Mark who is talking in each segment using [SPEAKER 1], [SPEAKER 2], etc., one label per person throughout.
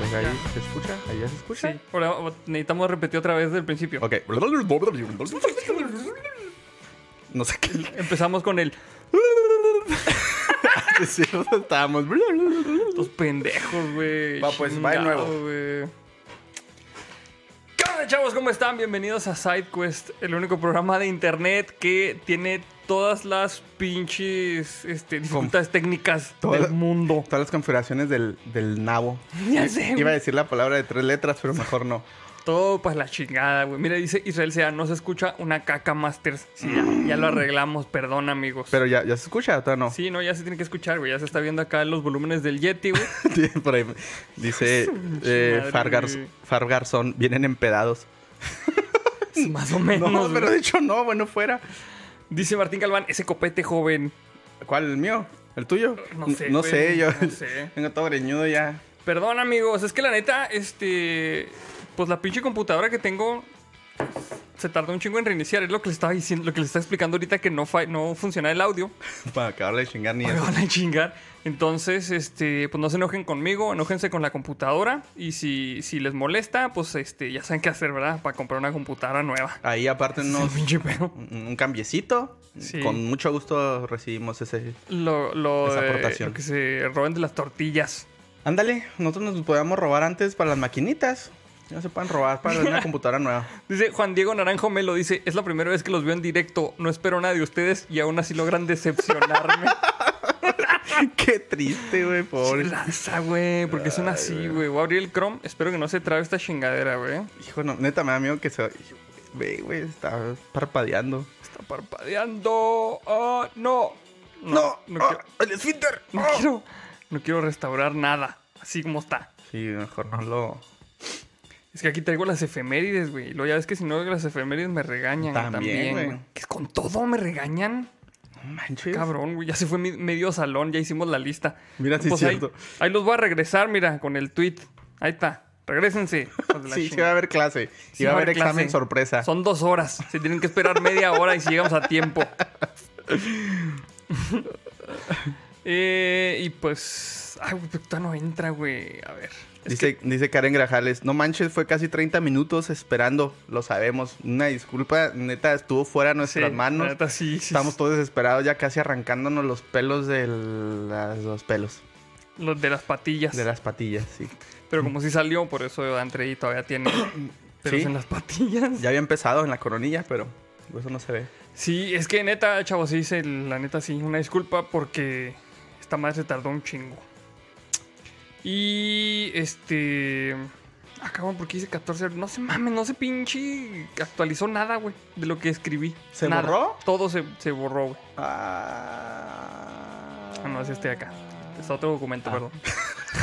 [SPEAKER 1] Venga, ahí se escucha, ahí ya se escucha.
[SPEAKER 2] Sí, ahora necesitamos repetir otra vez desde el principio.
[SPEAKER 1] Ok. No sé qué.
[SPEAKER 2] Empezamos con el.
[SPEAKER 1] Sí, o sea, estábamos.
[SPEAKER 2] Los pendejos, güey.
[SPEAKER 3] Va, pues, va de
[SPEAKER 2] Chingado,
[SPEAKER 3] nuevo.
[SPEAKER 2] güey. ¿Qué onda, chavos? ¿Cómo están? Bienvenidos a SideQuest, el único programa de internet que tiene todas las pinches este, dificultades técnicas
[SPEAKER 1] Todas-
[SPEAKER 2] del mundo.
[SPEAKER 1] Todas las configuraciones del, del nabo. Eh,
[SPEAKER 2] Ya sé,
[SPEAKER 1] Iba a
[SPEAKER 2] güey.
[SPEAKER 1] decir la palabra de tres letras, pero mejor no.
[SPEAKER 2] Todo para la chingada, güey. Mira, dice Israel Sea, no se escucha una caca Masters. Sí, ya, ya lo arreglamos, perdón, amigos.
[SPEAKER 1] Pero ya, ya se escucha, ¿o no?
[SPEAKER 2] Sí, no, ya se tiene que escuchar, güey. Ya se está viendo acá los volúmenes del Yeti, güey.
[SPEAKER 1] Por ahí dice eh,
[SPEAKER 2] madre,
[SPEAKER 1] Fargars-
[SPEAKER 2] güey.
[SPEAKER 1] Fargarsón, vienen empedados.
[SPEAKER 2] Más o
[SPEAKER 1] No,
[SPEAKER 2] menos.
[SPEAKER 1] pero
[SPEAKER 2] güey.
[SPEAKER 1] de hecho no, bueno, fuera.
[SPEAKER 2] Dice Martín Galván, ese copete joven.
[SPEAKER 1] ¿Cuál? ¿El mío? ¿El tuyo?
[SPEAKER 2] No sé,
[SPEAKER 1] No
[SPEAKER 2] güey,
[SPEAKER 1] sé, yo
[SPEAKER 2] no sé.
[SPEAKER 1] tengo todo greñudo ya.
[SPEAKER 2] Perdón, amigos, es que la neta, este. Pues la pinche computadora que tengo se tardó un chingo en reiniciar. Es lo que le estaba diciendo, lo que le estaba explicando ahorita que no, fa- no funciona el audio.
[SPEAKER 1] Para acabarle de chingar ni
[SPEAKER 2] Me
[SPEAKER 1] eso.
[SPEAKER 2] van a chingar. Entonces, este, pues no se enojen conmigo, enójense con la computadora. Y si, si les molesta, pues este, ya saben qué hacer, ¿verdad? Para comprar una computadora nueva.
[SPEAKER 1] Ahí aparte
[SPEAKER 2] No,
[SPEAKER 1] unos,
[SPEAKER 2] pinche pedo.
[SPEAKER 1] un un cambiecito.
[SPEAKER 2] Sí.
[SPEAKER 1] Con mucho gusto recibimos ese.
[SPEAKER 2] Lo, lo,
[SPEAKER 1] Esa
[SPEAKER 2] de-
[SPEAKER 1] aportación.
[SPEAKER 2] lo que se roben de las tortillas.
[SPEAKER 1] Ándale, nosotros nos podíamos robar antes para las maquinitas. No se pueden robar para una computadora nueva.
[SPEAKER 2] Dice Juan Diego Naranjo Melo, dice, es la primera vez que los veo en directo, no espero nada de ustedes y aún así logran decepcionarme.
[SPEAKER 1] Qué triste, güey, pobre.
[SPEAKER 2] Laza, güey, porque son así, güey. Voy a abrir el Chrome, espero que no se trabe esta chingadera, güey.
[SPEAKER 1] Hijo, no, neta, me da miedo que se. Ve, güey, está parpadeando.
[SPEAKER 2] Está parpadeando. Ah, no.
[SPEAKER 1] ¡No!
[SPEAKER 2] No,
[SPEAKER 1] ¡Ah!
[SPEAKER 2] quiero,
[SPEAKER 1] ¡El esfínter!
[SPEAKER 2] no
[SPEAKER 1] ¡Ah!
[SPEAKER 2] quiero- no quiero restaurar nada, así como está.
[SPEAKER 1] Sí, mejor no lo.
[SPEAKER 2] Es que aquí traigo las efemérides, güey. y Luego ya ves que si no traigo las efemérides me regañan
[SPEAKER 1] También,
[SPEAKER 2] también,
[SPEAKER 1] güey.
[SPEAKER 2] güey. Que con todo me regañan.
[SPEAKER 1] No manches.
[SPEAKER 2] Cabrón, güey, ya se fue mi- medio salón, ya hicimos la lista. Pues
[SPEAKER 1] Mira, sí es
[SPEAKER 2] ahí-
[SPEAKER 1] cierto.
[SPEAKER 2] Ahí, los voy a regresar, mira, con el tweet. Ahí está. Regrésense. hijos de la
[SPEAKER 1] Sí, sí
[SPEAKER 2] chingada.
[SPEAKER 1] va a haber clase.
[SPEAKER 2] Sí
[SPEAKER 1] iba a
[SPEAKER 2] va a
[SPEAKER 1] haber
[SPEAKER 2] haber clase.
[SPEAKER 1] examen sorpresa.
[SPEAKER 2] Son dos horas. Se tienen que esperar media hora y si llegamos a tiempo. Eh, y pues. Ay, güey, pero todavía no entra, güey. A ver. Es
[SPEAKER 1] Dice, dice Karen Grajales, no manches, fue casi 30 minutos esperando, lo sabemos. Una disculpa, neta, estuvo fuera de
[SPEAKER 2] que-
[SPEAKER 1] nuestras
[SPEAKER 2] sí,
[SPEAKER 1] manos.
[SPEAKER 2] la neta, sí, sí,
[SPEAKER 1] Estamos todos desesperados, ya casi arrancándonos los pelos de las- los pelos,
[SPEAKER 2] sí. Los de las patillas.
[SPEAKER 1] de las patillas, sí.
[SPEAKER 2] Pero como sí salió, por eso André todavía tiene. Pero
[SPEAKER 1] Sí.
[SPEAKER 2] en las patillas.
[SPEAKER 1] Ya había empezado en la coronilla, pero eso no se ve.
[SPEAKER 2] Sí, es que neta, chavos, sí, se- la neta sí, una disculpa porque esta madre se tardó un chingo. Y este. Acaban porque hice 14 No se mames, no se pinche. Actualizó nada, güey, de lo que escribí.
[SPEAKER 1] ¿Se
[SPEAKER 2] Nada.
[SPEAKER 1] borró?
[SPEAKER 2] Todo se, se borró, güey.
[SPEAKER 1] Ah,
[SPEAKER 2] Ah, no, es este de acá. Es otro documento, perdón.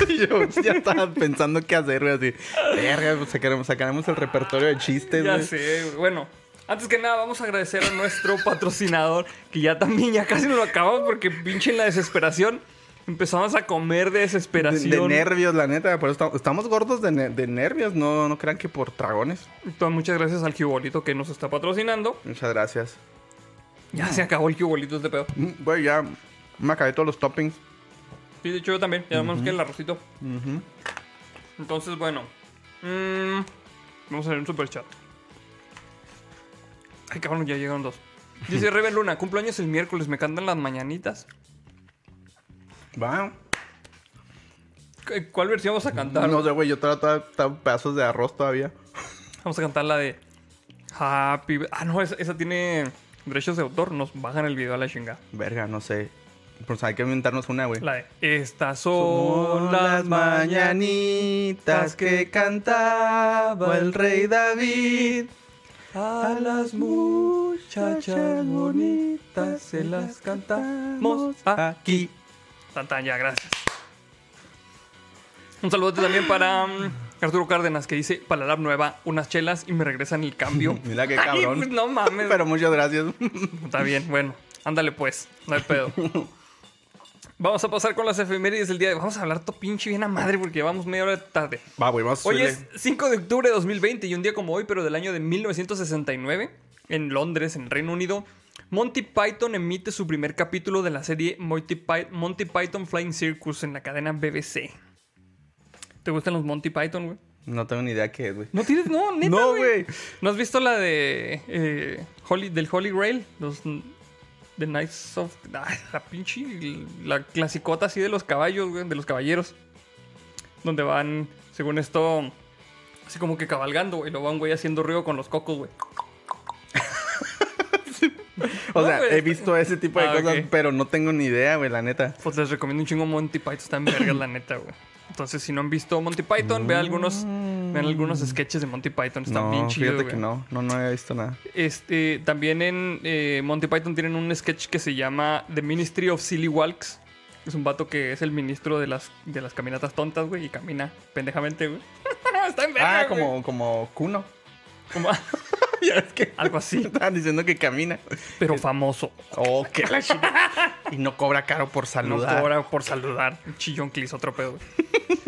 [SPEAKER 1] Yo ya estaba pensando qué hacer, güey, así. Verga, pues, sacaremos, sacaremos el repertorio de chistes,
[SPEAKER 2] Ya
[SPEAKER 1] güey.
[SPEAKER 2] sé, güey. bueno. Antes que nada, vamos a agradecer a nuestro patrocinador, que ya también, ya casi nos lo acabamos porque pinche en la desesperación empezamos a comer de
[SPEAKER 1] De,
[SPEAKER 2] desesperación.
[SPEAKER 1] de nervios, la neta. Por eso estamos, estamos gordos de, ne- de nervios. No, no crean que por dragones.
[SPEAKER 2] Entonces, muchas gracias al Cubolito que nos está patrocinando.
[SPEAKER 1] Muchas gracias.
[SPEAKER 2] Ya se acabó el Cubolito este pedo.
[SPEAKER 1] Mm, Güey, ya me acabé todos los toppings.
[SPEAKER 2] Sí, de hecho yo también. Ya nomás que el arrocito. Entonces, bueno. mm, vamos a ver un super chat. Ay, cabrón, ya llegaron dos. Dice Rebe Luna, cumpleaños el miércoles, me cantan las mañanitas.
[SPEAKER 1] Va.
[SPEAKER 2] ¿Cu- ¿Cuál versión vamos a cantar?
[SPEAKER 1] No sé, güey, yo estaba estaba- estaba pedazos de arroz todavía.
[SPEAKER 2] Vamos a cantar la de Happy... Ah, no, esa, esa tiene derechos de autor. Nos bajan el video a la chingada.
[SPEAKER 1] Verga, no sé. Pues hay que inventarnos una, güey.
[SPEAKER 2] La de... Estas son las mañanitas.
[SPEAKER 1] mañanitas
[SPEAKER 2] que
[SPEAKER 1] cantaba
[SPEAKER 2] el rey
[SPEAKER 1] David.
[SPEAKER 2] A las muchachas bonitas se las cantamos aquí. Tan, tan, ya, gracias. Un saludo también para mm, Arturo Cárdenas que dice para la lab nueva unas chelas y me regresan el cambio.
[SPEAKER 1] Mira qué
[SPEAKER 2] Ay,
[SPEAKER 1] cabrón.
[SPEAKER 2] pues, no mames.
[SPEAKER 1] Pero muchas gracias.
[SPEAKER 2] Está bien, bueno, ándale pues, no hay pedo. Vamos a pasar con las efemérides del día de Vamos a hablar todo pinche bien a madre porque llevamos media hora tarde.
[SPEAKER 1] Va, güey, vamos a
[SPEAKER 2] Hoy
[SPEAKER 1] subirle.
[SPEAKER 2] es 5 de octubre de 2020 y un día como hoy, pero del año de 1969, en Londres, en Reino Unido, Monty Python emite su primer capítulo de la serie Monty, Py- Monty Python Flying Circus en la cadena BBC. ¿Te gustan los Monty Python, güey?
[SPEAKER 1] No tengo ni idea qué es, güey.
[SPEAKER 2] No tienes, no, neta,
[SPEAKER 1] No,
[SPEAKER 2] güey.
[SPEAKER 1] güey.
[SPEAKER 2] ¿No has visto la de eh, Holy, del Holy Grail? Los The Knights of ay, la pinche la clasicota así de los caballos, güey, de los caballeros. Donde van, según esto, así como que cabalgando, güey, lo va un güey haciendo ruido con los cocos, güey.
[SPEAKER 1] O
[SPEAKER 2] No,
[SPEAKER 1] sea,
[SPEAKER 2] güey,
[SPEAKER 1] he
[SPEAKER 2] está-
[SPEAKER 1] visto ese tipo de
[SPEAKER 2] Ah,
[SPEAKER 1] cosas,
[SPEAKER 2] ok.
[SPEAKER 1] pero no tengo ni idea, güey, la neta.
[SPEAKER 2] Pues les recomiendo un chingo Monty Python, está en verga la neta, güey. Entonces, si no han visto Monty Python, vean algunos vean algunos sketches de Monty Python, están
[SPEAKER 1] no,
[SPEAKER 2] bien chidos,
[SPEAKER 1] fíjate que
[SPEAKER 2] güey.
[SPEAKER 1] no. No, no he visto nada.
[SPEAKER 2] Este, también en eh, Monty Python tienen un sketch que se llama The Ministry of Silly Walks. Es un vato que es el ministro de las, de las caminatas tontas, güey, y camina pendejamente, güey. Está en verga,
[SPEAKER 1] Ah,
[SPEAKER 2] güey.
[SPEAKER 1] como, como Kuno.
[SPEAKER 2] Como-
[SPEAKER 1] ya es que
[SPEAKER 2] algo así,
[SPEAKER 1] estaban diciendo que camina.
[SPEAKER 2] pero famoso.
[SPEAKER 1] Oh, qué la chica. Y no cobra caro por
[SPEAKER 2] No
[SPEAKER 1] saludar.
[SPEAKER 2] cobra por saludar. Un Chillón que le hizo otro pedo, güey.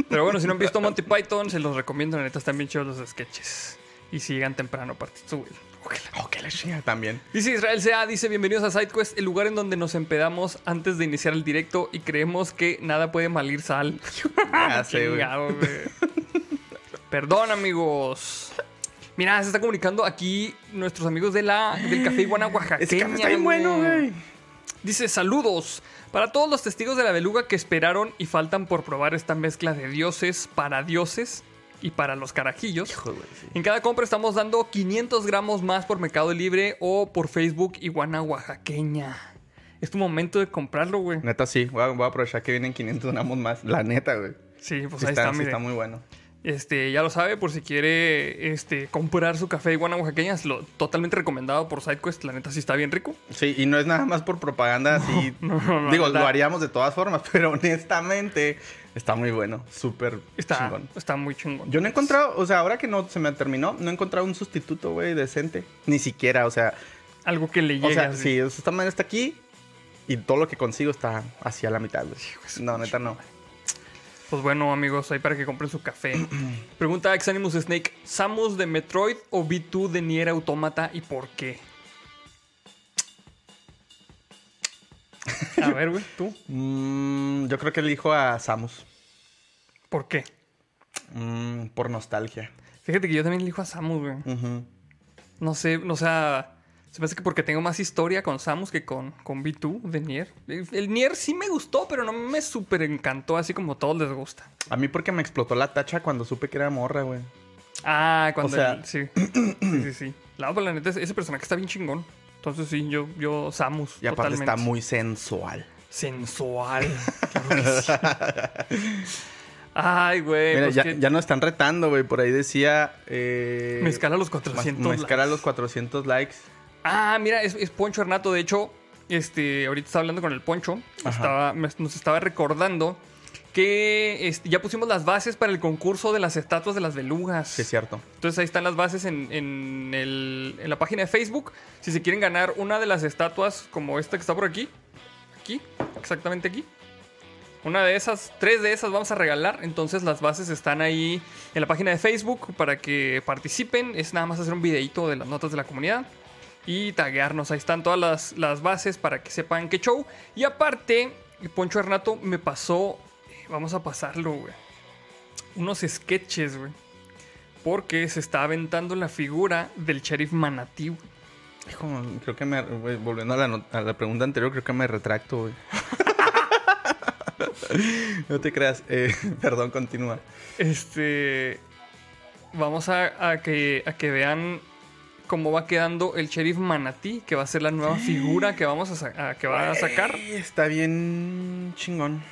[SPEAKER 2] Pero bueno, si no han visto Monty Python, se los recomiendo. La neta, están bien chidos los sketches. Y si llegan temprano, partido, güey. Ojala.
[SPEAKER 1] Oh, qué la chica también.
[SPEAKER 2] Dice Israel Sea, dice bienvenidos a SideQuest, el lugar en donde nos empedamos antes de iniciar el directo y creemos que nada puede malir sal.
[SPEAKER 1] Ya sé, güey.
[SPEAKER 2] Chingado, güey. Perdón, amigos. Mira, se está comunicando aquí nuestros amigos de la, del Café Iguana Oaxaqueña.
[SPEAKER 1] Ese café está bien bueno, güey.
[SPEAKER 2] Dice, saludos para todos los testigos de la beluga que esperaron y faltan por probar esta mezcla de dioses para dioses y para los carajillos. En cada compra estamos dando 500 gramos más por Mercado Libre o por Facebook Iguana Oaxaqueña. Es tu momento de comprarlo, güey.
[SPEAKER 1] Neta, sí. Voy a, voy a aprovechar que vienen 500 gramos más. La neta, güey.
[SPEAKER 2] Sí, pues
[SPEAKER 1] Sí está,
[SPEAKER 2] ahí
[SPEAKER 1] sí
[SPEAKER 2] está, mire.
[SPEAKER 1] está muy bueno.
[SPEAKER 2] Este, ya lo sabe, por si quiere este, comprar su café Iguana Oaxaqueña, es lo totalmente recomendado por SideQuest. La neta sí está bien rico.
[SPEAKER 1] Sí, y no es nada más por propaganda así.
[SPEAKER 2] no, no,
[SPEAKER 1] Digo,
[SPEAKER 2] neta.
[SPEAKER 1] lo haríamos de todas formas, pero honestamente está muy bueno. Súper
[SPEAKER 2] Está,
[SPEAKER 1] chingón.
[SPEAKER 2] está muy chingón.
[SPEAKER 1] Yo no he encontrado, o sea, ahora que no se me terminó, no he encontrado un sustituto, güey, decente. Ni siquiera, o sea,
[SPEAKER 2] Algo que le
[SPEAKER 1] o
[SPEAKER 2] llegue.
[SPEAKER 1] sea,
[SPEAKER 2] así.
[SPEAKER 1] si esta madre está aquí y todo lo que consigo está hacia la mitad, güey.
[SPEAKER 2] su
[SPEAKER 1] No, neta, no.
[SPEAKER 2] Pues bueno, amigos, ahí para que compren su café. Pregunta Exanimus Snake: ¿Samus de Metroid o B2 de Nier Automata y por qué? A ver, güey, tú.
[SPEAKER 1] Mm, yo creo que elijo a Samus.
[SPEAKER 2] ¿Por qué?
[SPEAKER 1] Mm, por nostalgia.
[SPEAKER 2] Fíjate que yo también elijo a Samus, güey.
[SPEAKER 1] Ujú.
[SPEAKER 2] No sé, no, o sea. Se me hace que porque tengo más historia con Samus que con, con B2 de Nier. El, el Nier sí me gustó, pero no me súper encantó, así como a todos les gusta.
[SPEAKER 1] A mí porque me explotó la tacha cuando supe que era morra, güey.
[SPEAKER 2] Ah, cuando
[SPEAKER 1] O sea-
[SPEAKER 2] el- sí. sí, sí, sí. La, pues, la neta, ese- ese personaje está bien chingón. Entonces sí, yo, yo Samus.
[SPEAKER 1] Y aparte
[SPEAKER 2] totalmente.
[SPEAKER 1] está muy sensual.
[SPEAKER 2] sensual. Claro que sí. Ay, güey.
[SPEAKER 1] Mira,
[SPEAKER 2] pues
[SPEAKER 1] ya,
[SPEAKER 2] que
[SPEAKER 1] ya nos están retando, güey. Por ahí decía... Eh,
[SPEAKER 2] Me escala los
[SPEAKER 1] mas-
[SPEAKER 2] 400.
[SPEAKER 1] me escala
[SPEAKER 2] likes.
[SPEAKER 1] los 400 likes.
[SPEAKER 2] Ah, mira, es, es Poncho Hernato. De hecho, este, ahorita estaba hablando con el Poncho.
[SPEAKER 1] Ajá.
[SPEAKER 2] Estaba, me- nos estaba recordando que este, ya pusimos las bases para el concurso de las estatuas de las belugas.
[SPEAKER 1] Sí, es cierto.
[SPEAKER 2] Entonces ahí están las bases en, en el- en la página de Facebook. Si se quieren ganar una de las estatuas como esta que está por aquí. Aquí, exactamente aquí. Una de esas, tres de esas vamos a regalar. Entonces las bases están ahí en la página de Facebook para que participen. Es nada más hacer un videito de las notas de la comunidad. Y taguearnos. Ahí están todas las, las bases para que sepan qué show. Y aparte, Poncho Hernato me pasó... eh, Vamos a pasarlo, güey. Unos sketches, güey. Porque se está aventando la figura del sheriff manatí. güey.
[SPEAKER 1] Hijo, creo que me... güey, volviendo a la, not- a la pregunta anterior, creo que me retracto, güey. no te creas. Eh, perdón, continúa.
[SPEAKER 2] Este. Vamos a, a que, a que vean cómo va quedando el sheriff manatí, que va a ser la nueva figura que vamos a, sa- a- que va a sacar.
[SPEAKER 1] Ey, está bien chingón.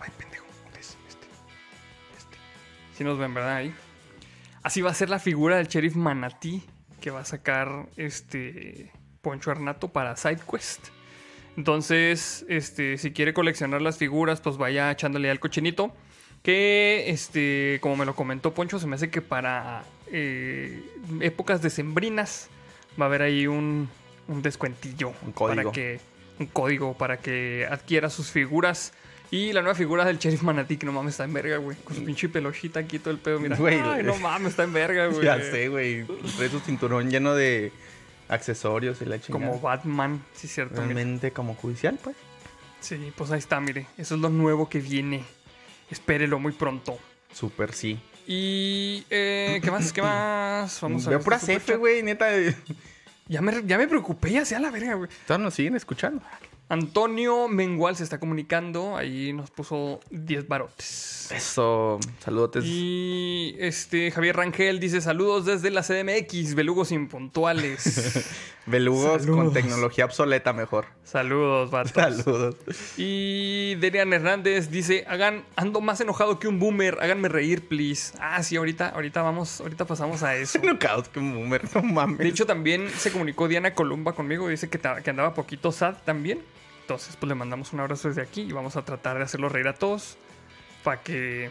[SPEAKER 2] Ay, pendejo. ¿ves? Este. Este. Sí nos ven, ¿verdad? Ahí. Así va a ser la figura del sheriff manatí que va a sacar este Poncho Arnato para SideQuest. Entonces, este, si quiere coleccionar las figuras, pues vaya echándole al cochinito. Que, este, como me lo comentó Poncho, se me hace que para eh, épocas decembrinas va a haber ahí un, un descuentillo.
[SPEAKER 1] Un código.
[SPEAKER 2] Para que, un código para que adquiera sus figuras. Y la nueva figura del Sheriff Manatí, que no mames, está en verga, güey. Con su pinche pelochita aquí todo el pedo, mira.
[SPEAKER 1] Güey,
[SPEAKER 2] Ay, no mames, está en verga, güey.
[SPEAKER 1] Ya sé, güey. Trae su cinturón lleno de accesorios y la chingada.
[SPEAKER 2] Como Batman, sí, cierto. mira.
[SPEAKER 1] Realmente como judicial, pues.
[SPEAKER 2] Sí, pues ahí está, mire. Eso es lo nuevo que viene. Espérelo muy pronto.
[SPEAKER 1] Súper sí.
[SPEAKER 2] Y. eh, ¿Qué más? ¿Qué más? Vamos a
[SPEAKER 1] Veo
[SPEAKER 2] ver
[SPEAKER 1] pura
[SPEAKER 2] este
[SPEAKER 1] F,
[SPEAKER 2] superchat.
[SPEAKER 1] güey, neta.
[SPEAKER 2] Ya me, ya me preocupé, ya sea la verga, güey.
[SPEAKER 1] Todos nos siguen escuchando.
[SPEAKER 2] Antonio Mengual se está comunicando. Ahí nos puso 10 barotes.
[SPEAKER 1] Eso. Saludotes.
[SPEAKER 2] Y este Javier Rangel dice: Saludos desde la CDMX, belugos impuntuales.
[SPEAKER 1] Belugos
[SPEAKER 2] Saludos.
[SPEAKER 1] con tecnología obsoleta mejor.
[SPEAKER 2] Saludos, vatos.
[SPEAKER 1] Saludos.
[SPEAKER 2] Y Derian Hernández dice: Hagan, ando más enojado que un boomer, háganme reír, please. Ah, sí, ahorita, ahorita vamos, ahorita pasamos a eso.
[SPEAKER 1] Knockout, que boomer, no mames.
[SPEAKER 2] De hecho, también se comunicó Diana Columba conmigo y dice que, ta- que andaba poquito sad también. Entonces, pues le mandamos un abrazo desde aquí y vamos a tratar de hacerlo reír a todos. Para que.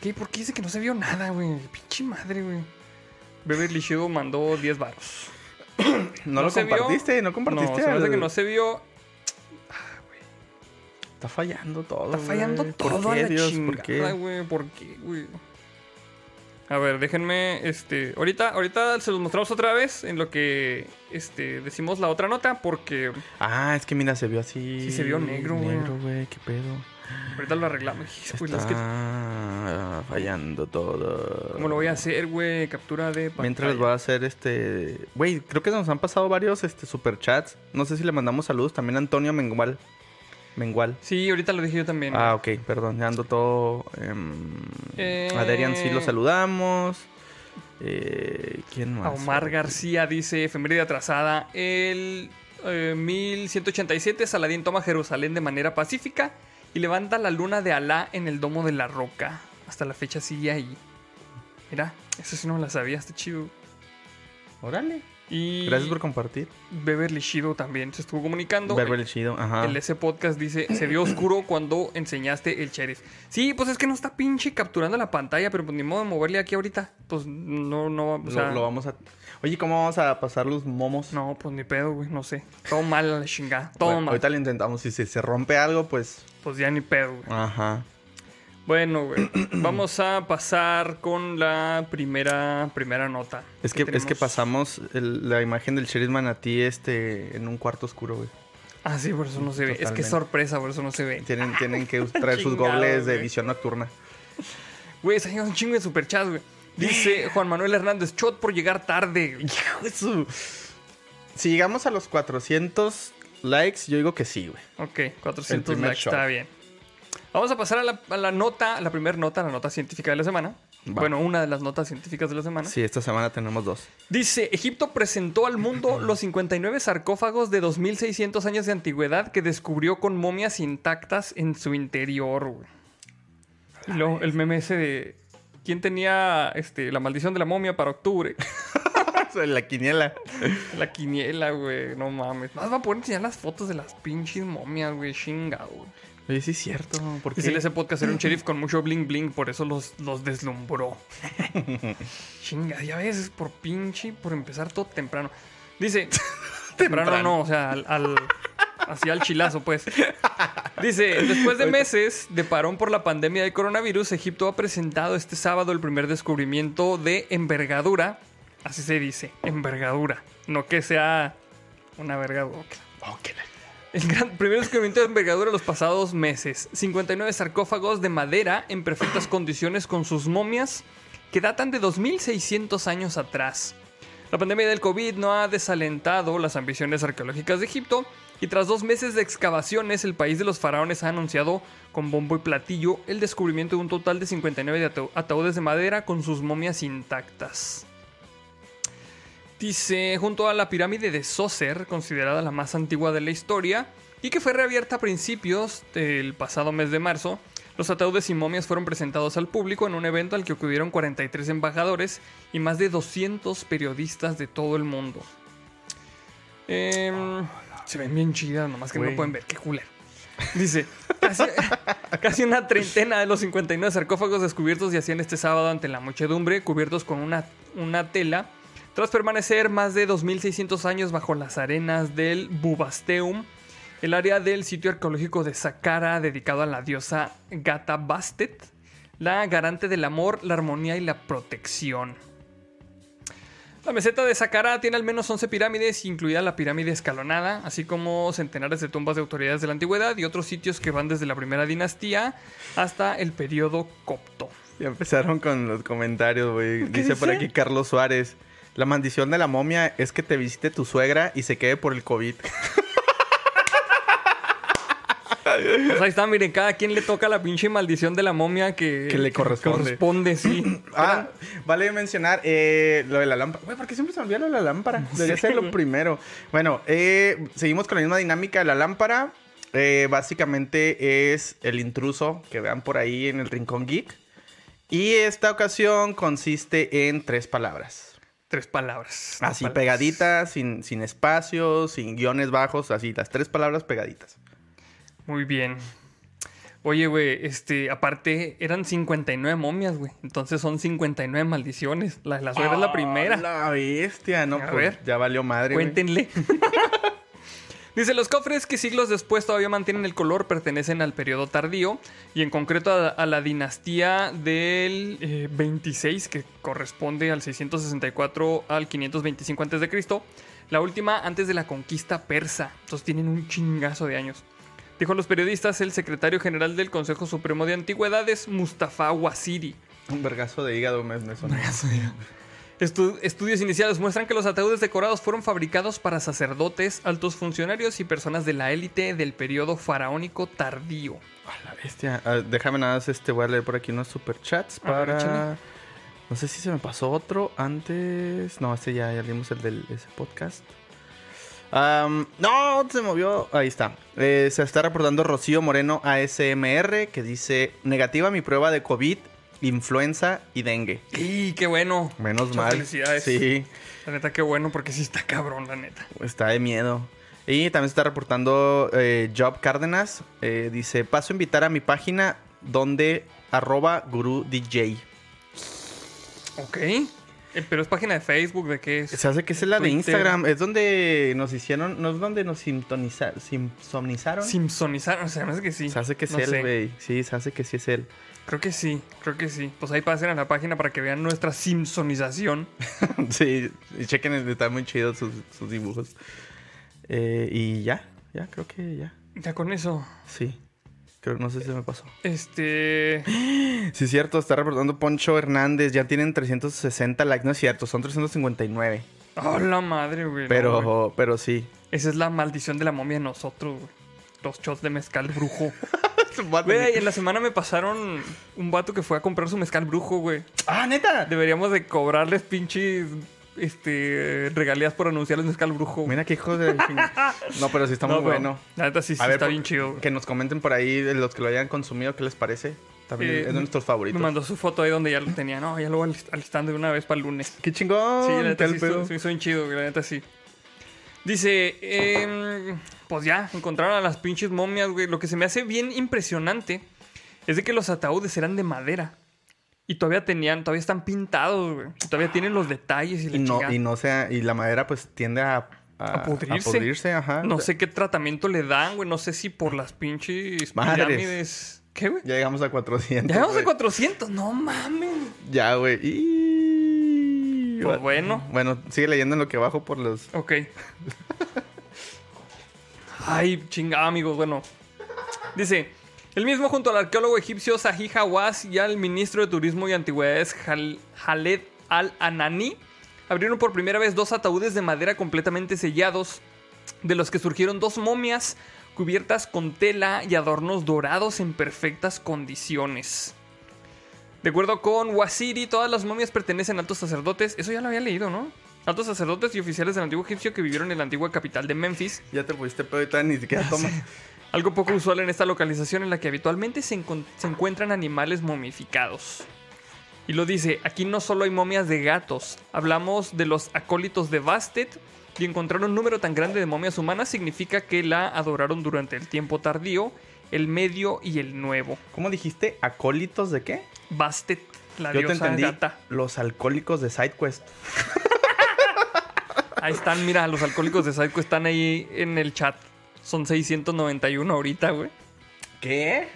[SPEAKER 2] ¿Qué? ¿Por qué dice que no se vio nada, güey? Pinche madre, güey. Beverly Shido mandó 10 varos.
[SPEAKER 1] no, lo
[SPEAKER 2] se vio.
[SPEAKER 1] compartiste, no compartiste.
[SPEAKER 2] No, se me hace
[SPEAKER 1] al-
[SPEAKER 2] que no se vio.
[SPEAKER 1] Está fallando todo.
[SPEAKER 2] Está fallando
[SPEAKER 1] güey.
[SPEAKER 2] todo
[SPEAKER 1] ¿Por
[SPEAKER 2] a
[SPEAKER 1] qué,
[SPEAKER 2] la
[SPEAKER 1] Dios?
[SPEAKER 2] chingada,
[SPEAKER 1] ¿Por qué?
[SPEAKER 2] güey. ¿Por qué, güey? A ver, déjenme, este, ahorita, ahorita se los mostramos otra vez en lo que, este, decimos la otra nota porque
[SPEAKER 1] Ah, es que mira, se vio así.
[SPEAKER 2] Sí, se vio negro, güey.
[SPEAKER 1] Negro, güey, qué pedo.
[SPEAKER 2] ahorita lo arreglamos. Pues,
[SPEAKER 1] Está
[SPEAKER 2] es que-
[SPEAKER 1] fallando todo.
[SPEAKER 2] ¿Cómo lo voy a hacer, güey? Captura de pantalla.
[SPEAKER 1] Mientras va a hacer este. Güey, creo que nos han pasado varios este, superchats. No sé si le mandamos saludos también a Antonio Mengual. Mengual.
[SPEAKER 2] Sí, ahorita lo dije yo también.
[SPEAKER 1] Ah, ok, perdón, ya ando todo. em,
[SPEAKER 2] Eh.
[SPEAKER 1] A Derian sí lo saludamos. Eh, ¿Quién
[SPEAKER 2] A
[SPEAKER 1] más?
[SPEAKER 2] Omar García dice, efeméride atrasada, el eh, 1187 Saladín toma Jerusalén de manera pacífica y levanta la luna de Alá en el domo de la roca. Hasta la fecha sigue ahí. Mira, eso sí no me la sabía, está chido.
[SPEAKER 1] Órale.
[SPEAKER 2] Y
[SPEAKER 1] Gracias por compartir.
[SPEAKER 2] Beverly Shido también se estuvo comunicando.
[SPEAKER 1] Beverly ah. Chido, ajá.
[SPEAKER 2] El ese podcast dice, se vio oscuro cuando enseñaste el sheriff. Sí, pues es que no está pinche capturando la pantalla, pero pues ni modo de moverle aquí ahorita. Pues no, no, o
[SPEAKER 1] Lo-
[SPEAKER 2] sea,
[SPEAKER 1] lo, vamos a. Oye, ¿cómo vamos a pasar los momos?
[SPEAKER 2] no, pues ni pedo, güey, no sé. Todo mal a la chingada, todo
[SPEAKER 1] Bueno,
[SPEAKER 2] mal.
[SPEAKER 1] Ahorita lo intentamos. Si se, se rompe algo, pues.
[SPEAKER 2] Pues ya ni pedo, güey.
[SPEAKER 1] Ajá.
[SPEAKER 2] Bueno, güey, vamos a pasar con la primera, primera nota.
[SPEAKER 1] Es que, es que
[SPEAKER 2] tenemos.
[SPEAKER 1] pasamos el- la imagen del sheriff manatí este, en un cuarto oscuro, güey.
[SPEAKER 2] Ah, sí, por eso no se ve. Es que es
[SPEAKER 1] Totalmente.
[SPEAKER 2] sorpresa, por eso no se ve.
[SPEAKER 1] Tienen, tienen que traer sus
[SPEAKER 2] Chingado,
[SPEAKER 1] gobles de
[SPEAKER 2] güey.
[SPEAKER 1] visión nocturna.
[SPEAKER 2] Güey, se ha llegado un chingo de superchats, güey. Dice Juan Manuel Hernández, shot por llegar tarde. güey.
[SPEAKER 1] Hijo de su- Si llegamos a los 400 likes, yo digo que sí, güey.
[SPEAKER 2] Ok,
[SPEAKER 1] El
[SPEAKER 2] 400
[SPEAKER 1] primer
[SPEAKER 2] likes,
[SPEAKER 1] show.
[SPEAKER 2] está bien. Vamos a pasar a la, a la nota, a la primera nota, la nota científica de la semana.
[SPEAKER 1] Va.
[SPEAKER 2] Bueno, una de las notas científicas de la semana.
[SPEAKER 1] Sí, esta semana tenemos dos.
[SPEAKER 2] Dice, Egipto presentó al mundo los 59 sarcófagos de 2.600 años de antigüedad que descubrió con momias intactas en su interior. güey. Y luego el meme ese de... ¿Quién tenía este, la maldición de la momia para octubre?
[SPEAKER 1] la quiniela.
[SPEAKER 2] La quiniela, güey. No mames. Más va a poder enseñar las fotos de las pinches momias, güey. Chinga, güey.
[SPEAKER 1] Oye, sí es cierto. Porque
[SPEAKER 2] Dice ese podcast era un sheriff con mucho bling bling, por eso los, los deslumbró. Chinga, ya ves, es por pinche, por empezar todo temprano. Dice, temprano,
[SPEAKER 1] Temprano.
[SPEAKER 2] no, o sea, al, al- así al chilazo, pues. Dice, después de meses de parón por la pandemia de coronavirus, Egipto ha presentado este sábado el primer descubrimiento de envergadura. Así se dice, envergadura. No que sea una verga. ok. El gran, primer descubrimiento de envergadura los pasados meses. 59 sarcófagos de madera en perfectas condiciones con sus momias que datan de 2600 años atrás. La pandemia del COVID no ha desalentado las ambiciones arqueológicas de Egipto y tras dos meses de excavaciones el país de los faraones ha anunciado con bombo y platillo el descubrimiento de un total de 59 de atau- ataúdes de madera con sus momias intactas. Dice, junto a la pirámide de Sócer, considerada la más antigua de la historia, y que fue reabierta a principios del pasado mes de marzo, los ataúdes y momias fueron presentados al público en un evento al que acudieron 43 embajadores y más de 200 periodistas de todo el mundo. Em, se ven bien chidas, nomás que no
[SPEAKER 1] Güey.
[SPEAKER 2] pueden ver, qué culero. Dice, casi, casi una treintena de los 59 sarcófagos descubiertos yacían este sábado ante la muchedumbre, cubiertos con una, una tela, tras permanecer más de 2.600 años bajo las arenas del Bubasteum, el área del sitio arqueológico de Saqqara dedicado a la diosa Gata Bastet, la garante del amor, la armonía y la protección. La meseta de Saqqara tiene al menos 11 pirámides, incluida la pirámide escalonada, así como centenares de tumbas de autoridades de la antigüedad y otros sitios que van desde la primera dinastía hasta el periodo copto.
[SPEAKER 1] Ya empezaron con los comentarios, güey. Dice, por
[SPEAKER 2] dice?
[SPEAKER 1] aquí Carlos Suárez. La maldición de la momia es que te visite tu suegra y se quede por el COVID.
[SPEAKER 2] Pues ahí está, miren, cada quien le toca la pinche maldición de la momia que,
[SPEAKER 1] Que le corresponde.
[SPEAKER 2] corresponde, sí.
[SPEAKER 1] Ah, vale mencionar eh, lo de la lámpara. Güey, ¿por qué siempre se me olvida lo de la lámpara? Debería
[SPEAKER 2] sé,
[SPEAKER 1] ser lo
[SPEAKER 2] güey.
[SPEAKER 1] primero. Bueno, eh, seguimos con la misma dinámica de la lámpara. Eh, básicamente es el intruso que vean por ahí en el rincón geek. Y esta ocasión consiste en tres palabras.
[SPEAKER 2] Tres palabras.
[SPEAKER 1] Así
[SPEAKER 2] Tres palabras.
[SPEAKER 1] pegaditas, sin, sin espacios, sin guiones bajos, así, las tres palabras pegaditas.
[SPEAKER 2] Muy bien. Oye, güey, este, aparte eran 59 momias, güey. Entonces son 59 maldiciones. La de la suegra es la primera.
[SPEAKER 1] Ah, La bestia, no,
[SPEAKER 2] A
[SPEAKER 1] pues,
[SPEAKER 2] ver.
[SPEAKER 1] ya valió madre. güey.
[SPEAKER 2] Cuéntenle. Dice, los cofres que siglos después todavía mantienen el color pertenecen al periodo tardío y en concreto a, a la dinastía del eh, 26 que corresponde al 664 al 525 a.C., la última antes de la conquista persa. Entonces tienen un chingazo de años. Dijo a los periodistas el secretario general del Consejo Supremo de Antigüedades, Mustafa Wasiri.
[SPEAKER 1] Un vergazo de hígado me, me sonó.
[SPEAKER 2] Estu- estudios iniciales muestran que los ataúdes decorados fueron fabricados para sacerdotes, altos funcionarios y personas de la élite del periodo faraónico tardío.
[SPEAKER 1] A la bestia. A ver, déjame nada más, este, voy a leer por aquí unos superchats
[SPEAKER 2] A ver,
[SPEAKER 1] para...
[SPEAKER 2] échale.
[SPEAKER 1] no sé si se me pasó otro antes... No, este ya, ya leímos el del ese podcast. Am, no, se movió. Ahí está. Eh, se está reportando Rocío Moreno ASMR que dice negativa mi prueba de COVID, influenza y dengue.
[SPEAKER 2] ¡Y qué bueno!
[SPEAKER 1] Menos
[SPEAKER 2] Muchas
[SPEAKER 1] mal.
[SPEAKER 2] felicidades.
[SPEAKER 1] Sí,
[SPEAKER 2] La neta, qué bueno, porque sí está cabrón, la neta.
[SPEAKER 1] está de miedo. Y también se está reportando eh, Job Cárdenas. eh, dice, paso a invitar a mi página donde arroba guru DJ.
[SPEAKER 2] Ok. Eh, pero es página de Facebook, ¿de qué es?
[SPEAKER 1] Se hace que esa es la de
[SPEAKER 2] Twitter.
[SPEAKER 1] Instagram. Es donde nos hicieron, no es donde nos sintonizaron. Simpsonizaron.
[SPEAKER 2] Simpsonizar, o sea, no sé que sí.
[SPEAKER 1] se hace que es
[SPEAKER 2] No sé.
[SPEAKER 1] él, güey. Sí, se hace que sí es él.
[SPEAKER 2] Creo que sí, creo que sí. Pues ahí pasen a la página para que vean nuestra Simpsonización.
[SPEAKER 1] sí, y chequen, están muy chidos sus, sus dibujos. Eh, y ya, ya, creo que ya.
[SPEAKER 2] Ya con eso.
[SPEAKER 1] Sí. Creo, no sé si me pasó.
[SPEAKER 2] Este.
[SPEAKER 1] Sí, es cierto, está reportando Poncho Hernández. Ya tienen 360 likes, no es cierto, son 359.
[SPEAKER 2] ¡Oh, la madre, güey! no, güey.
[SPEAKER 1] Pero, pero sí.
[SPEAKER 2] Esa es la maldición de la momia de nosotros, güey. Los shots de mezcal brujo.
[SPEAKER 1] Ah,
[SPEAKER 2] Güey, en la semana me pasaron un vato que fue a comprar su mezcal brujo, güey.
[SPEAKER 1] ah, neta.
[SPEAKER 2] Deberíamos de cobrarles pinches este, regalías por anunciarles mezcal brujo. güey.
[SPEAKER 1] Mira qué hijo de. No, pero sí está muy
[SPEAKER 2] No, pero
[SPEAKER 1] bueno.
[SPEAKER 2] La neta sí, sí
[SPEAKER 1] A ver,
[SPEAKER 2] está
[SPEAKER 1] por-
[SPEAKER 2] bien chido. güey.
[SPEAKER 1] Que nos comenten por ahí de los que lo hayan consumido, qué les parece. También
[SPEAKER 2] Eh,
[SPEAKER 1] es de nuestros favoritos.
[SPEAKER 2] Me mandó su foto ahí donde ya lo tenía. No, ya lo voy alist- alistando de una vez para el lunes.
[SPEAKER 1] Qué chingón.
[SPEAKER 2] Sí, la neta
[SPEAKER 1] Oh, tal
[SPEAKER 2] sí,
[SPEAKER 1] pedo.
[SPEAKER 2] estuvo- sí, estuvo bien chido, güey, la neta sí. Dice, em, pues ya, encontraron a las pinches momias, güey. Lo que se me hace bien impresionante es de que los ataúdes eran de madera. Y todavía tenían, todavía están pintados, güey. Y Todavía tienen los detalles y la
[SPEAKER 1] Y no,
[SPEAKER 2] chingada.
[SPEAKER 1] y no sea, y la madera pues tiende a,
[SPEAKER 2] A pudrirse.
[SPEAKER 1] pudrirse, ajá.
[SPEAKER 2] No sé qué tratamiento le dan, güey. No sé si por las pinches
[SPEAKER 1] Madres.
[SPEAKER 2] pirámides. ¿Qué, güey?
[SPEAKER 1] Ya llegamos a 400.
[SPEAKER 2] Ya llegamos a
[SPEAKER 1] güey.
[SPEAKER 2] 400. No mames.
[SPEAKER 1] Ya, güey. Y-
[SPEAKER 2] Pues bueno.
[SPEAKER 1] Bueno, sigue leyendo en lo que bajo por los.
[SPEAKER 2] Ok. Ay, chingada, amigos. Bueno, dice: El mismo junto al arqueólogo egipcio Sahi Hawass y al ministro de Turismo y Antigüedades Jal- Khaled Al-Anani abrieron por primera vez dos ataúdes de madera completamente sellados, de los que surgieron dos momias cubiertas con tela y adornos dorados en perfectas condiciones. De acuerdo con Wasiri, todas las momias pertenecen a altos sacerdotes. Eso ya lo había leído, ¿no? Altos sacerdotes y oficiales del antiguo egipcio que vivieron en la antigua capital de Memphis.
[SPEAKER 1] Ya te pusiste pedo y tal, ni siquiera tomas.
[SPEAKER 2] Algo poco usual en esta localización en la que habitualmente se, encon- se encuentran animales momificados. Y lo dice, aquí no solo hay momias de gatos, hablamos de los acólitos de Bastet y encontrar un número tan grande de momias humanas significa que la adoraron durante el tiempo tardío, el medio y el nuevo.
[SPEAKER 1] ¿Cómo dijiste? ¿Acólitos de qué?
[SPEAKER 2] Bastet, la
[SPEAKER 1] Yo te
[SPEAKER 2] diosa
[SPEAKER 1] entendí.
[SPEAKER 2] gata.
[SPEAKER 1] Los alcohólicos de SideQuest.
[SPEAKER 2] Ahí están, mira, los alcohólicos de Psycho están ahí en el chat. Son 691 ahorita, güey.
[SPEAKER 1] ¿Qué?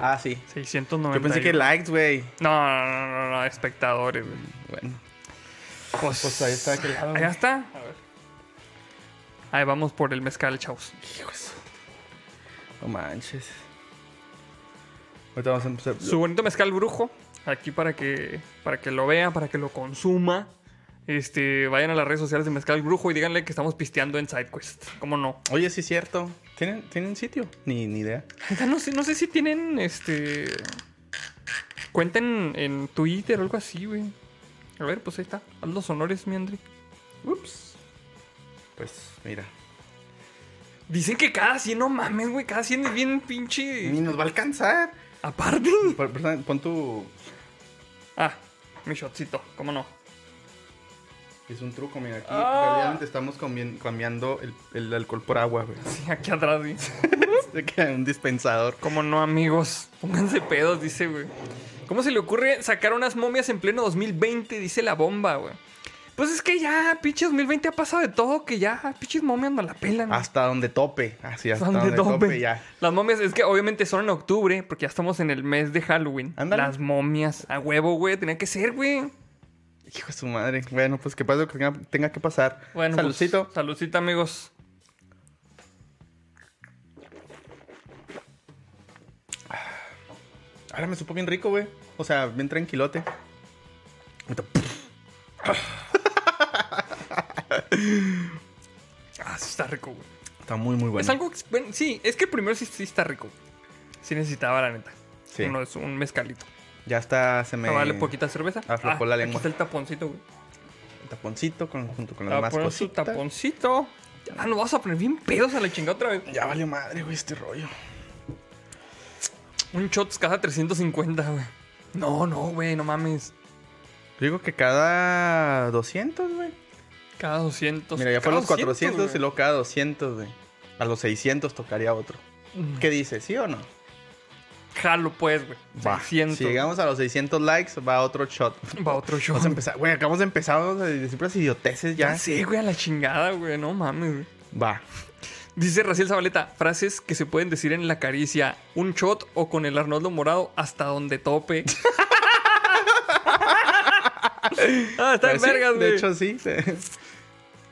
[SPEAKER 1] Ah, sí.
[SPEAKER 2] 691.
[SPEAKER 1] Yo pensé que likes, güey.
[SPEAKER 2] No, no, no, no, no, espectadores, güey.
[SPEAKER 1] Bueno.
[SPEAKER 2] Pues,
[SPEAKER 1] Pues ahí está aquel lado.
[SPEAKER 2] Ahí está. Ahí vamos por el mezcal, chavos.
[SPEAKER 1] Hijo de su- No manches. Ahorita vamos a empezar.
[SPEAKER 2] Su bonito mezcal brujo. aquí para que, para que lo vean, para que lo consuma. Este, vayan a las redes sociales de Mezcal Brujo y díganle que estamos pisteando en SideQuest. ¿Cómo no?
[SPEAKER 1] Oye, sí es cierto. ¿Tienen, ¿Tienen sitio? Ni, ni idea.
[SPEAKER 2] Ya no sé, no sé si tienen este. Cuenten en Twitter o algo así, güey. A ver, pues ahí está. Haz los honores, mi Andri.
[SPEAKER 1] Ups. Pues mira.
[SPEAKER 2] Dicen que cada 100, no mames, güey. Cada 100 es bien pinche.
[SPEAKER 1] Ni nos va a alcanzar.
[SPEAKER 2] Aparte.
[SPEAKER 1] Por- por- Pon tu.
[SPEAKER 2] Ah, mi shotcito, ¿cómo no?
[SPEAKER 1] Es un truco, mira. Aquí
[SPEAKER 2] Ah.
[SPEAKER 1] realmente estamos combi- cambiando el, el alcohol por agua, güey.
[SPEAKER 2] Sí, aquí atrás, güey.
[SPEAKER 1] Se queda un dispensador.
[SPEAKER 2] ¿Cómo no, amigos? Pónganse pedos, dice, güey. ¿Cómo se le ocurre sacar unas momias en pleno 2020? Dice la bomba, güey. Pues es que ya, pinche 2020 ha pasado de todo, que ya, pinches momias no la pelan.
[SPEAKER 1] Hasta donde tope. Así, hasta
[SPEAKER 2] Son de
[SPEAKER 1] donde, tope.
[SPEAKER 2] tope.
[SPEAKER 1] ya.
[SPEAKER 2] Las momias, es que obviamente son en octubre, porque ya estamos en el mes de Halloween.
[SPEAKER 1] Ándale.
[SPEAKER 2] Las momias, a huevo, güey, tenía que ser, güey.
[SPEAKER 1] Hijo de su madre. Bueno, pues que pase lo que tenga, tenga que pasar.
[SPEAKER 2] Bueno, pues,
[SPEAKER 1] Saludcito.
[SPEAKER 2] saludcita, amigos.
[SPEAKER 1] Ahora me supo bien rico, güey. O sea, bien tranquilote. Ahorita,
[SPEAKER 2] Ah, sí está rico, güey.
[SPEAKER 1] Está muy, muy bueno.
[SPEAKER 2] Es algo, que- bueno, sí, es que primero sí, sí está rico. Sí necesitaba, la neta.
[SPEAKER 1] Sí.
[SPEAKER 2] Uno es un mezcalito.
[SPEAKER 1] Ya está, se me...
[SPEAKER 2] A darle poquita cerveza. Ah,
[SPEAKER 1] aflojó la lengua.
[SPEAKER 2] Aquí está el taponcito, güey.
[SPEAKER 1] Taponcito con- junto con las
[SPEAKER 2] Te voy a
[SPEAKER 1] demás
[SPEAKER 2] poner Ah, su
[SPEAKER 1] cositas.
[SPEAKER 2] taponcito. Ya nos vamos a poner bien pedos a la chingada otra vez.
[SPEAKER 1] Ya valió madre, güey, este rollo.
[SPEAKER 2] Un shots cada 350, güey. No, no, güey, no mames.
[SPEAKER 1] Yo digo que cada 200, güey.
[SPEAKER 2] Cada 200.
[SPEAKER 1] Mira, ya fueron
[SPEAKER 2] Cada
[SPEAKER 1] los 400 y
[SPEAKER 2] güey.
[SPEAKER 1] luego cada 200, güey. A los 600 tocaría otro.
[SPEAKER 2] Mm.
[SPEAKER 1] ¿Qué dices? ¿Sí o no?
[SPEAKER 2] Jalo, pues, güey.
[SPEAKER 1] Va.
[SPEAKER 2] 600.
[SPEAKER 1] Si llegamos a los 600 likes, va otro shot.
[SPEAKER 2] Va otro show.
[SPEAKER 1] Vamos a empezar. Güey, acabamos de empezar vamos a decir puras idioteces ya.
[SPEAKER 2] Ya sé, güey, a la chingada, güey. No mames, güey.
[SPEAKER 1] Va.
[SPEAKER 2] Dice Raciel Zabaleta, frases que se pueden decir en la caricia, un shot o con el Arnoldo Morado hasta donde tope. ah, está en
[SPEAKER 1] Pues sí,
[SPEAKER 2] vergas, güey.
[SPEAKER 1] De hecho, sí.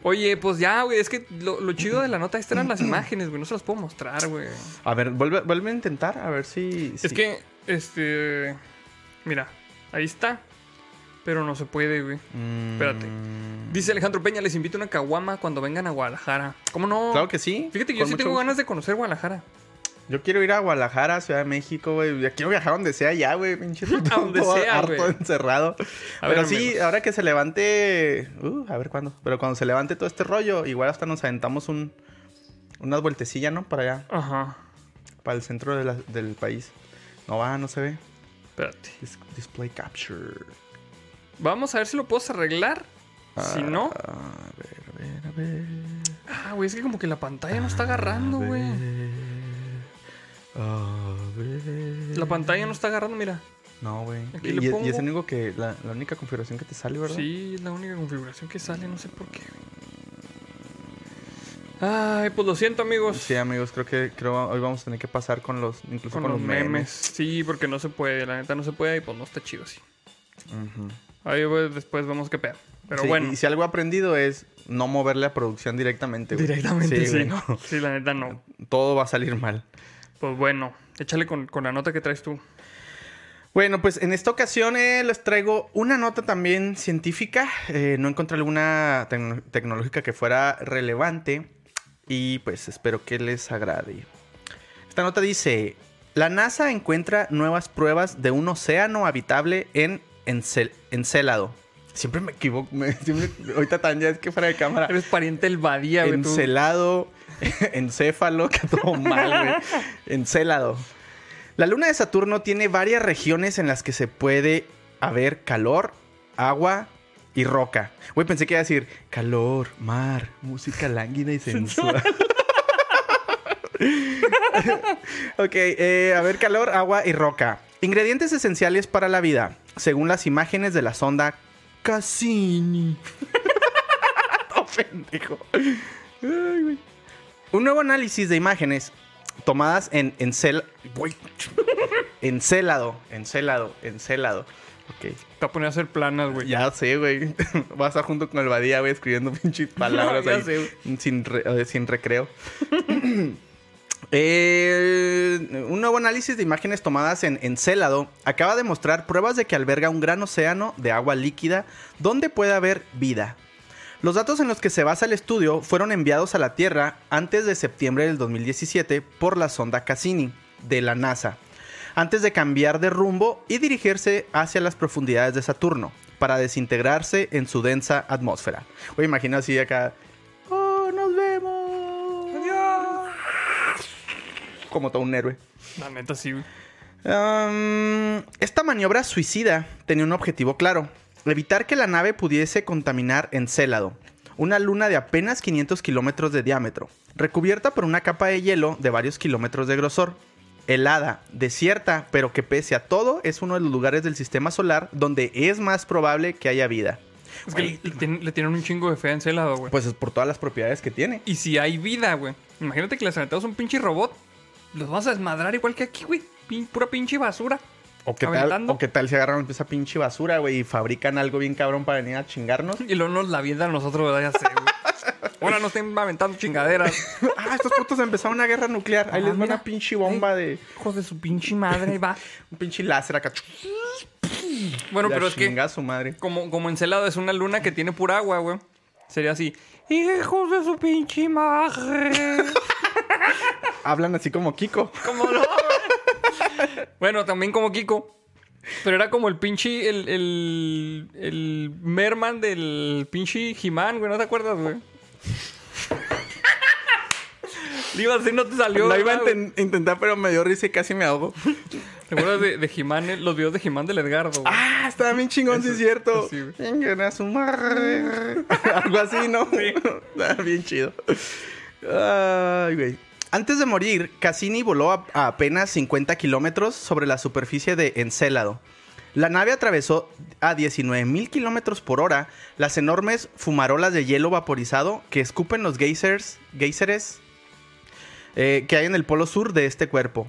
[SPEAKER 2] Oye, pues ya, güey, es que lo, lo chido de la nota esta eran las imágenes, güey, no se las puedo mostrar, güey.
[SPEAKER 1] A ver, vuelve, vuelve a intentar, a ver si.
[SPEAKER 2] Es que, este, mira, ahí está, pero no se puede, güey.
[SPEAKER 1] Mm,
[SPEAKER 2] espérate. Dice Alejandro Peña, les invito a una caguama cuando vengan a Guadalajara. ¿Cómo no?
[SPEAKER 1] Claro que sí.
[SPEAKER 2] Fíjate que yo
[SPEAKER 1] con
[SPEAKER 2] sí
[SPEAKER 1] mucho
[SPEAKER 2] tengo
[SPEAKER 1] gusto.
[SPEAKER 2] ganas de conocer Guadalajara.
[SPEAKER 1] Yo quiero ir a Guadalajara, Ciudad de México, güey. Ya Quiero viajar donde sea ya, güey. Pinche
[SPEAKER 2] A donde
[SPEAKER 1] todo
[SPEAKER 2] sea,
[SPEAKER 1] harto
[SPEAKER 2] güey.
[SPEAKER 1] encerrado.
[SPEAKER 2] A
[SPEAKER 1] Pero
[SPEAKER 2] ver,
[SPEAKER 1] sí,
[SPEAKER 2] amigos.
[SPEAKER 1] ahora que se levante. Uh, a ver cuándo. Pero cuando se levante todo este rollo, igual hasta nos aventamos un. Unas vueltecillas, ¿no? Para allá,
[SPEAKER 2] Ajá,
[SPEAKER 1] para el centro de la- del país. No va, no se ve.
[SPEAKER 2] espérate.
[SPEAKER 1] Dis- display capture.
[SPEAKER 2] Vamos a ver si lo puedes arreglar. Si
[SPEAKER 1] Ah.
[SPEAKER 2] no.
[SPEAKER 1] A ver, a ver, a ver.
[SPEAKER 2] Ah, güey, es que como que la pantalla no está
[SPEAKER 1] Ah,
[SPEAKER 2] agarrando, güey.
[SPEAKER 1] A ver.
[SPEAKER 2] La pantalla no está agarrando, mira.
[SPEAKER 1] No, güey.
[SPEAKER 2] Aquí le
[SPEAKER 1] Y, y es
[SPEAKER 2] pongo.
[SPEAKER 1] el único que. La, la única configuración que te sale, ¿verdad?
[SPEAKER 2] Sí, es la única configuración que sale, no sé por qué, güey. Ay, pues lo siento, amigos.
[SPEAKER 1] Sí, amigos, creo que creo hoy vamos a tener que pasar con los. Incluso
[SPEAKER 2] con, los memes. Sí, porque no se puede, la neta no se puede y pues no está chido así.
[SPEAKER 1] Ujú.
[SPEAKER 2] Ahí güey, después vemos qué pedo. Pero
[SPEAKER 1] Sí,
[SPEAKER 2] bueno.
[SPEAKER 1] Y si algo he aprendido es no moverle a producción directamente. güey.
[SPEAKER 2] Directamente, sí.
[SPEAKER 1] güey, no.
[SPEAKER 2] Sí, la neta no.
[SPEAKER 1] Todo va a salir mal.
[SPEAKER 2] Pues bueno, échale con, con la nota que traes tú.
[SPEAKER 1] Bueno, pues en esta ocasión eh, les traigo una nota también científica. Eh, no encontré alguna tecno- tecnológica que fuera relevante y pues espero que les agrade. Esta nota dice, la NASA encuentra nuevas pruebas de un océano habitable en Encel- Encélado. Siempre me equivoco, me- siempre- ahorita tan ya es que fuera de cámara.
[SPEAKER 2] Eres pariente del Badía, güey. tú.
[SPEAKER 1] Encelado, encéfalo, que todo mal, güey. Encélado. La luna de Saturno tiene varias regiones en las que se puede haber calor, agua y roca. Güey, pensé que iba a decir calor, mar, música lánguida y sensual. ok, eh, a ver, calor, agua y roca. Ingredientes esenciales para la vida, según las imágenes de la sonda Cassini. Todo pendejo. Ay, güey. Un nuevo análisis de imágenes tomadas en Encel... güey. Encelado, encelado, encelado. Ok.
[SPEAKER 2] Te va a poner a hacer planas, güey.
[SPEAKER 1] Ya sé, güey. Vas a estar junto con el Badía, güey, escribiendo pinches palabras
[SPEAKER 2] Ya
[SPEAKER 1] ahí
[SPEAKER 2] sé,
[SPEAKER 1] sin, re- eh, sin recreo. Eh, un nuevo análisis de imágenes tomadas en Encelado acaba de mostrar pruebas de que alberga un gran océano de agua líquida donde puede haber vida. Los datos en los que se basa el estudio fueron enviados a la Tierra antes de septiembre del 2017 por la sonda Cassini de la NASA, antes de cambiar de rumbo y dirigirse hacia las profundidades de Saturno para desintegrarse en su densa atmósfera. Oye, imagina así acá. ¡Oh, nos vemos! Como todo un héroe.
[SPEAKER 2] La neta sí, güey.
[SPEAKER 1] Um, esta maniobra suicida tenía un objetivo claro: evitar que la nave pudiese contaminar Encélado, una luna de apenas 500 kilómetros de diámetro, recubierta por una capa de hielo de varios kilómetros de grosor, helada, desierta, pero que pese a todo es uno de los lugares del sistema solar donde es más probable que haya vida.
[SPEAKER 2] Es que
[SPEAKER 1] Güey,
[SPEAKER 2] le, le tienen, le tienen un chingo de fe a Encelado, güey.
[SPEAKER 1] Pues es por todas las propiedades que tiene.
[SPEAKER 2] Y si hay vida, güey. Imagínate que les aventamos un pinche robot. Los vas a desmadrar igual que aquí, güey. Pin- pura pinche basura.
[SPEAKER 1] O qué, tal,
[SPEAKER 2] Aventando.
[SPEAKER 1] o qué tal si agarran esa pinche basura, güey, y fabrican algo bien cabrón para venir a chingarnos.
[SPEAKER 2] Y luego nos la vienda a nosotros, ¿verdad? Ya sé, güey. Ahora nos estén aventando chingaderas.
[SPEAKER 1] ah, estos putos empezaron una guerra nuclear. Ahí
[SPEAKER 2] Ah,
[SPEAKER 1] les va
[SPEAKER 2] mira.
[SPEAKER 1] una pinche bomba de.
[SPEAKER 2] Hijos de su pinche madre, ahí va.
[SPEAKER 1] Un pinche láser acá.
[SPEAKER 2] Bueno,
[SPEAKER 1] La
[SPEAKER 2] pero es que
[SPEAKER 1] chinga su madre.
[SPEAKER 2] como, como Encelado es una luna que tiene pura agua, güey. Sería así. Hijos de su pinche madre.
[SPEAKER 1] Hablan así como Kiko.
[SPEAKER 2] Como no. güey. bueno, también como Kiko. Pero era como el pinche, el, el, el merman del pinche He-Man, güey. ¿No te acuerdas, güey? Le iba a decir, no te salió.
[SPEAKER 1] Lo iba a
[SPEAKER 2] ¿verdad, güey?
[SPEAKER 1] inten- intentar, pero me dio risa y casi me ahogo.
[SPEAKER 2] ¿Te acuerdas de, de He-Man, eh? los videos de He-Man del Edgardo, güey?
[SPEAKER 1] Ah, estaba bien chingón, sí es cierto.
[SPEAKER 2] sí, güey.
[SPEAKER 1] Vengan a su madre. Algo así, ¿no? Estaba bien chido. Ay, güey. Antes de morir, Cassini voló a, a apenas 50 kilómetros sobre la superficie de Encélado. La nave atravesó a 19.000 kilómetros por hora las enormes fumarolas de hielo vaporizado que escupen los geysers, geyseres eh, que hay en el polo sur de este cuerpo.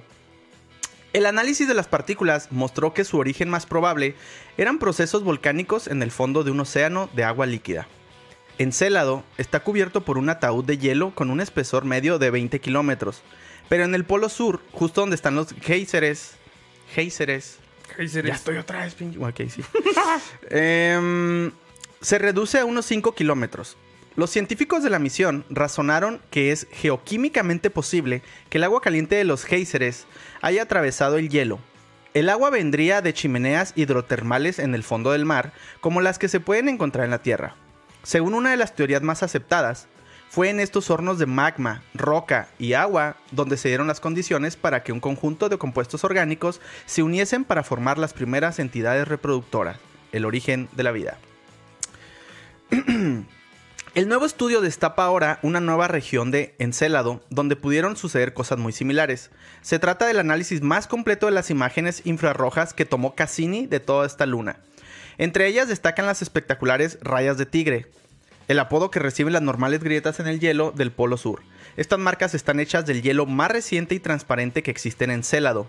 [SPEAKER 1] El análisis de las partículas mostró que su origen más probable eran procesos volcánicos en el fondo de un océano de agua líquida. Encélado está cubierto por un ataúd de hielo con un espesor medio de 20 kilómetros, pero en el polo sur, justo donde están los géiseres, géiseres,
[SPEAKER 2] Ay, serio.
[SPEAKER 1] ya estoy otra vez, pinche. Ok, sí. Em, se reduce a unos 5 kilómetros. Los científicos de la misión razonaron que es geoquímicamente posible que el agua caliente de los géiseres haya atravesado el hielo. El agua vendría de chimeneas hidrotermales en el fondo del mar, como las que se pueden encontrar en la Tierra. Según una de las teorías más aceptadas, fue en estos hornos de magma, roca y agua donde se dieron las condiciones para que un conjunto de compuestos orgánicos se uniesen para formar las primeras entidades reproductoras, el origen de la vida. El nuevo estudio destapa ahora una nueva región de Encélado donde pudieron suceder cosas muy similares. Se trata del análisis más completo de las imágenes infrarrojas que tomó Cassini de toda esta luna. Entre ellas destacan las espectaculares rayas de tigre, el apodo que reciben las normales grietas en el hielo del Polo Sur. Estas marcas están hechas del hielo más reciente y transparente que existe en Encélado.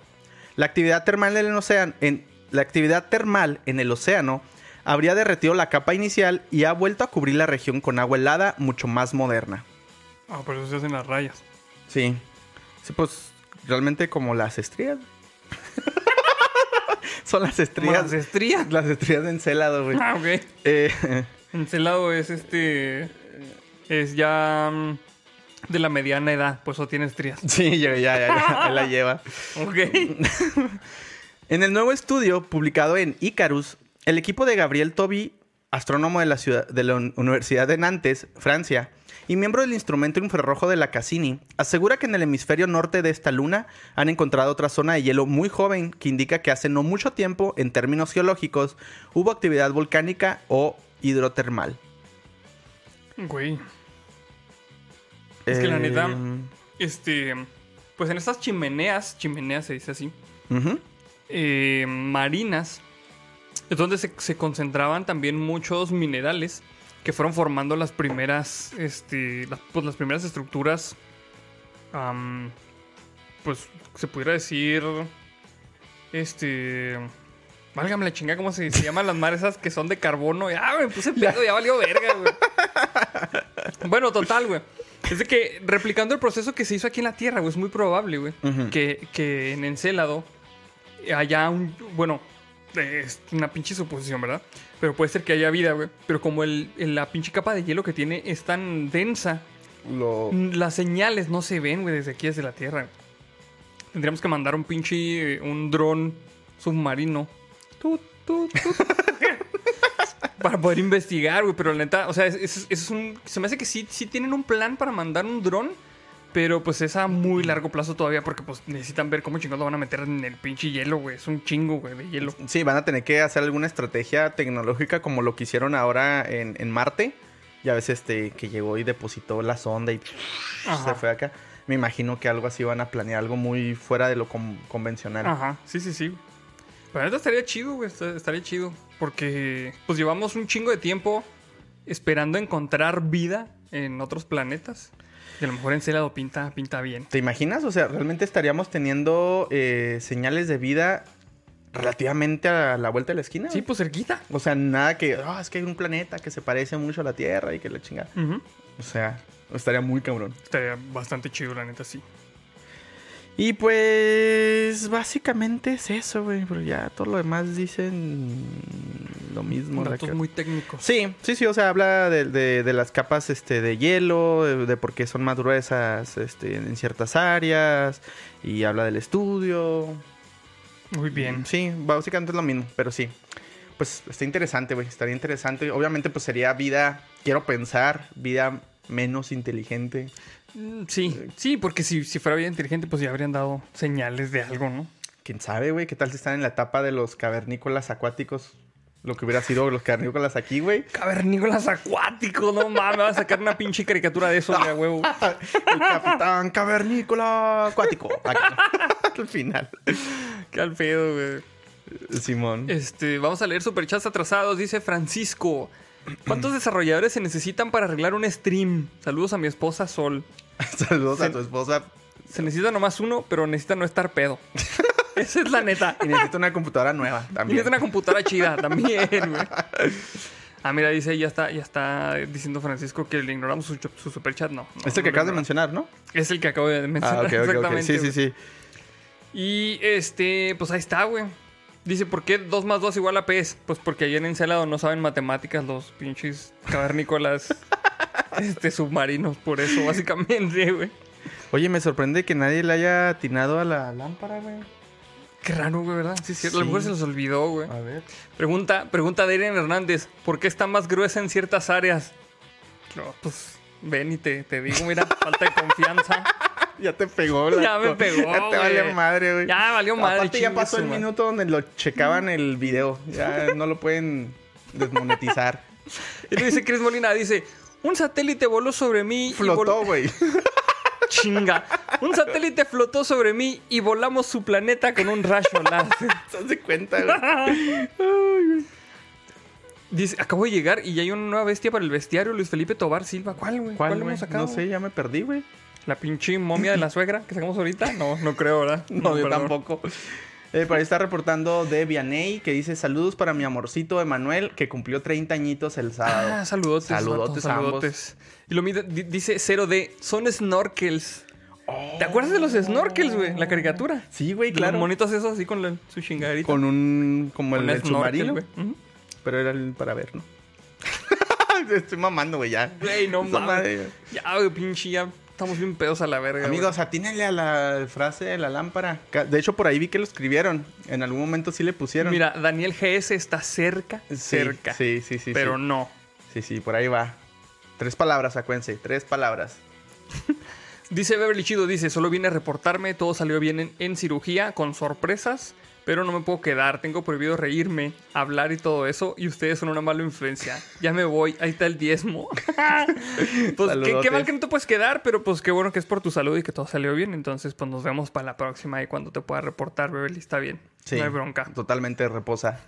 [SPEAKER 1] La actividad termal en el océano, en, la actividad termal en el océano habría derretido la capa inicial y ha vuelto a cubrir la región con agua helada mucho más moderna.
[SPEAKER 2] Ah, pero eso se hacen las rayas.
[SPEAKER 1] Sí. Sí, pues realmente como las estrías. Son las
[SPEAKER 2] Como
[SPEAKER 1] estrías.
[SPEAKER 2] Las estrías.
[SPEAKER 1] Las estrías de Encélado, güey.
[SPEAKER 2] Ah, ok.
[SPEAKER 1] Eh,
[SPEAKER 2] Encelado es este. Es ya. mm, De la mediana edad, por eso tiene estrías.
[SPEAKER 1] sí, ya, ya, ya, ya, ahí la lleva.
[SPEAKER 2] Ok.
[SPEAKER 1] En el nuevo estudio publicado en Icarus, el equipo de Gabriel Toby, astrónomo de la, ciudad, de la Un- Universidad de Nantes, Francia, y miembro del instrumento infrarrojo de la Cassini, asegura que en el hemisferio norte de esta luna han encontrado otra zona de hielo muy joven que indica que hace no mucho tiempo, en términos geológicos, hubo actividad volcánica o hidrotermal.
[SPEAKER 2] Güey. Es que la neta-
[SPEAKER 1] Em,
[SPEAKER 2] Este. Pues en estas chimeneas, chimeneas se dice así,
[SPEAKER 1] ujú.
[SPEAKER 2] eh, marinas, es donde se, se concentraban también muchos minerales que fueron formando las primeras, este, las, pues, las primeras estructuras, am, pues se pudiera decir, este, válgame la chingada, ¿cómo se, se llaman las mares esas que pues son de carbono? Ah, me puse pedo, ya valió verga, güey. Bueno, total, güey. Es de que replicando el proceso que se hizo aquí en la Tierra, güey, es muy probable, güey,
[SPEAKER 1] Ujú.
[SPEAKER 2] que, que en Encélado haya un. Bueno, es una pinche suposición, ¿verdad? Pero puede ser que haya vida, güey. Pero como el, el- la pinche capa de hielo que tiene es tan densa,
[SPEAKER 1] Lo...
[SPEAKER 2] mm, las señales no se ven, güey, desde aquí, desde la Tierra. güey. Tendríamos que mandar un pinche. eh, un dron submarino. Tut, tut, tut. para poder investigar, güey. Pero la neta, o sea, es, es- es un. Se me hace que sí, sí tienen un plan para mandar un dron. Pero pues es a muy largo plazo todavía. Porque pues necesitan ver cómo chingados lo van a meter en el pinche hielo, güey. Es un chingo, güey, de hielo.
[SPEAKER 1] Sí, van a tener que hacer alguna estrategia tecnológica como lo que hicieron ahora en, en Marte. Ya ves este que llegó y depositó la sonda y
[SPEAKER 2] Ajá.
[SPEAKER 1] se fue acá. Me imagino que algo así van a planear, algo muy fuera de lo con- convencional.
[SPEAKER 2] Ajá, sí, sí, sí. Pero neta estaría chido, güey. esta- Estaría chido. Porque pues llevamos un chingo de tiempo esperando encontrar vida en otros planetas. Y a lo mejor en Celado pinta, pinta bien.
[SPEAKER 1] ¿Te imaginas? O sea, realmente estaríamos teniendo eh, señales de vida relativamente a la vuelta de la esquina.
[SPEAKER 2] Sí, pues cerquita.
[SPEAKER 1] O sea, nada que, "Ah, es que hay un planeta que se parece mucho a la Tierra y que la chingada.
[SPEAKER 2] Ujú.
[SPEAKER 1] O sea, estaría muy cabrón.
[SPEAKER 2] Estaría bastante chido, la neta, sí.
[SPEAKER 1] Y pues básicamente es eso, güey. Pero ya todo lo demás dicen lo mismo. la
[SPEAKER 2] Datos
[SPEAKER 1] que-
[SPEAKER 2] muy técnicos.
[SPEAKER 1] Sí, sí, sí. O sea, habla de, de- de las capas este, de hielo, de, de por qué son más gruesas este, en ciertas áreas. Y habla del estudio.
[SPEAKER 2] Muy bien.
[SPEAKER 1] Sí, básicamente es lo mismo, pero sí. Pues está interesante, güey. Estaría interesante. Obviamente, pues sería vida, quiero pensar, vida menos inteligente.
[SPEAKER 2] Mm, Sí, sí, porque si, si fuera bien inteligente, pues ya habrían dado señales de algo, ¿no?
[SPEAKER 1] ¿Quién sabe, güey? ¿Qué tal si están en la etapa de los cavernícolas acuáticos? Lo que hubiera sido los cavernícolas aquí, güey.
[SPEAKER 2] Cavernícolas acuáticos, no mames, me va a sacar una pinche caricatura de eso, de a huevo.
[SPEAKER 1] El capitán cavernícola acuático. Acá. Al final.
[SPEAKER 2] Qué al pedo, güey.
[SPEAKER 1] Simón.
[SPEAKER 2] Este, vamos a leer superchats atrasados, dice Francisco. ¿Cuántos desarrolladores se necesitan para arreglar un stream? Saludos a mi esposa Sol.
[SPEAKER 1] Saludos a tu esposa.
[SPEAKER 2] Se necesita nomás uno, pero necesita no estar pedo. Esa es la neta.
[SPEAKER 1] Y necesito una computadora nueva también.
[SPEAKER 2] Tienes una computadora chida también, güey. Ah, mira, dice, ya está, ya está diciendo Francisco que le ignoramos su, cho- su superchat. No. no,
[SPEAKER 1] Es el ¿Este que
[SPEAKER 2] no lo
[SPEAKER 1] acabas de mencionar,
[SPEAKER 2] ignoramos.
[SPEAKER 1] ¿no?
[SPEAKER 2] Es el que acabo de mencionar.
[SPEAKER 1] Ah, ok, ok, ok.
[SPEAKER 2] exactamente.
[SPEAKER 1] Sí, sí, sí.
[SPEAKER 2] Y este, pues ahí está, güey. Dice, ¿por qué 2 más 2 igual a PS? Pues porque ahí en Encelado no saben matemáticas los pinches cavernícolas este, submarinos, por eso, básicamente, güey.
[SPEAKER 1] Oye, me sorprende que nadie le haya atinado a la lámpara, güey.
[SPEAKER 2] Qué raro, güey, ¿verdad? Sí, es cierto. A lo mejor
[SPEAKER 1] Sí. Ah.
[SPEAKER 2] se los olvidó, güey.
[SPEAKER 1] A ver.
[SPEAKER 2] Pregunta, pregunta de Irene Hernández, ¿por qué está más gruesa en ciertas áreas? No, pues ven y te, te digo, mira, falta de confianza.
[SPEAKER 1] Ya te pegó la
[SPEAKER 2] Ya me
[SPEAKER 1] co-
[SPEAKER 2] pegó,
[SPEAKER 1] Ya te vale
[SPEAKER 2] güey.
[SPEAKER 1] madre, güey.
[SPEAKER 2] Ya valió madre.
[SPEAKER 1] Aparte ya
[SPEAKER 2] chingue
[SPEAKER 1] pasó
[SPEAKER 2] su
[SPEAKER 1] el
[SPEAKER 2] madre.
[SPEAKER 1] minuto donde lo checaban el video. Ya no lo pueden desmonetizar.
[SPEAKER 2] Y lo dice Chris Molina, dice, un satélite voló sobre mí y voló...
[SPEAKER 1] Flotó, güey.
[SPEAKER 2] Chinga. Un satélite flotó sobre mí y volamos su planeta con un rayo láser.
[SPEAKER 1] ¿Te das cuenta, güey?
[SPEAKER 2] Dice, acabo de llegar y ya hay una nueva bestia para el bestiario, Luis Felipe Tobar Silva. ¿Cuál, güey? ¿Cuál,
[SPEAKER 1] güey?
[SPEAKER 2] hemos sacado?
[SPEAKER 1] No sé, ya me perdí, güey.
[SPEAKER 2] ¿La pinche momia de la suegra que sacamos ahorita? No, no creo, ¿verdad?
[SPEAKER 1] No, yo
[SPEAKER 2] perdón.
[SPEAKER 1] tampoco. Eh, por ahí está reportando de Vianey que dice saludos para mi amorcito Emanuel que cumplió 30 añitos el sábado.
[SPEAKER 2] Ah, saludotes.
[SPEAKER 1] Saludotes
[SPEAKER 2] vato,
[SPEAKER 1] a ambos.
[SPEAKER 2] Y lo mide- di- dice 0D, son snorkels. ¿Te acuerdas de los snorkels, güey? La caricatura.
[SPEAKER 1] Oh. Sí, güey,
[SPEAKER 2] Los
[SPEAKER 1] claro.
[SPEAKER 2] monitos esos así con la- su chingaderita.
[SPEAKER 1] Con un como el,
[SPEAKER 2] Un
[SPEAKER 1] el
[SPEAKER 2] snorkel,
[SPEAKER 1] submarino,
[SPEAKER 2] güey. Ujú.
[SPEAKER 1] pero era el para ver, ¿no? Estoy mamando, güey, ya.
[SPEAKER 2] Güey, no
[SPEAKER 1] Esa madre,
[SPEAKER 2] mames.
[SPEAKER 1] güey.
[SPEAKER 2] Ya, güey, pinche, ya estamos bien pedos a la verga. güey.
[SPEAKER 1] Amigos, atínenle a la frase de la lámpara. Ca- De hecho, por ahí vi que lo escribieron. En algún momento sí le pusieron.
[SPEAKER 2] Mira, Daniel GS está cerca,
[SPEAKER 1] Sí,
[SPEAKER 2] cerca.
[SPEAKER 1] Sí, sí, sí.
[SPEAKER 2] pero
[SPEAKER 1] sí.
[SPEAKER 2] no.
[SPEAKER 1] Sí, sí, por ahí va. Tres palabras, acuérdense. Tres palabras.
[SPEAKER 2] Dice Beverly Chido, dice, solo vine a reportarme, todo salió bien en, en cirugía, con sorpresas, pero no me puedo quedar, tengo prohibido reírme, hablar y todo eso, y ustedes son una mala influencia. Ya me voy, ahí está el diezmo. pues qué, qué
[SPEAKER 1] Saludotes.
[SPEAKER 2] mal que no te puedes quedar, pero pues qué bueno que es por tu salud y que todo salió bien, entonces pues nos vemos para la próxima y cuando te pueda reportar, Beverly, está bien.
[SPEAKER 1] Sí.
[SPEAKER 2] No hay bronca.
[SPEAKER 1] Totalmente reposa.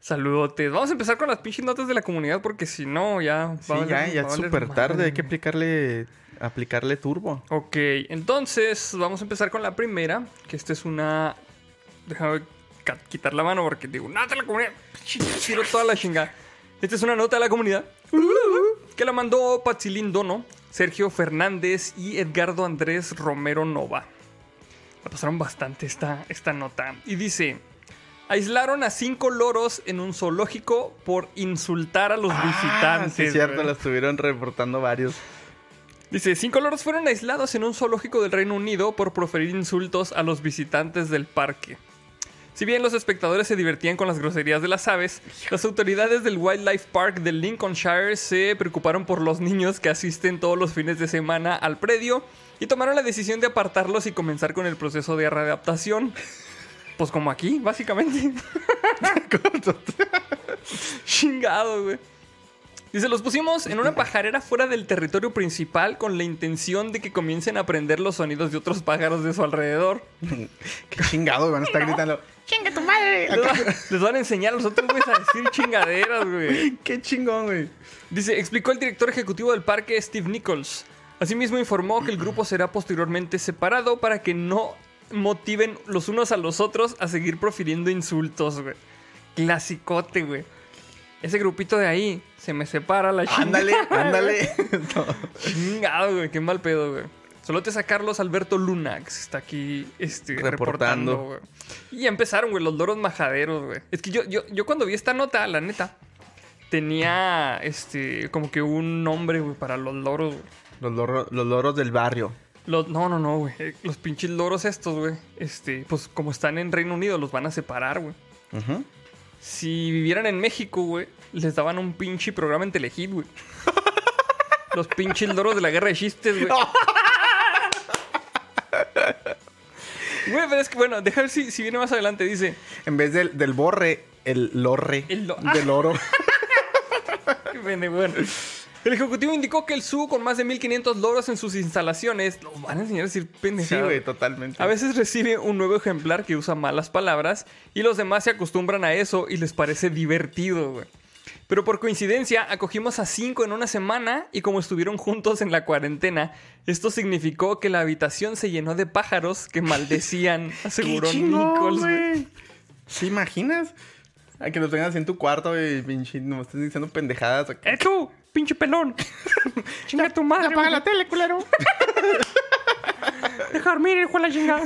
[SPEAKER 2] Saludotes. Vamos a empezar con las pinches notas de la comunidad porque si no, ya va
[SPEAKER 1] Sí,
[SPEAKER 2] a valer-
[SPEAKER 1] ya, ya
[SPEAKER 2] va a
[SPEAKER 1] es
[SPEAKER 2] valer
[SPEAKER 1] súper
[SPEAKER 2] madre.
[SPEAKER 1] tarde. Hay que aplicarle, aplicarle turbo.
[SPEAKER 2] Ok, entonces vamos a empezar con la primera, que esta es una... Déjame ca- quitar la mano porque digo, nota de la comunidad. Tiro toda la chingada. Esta es una nota de la comunidad que la mandó Patsilín Dono Sergio Fernández y Edgardo Andrés Romero Nova. La pasaron bastante esta, esta nota. Y dice: Aislaron a cinco loros en un zoológico por insultar a los
[SPEAKER 1] Ah,
[SPEAKER 2] visitantes.
[SPEAKER 1] Sí, es cierto,
[SPEAKER 2] güey.
[SPEAKER 1] la estuvieron reportando varios.
[SPEAKER 2] Dice, cinco loros fueron aislados en un zoológico del Reino Unido por proferir insultos a los visitantes del parque. Si bien los espectadores se divertían con las groserías de las aves, las autoridades del Wildlife Park de Lincolnshire se preocuparon por los niños que asisten todos los fines de semana al predio y tomaron la decisión de apartarlos y comenzar con el proceso de readaptación. Pues como aquí, básicamente. Chingado, güey. Dice, los pusimos en una pajarera fuera del territorio principal con la intención de que comiencen a aprender los sonidos de otros pájaros de su alrededor.
[SPEAKER 1] Qué chingado, van a estar gritando.
[SPEAKER 3] ¡Chinga tu madre!
[SPEAKER 2] Les, va- les van a enseñar a los otros güeyes a decir chingaderas, güey.
[SPEAKER 1] Qué chingón, güey.
[SPEAKER 2] Dice, explicó el director ejecutivo del parque, Steve Nichols. Asimismo informó que el grupo será posteriormente separado para que no motiven los unos a los otros a seguir profiriendo insultos, güey. Clasicote, güey. Ese grupito de ahí se me separa la chingada.
[SPEAKER 1] Ándale, ándale. No.
[SPEAKER 2] Chingado, güey, qué mal pedo, güey. Solotes a Carlos Alberto Luna, que se está aquí este, reportando.
[SPEAKER 1] Reportando.
[SPEAKER 2] güey. Y ya empezaron, güey, los loros majaderos, güey. Es que yo, yo, yo cuando vi esta nota, la neta, tenía este como que un nombre, güey, para los loros, güey.
[SPEAKER 1] Los, loro- los loros del barrio.
[SPEAKER 2] Los- no, no, no, güey. Eh, Los pinches loros estos, güey. Este, pues como están en Reino Unido, los van a separar, güey.
[SPEAKER 1] Ujú.
[SPEAKER 2] Si vivieran en México, güey, les daban un pinche programa en Telehit, güey. Los pinches loros de la guerra de chistes, güey. Güey, pero es que bueno, deja ver si, si viene más adelante. Dice,
[SPEAKER 1] En vez del, del borre, el lorre.
[SPEAKER 2] El lo- ah.
[SPEAKER 1] del oro.
[SPEAKER 2] Qué pendejo, bueno. El ejecutivo indicó que el zoo con más de 1500 loros en sus instalaciones los van a enseñar a decir
[SPEAKER 1] sí,
[SPEAKER 2] pendejadas.
[SPEAKER 1] güey, totalmente.
[SPEAKER 2] A veces recibe un nuevo ejemplar que usa malas palabras y los demás se acostumbran a eso y les parece divertido, güey. Pero por coincidencia, acogimos a cinco en una semana y como estuvieron juntos en la cuarentena, esto significó que la habitación se llenó de pájaros que maldecían, aseguró
[SPEAKER 1] Qué chingón,
[SPEAKER 2] Nichols. güey.
[SPEAKER 1] güey. ¿Te imaginas? A que lo tengas en tu cuarto y pinche, no estás diciendo pendejadas. acá.
[SPEAKER 2] ¡Eh, tú! ¡Pinche pelón! ¡Chinga tu madre!
[SPEAKER 3] ¡Apaga
[SPEAKER 2] güey.
[SPEAKER 3] la tele, culero!
[SPEAKER 2] ¡Deja dormir, hijo de la chingada!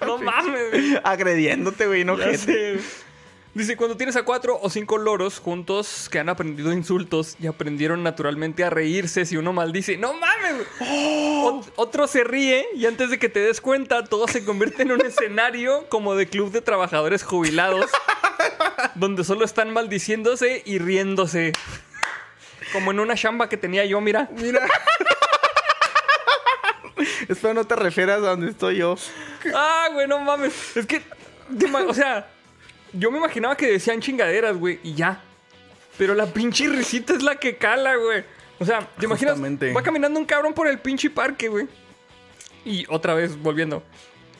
[SPEAKER 2] ¡No mames! güey.
[SPEAKER 1] Agrediéndote, güey, no
[SPEAKER 2] Ya sé. Dice, cuando tienes a cuatro o cinco loros juntos que han aprendido insultos y aprendieron naturalmente a reírse si uno maldice. ¡No mames! Ot- otro se ríe y antes de que te des cuenta, todo se convierte en un escenario como de club de trabajadores jubilados, donde solo están maldiciéndose y riéndose. Como en una chamba que tenía yo, mira.
[SPEAKER 1] Mira. Espero no te refieras a donde estoy yo.
[SPEAKER 2] Ah, güey, no mames. Es que, te ima- o sea, yo me imaginaba que decían chingaderas, güey, y ya. Pero la pinche risita es la que cala, güey. O sea, ¿te imaginas?
[SPEAKER 1] Justamente.
[SPEAKER 2] Va caminando un cabrón por el pinche parque, güey. Y otra vez volviendo.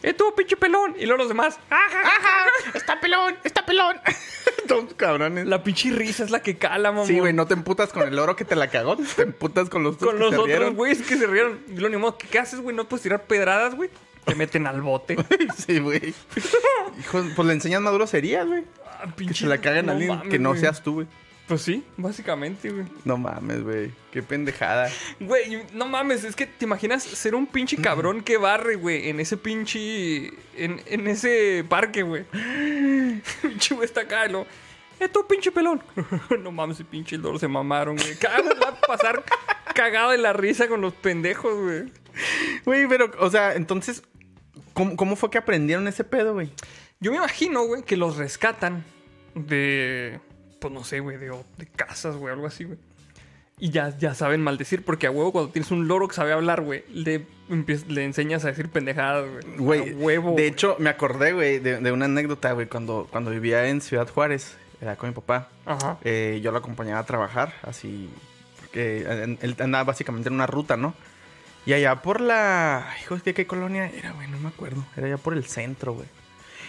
[SPEAKER 2] ¡Eh, tú, pinche pelón! Y luego los demás. ¡Ah, ja, ja, ja!
[SPEAKER 3] ¡Está pelón! ¡Está pelón!
[SPEAKER 1] Estos cabrones.
[SPEAKER 2] La pinche risa es la que cala, mamón.
[SPEAKER 1] Sí, güey, no te emputas con el oro que te la cagó. Te emputas con los otros
[SPEAKER 2] Con
[SPEAKER 1] que
[SPEAKER 2] los
[SPEAKER 1] se
[SPEAKER 2] otros
[SPEAKER 1] rieron.
[SPEAKER 2] güeyes que se rieron. Y lo ni modo, ¿qué qué haces, güey? No puedes tirar pedradas, güey. Te meten al bote. Ah,
[SPEAKER 1] Sí, güey. Hijo, pues le enseñas maduro sería, güey.
[SPEAKER 2] Ah,
[SPEAKER 1] Que
[SPEAKER 2] pinche-
[SPEAKER 1] se la caguen a alguien
[SPEAKER 2] mames,
[SPEAKER 1] que no
[SPEAKER 2] güey.
[SPEAKER 1] seas tú, güey.
[SPEAKER 2] Pues sí, básicamente, güey.
[SPEAKER 1] No mames, güey. Qué pendejada.
[SPEAKER 2] Güey, no mames, es que te imaginas ser un pinche cabrón que barre, güey, en ese pinche. En, en ese parque, güey. Pinche güey está acá, ¿no? Eh, tú, pinche pelón. no mames, el pinche loro se mamaron, güey. Cada vez va a pasar cagado de la risa con los pendejos, güey.
[SPEAKER 1] Güey, pero, o sea, entonces, ¿cómo, cómo fue que aprendieron ese pedo, güey?
[SPEAKER 2] Yo me imagino, güey, que los rescatan de. Pues no sé, güey, de, o- de casas, güey, algo así, güey. Y ya, ya saben maldecir, porque a huevo, cuando tienes un loro que sabe hablar, güey, le, empie- le enseñas a decir pendejadas, güey.
[SPEAKER 1] Güey,
[SPEAKER 2] A huevo.
[SPEAKER 1] De
[SPEAKER 2] güey.
[SPEAKER 1] hecho, me acordé, güey, de, de una anécdota, güey, cuando, cuando vivía en Ciudad Juárez, era con mi papá.
[SPEAKER 2] Ajá.
[SPEAKER 1] Eh, yo lo acompañaba a trabajar, así, porque en- él andaba básicamente en una ruta, ¿no? Y allá por la... Hijo, ¿de qué colonia era, güey? No me acuerdo. Era allá por el centro, güey.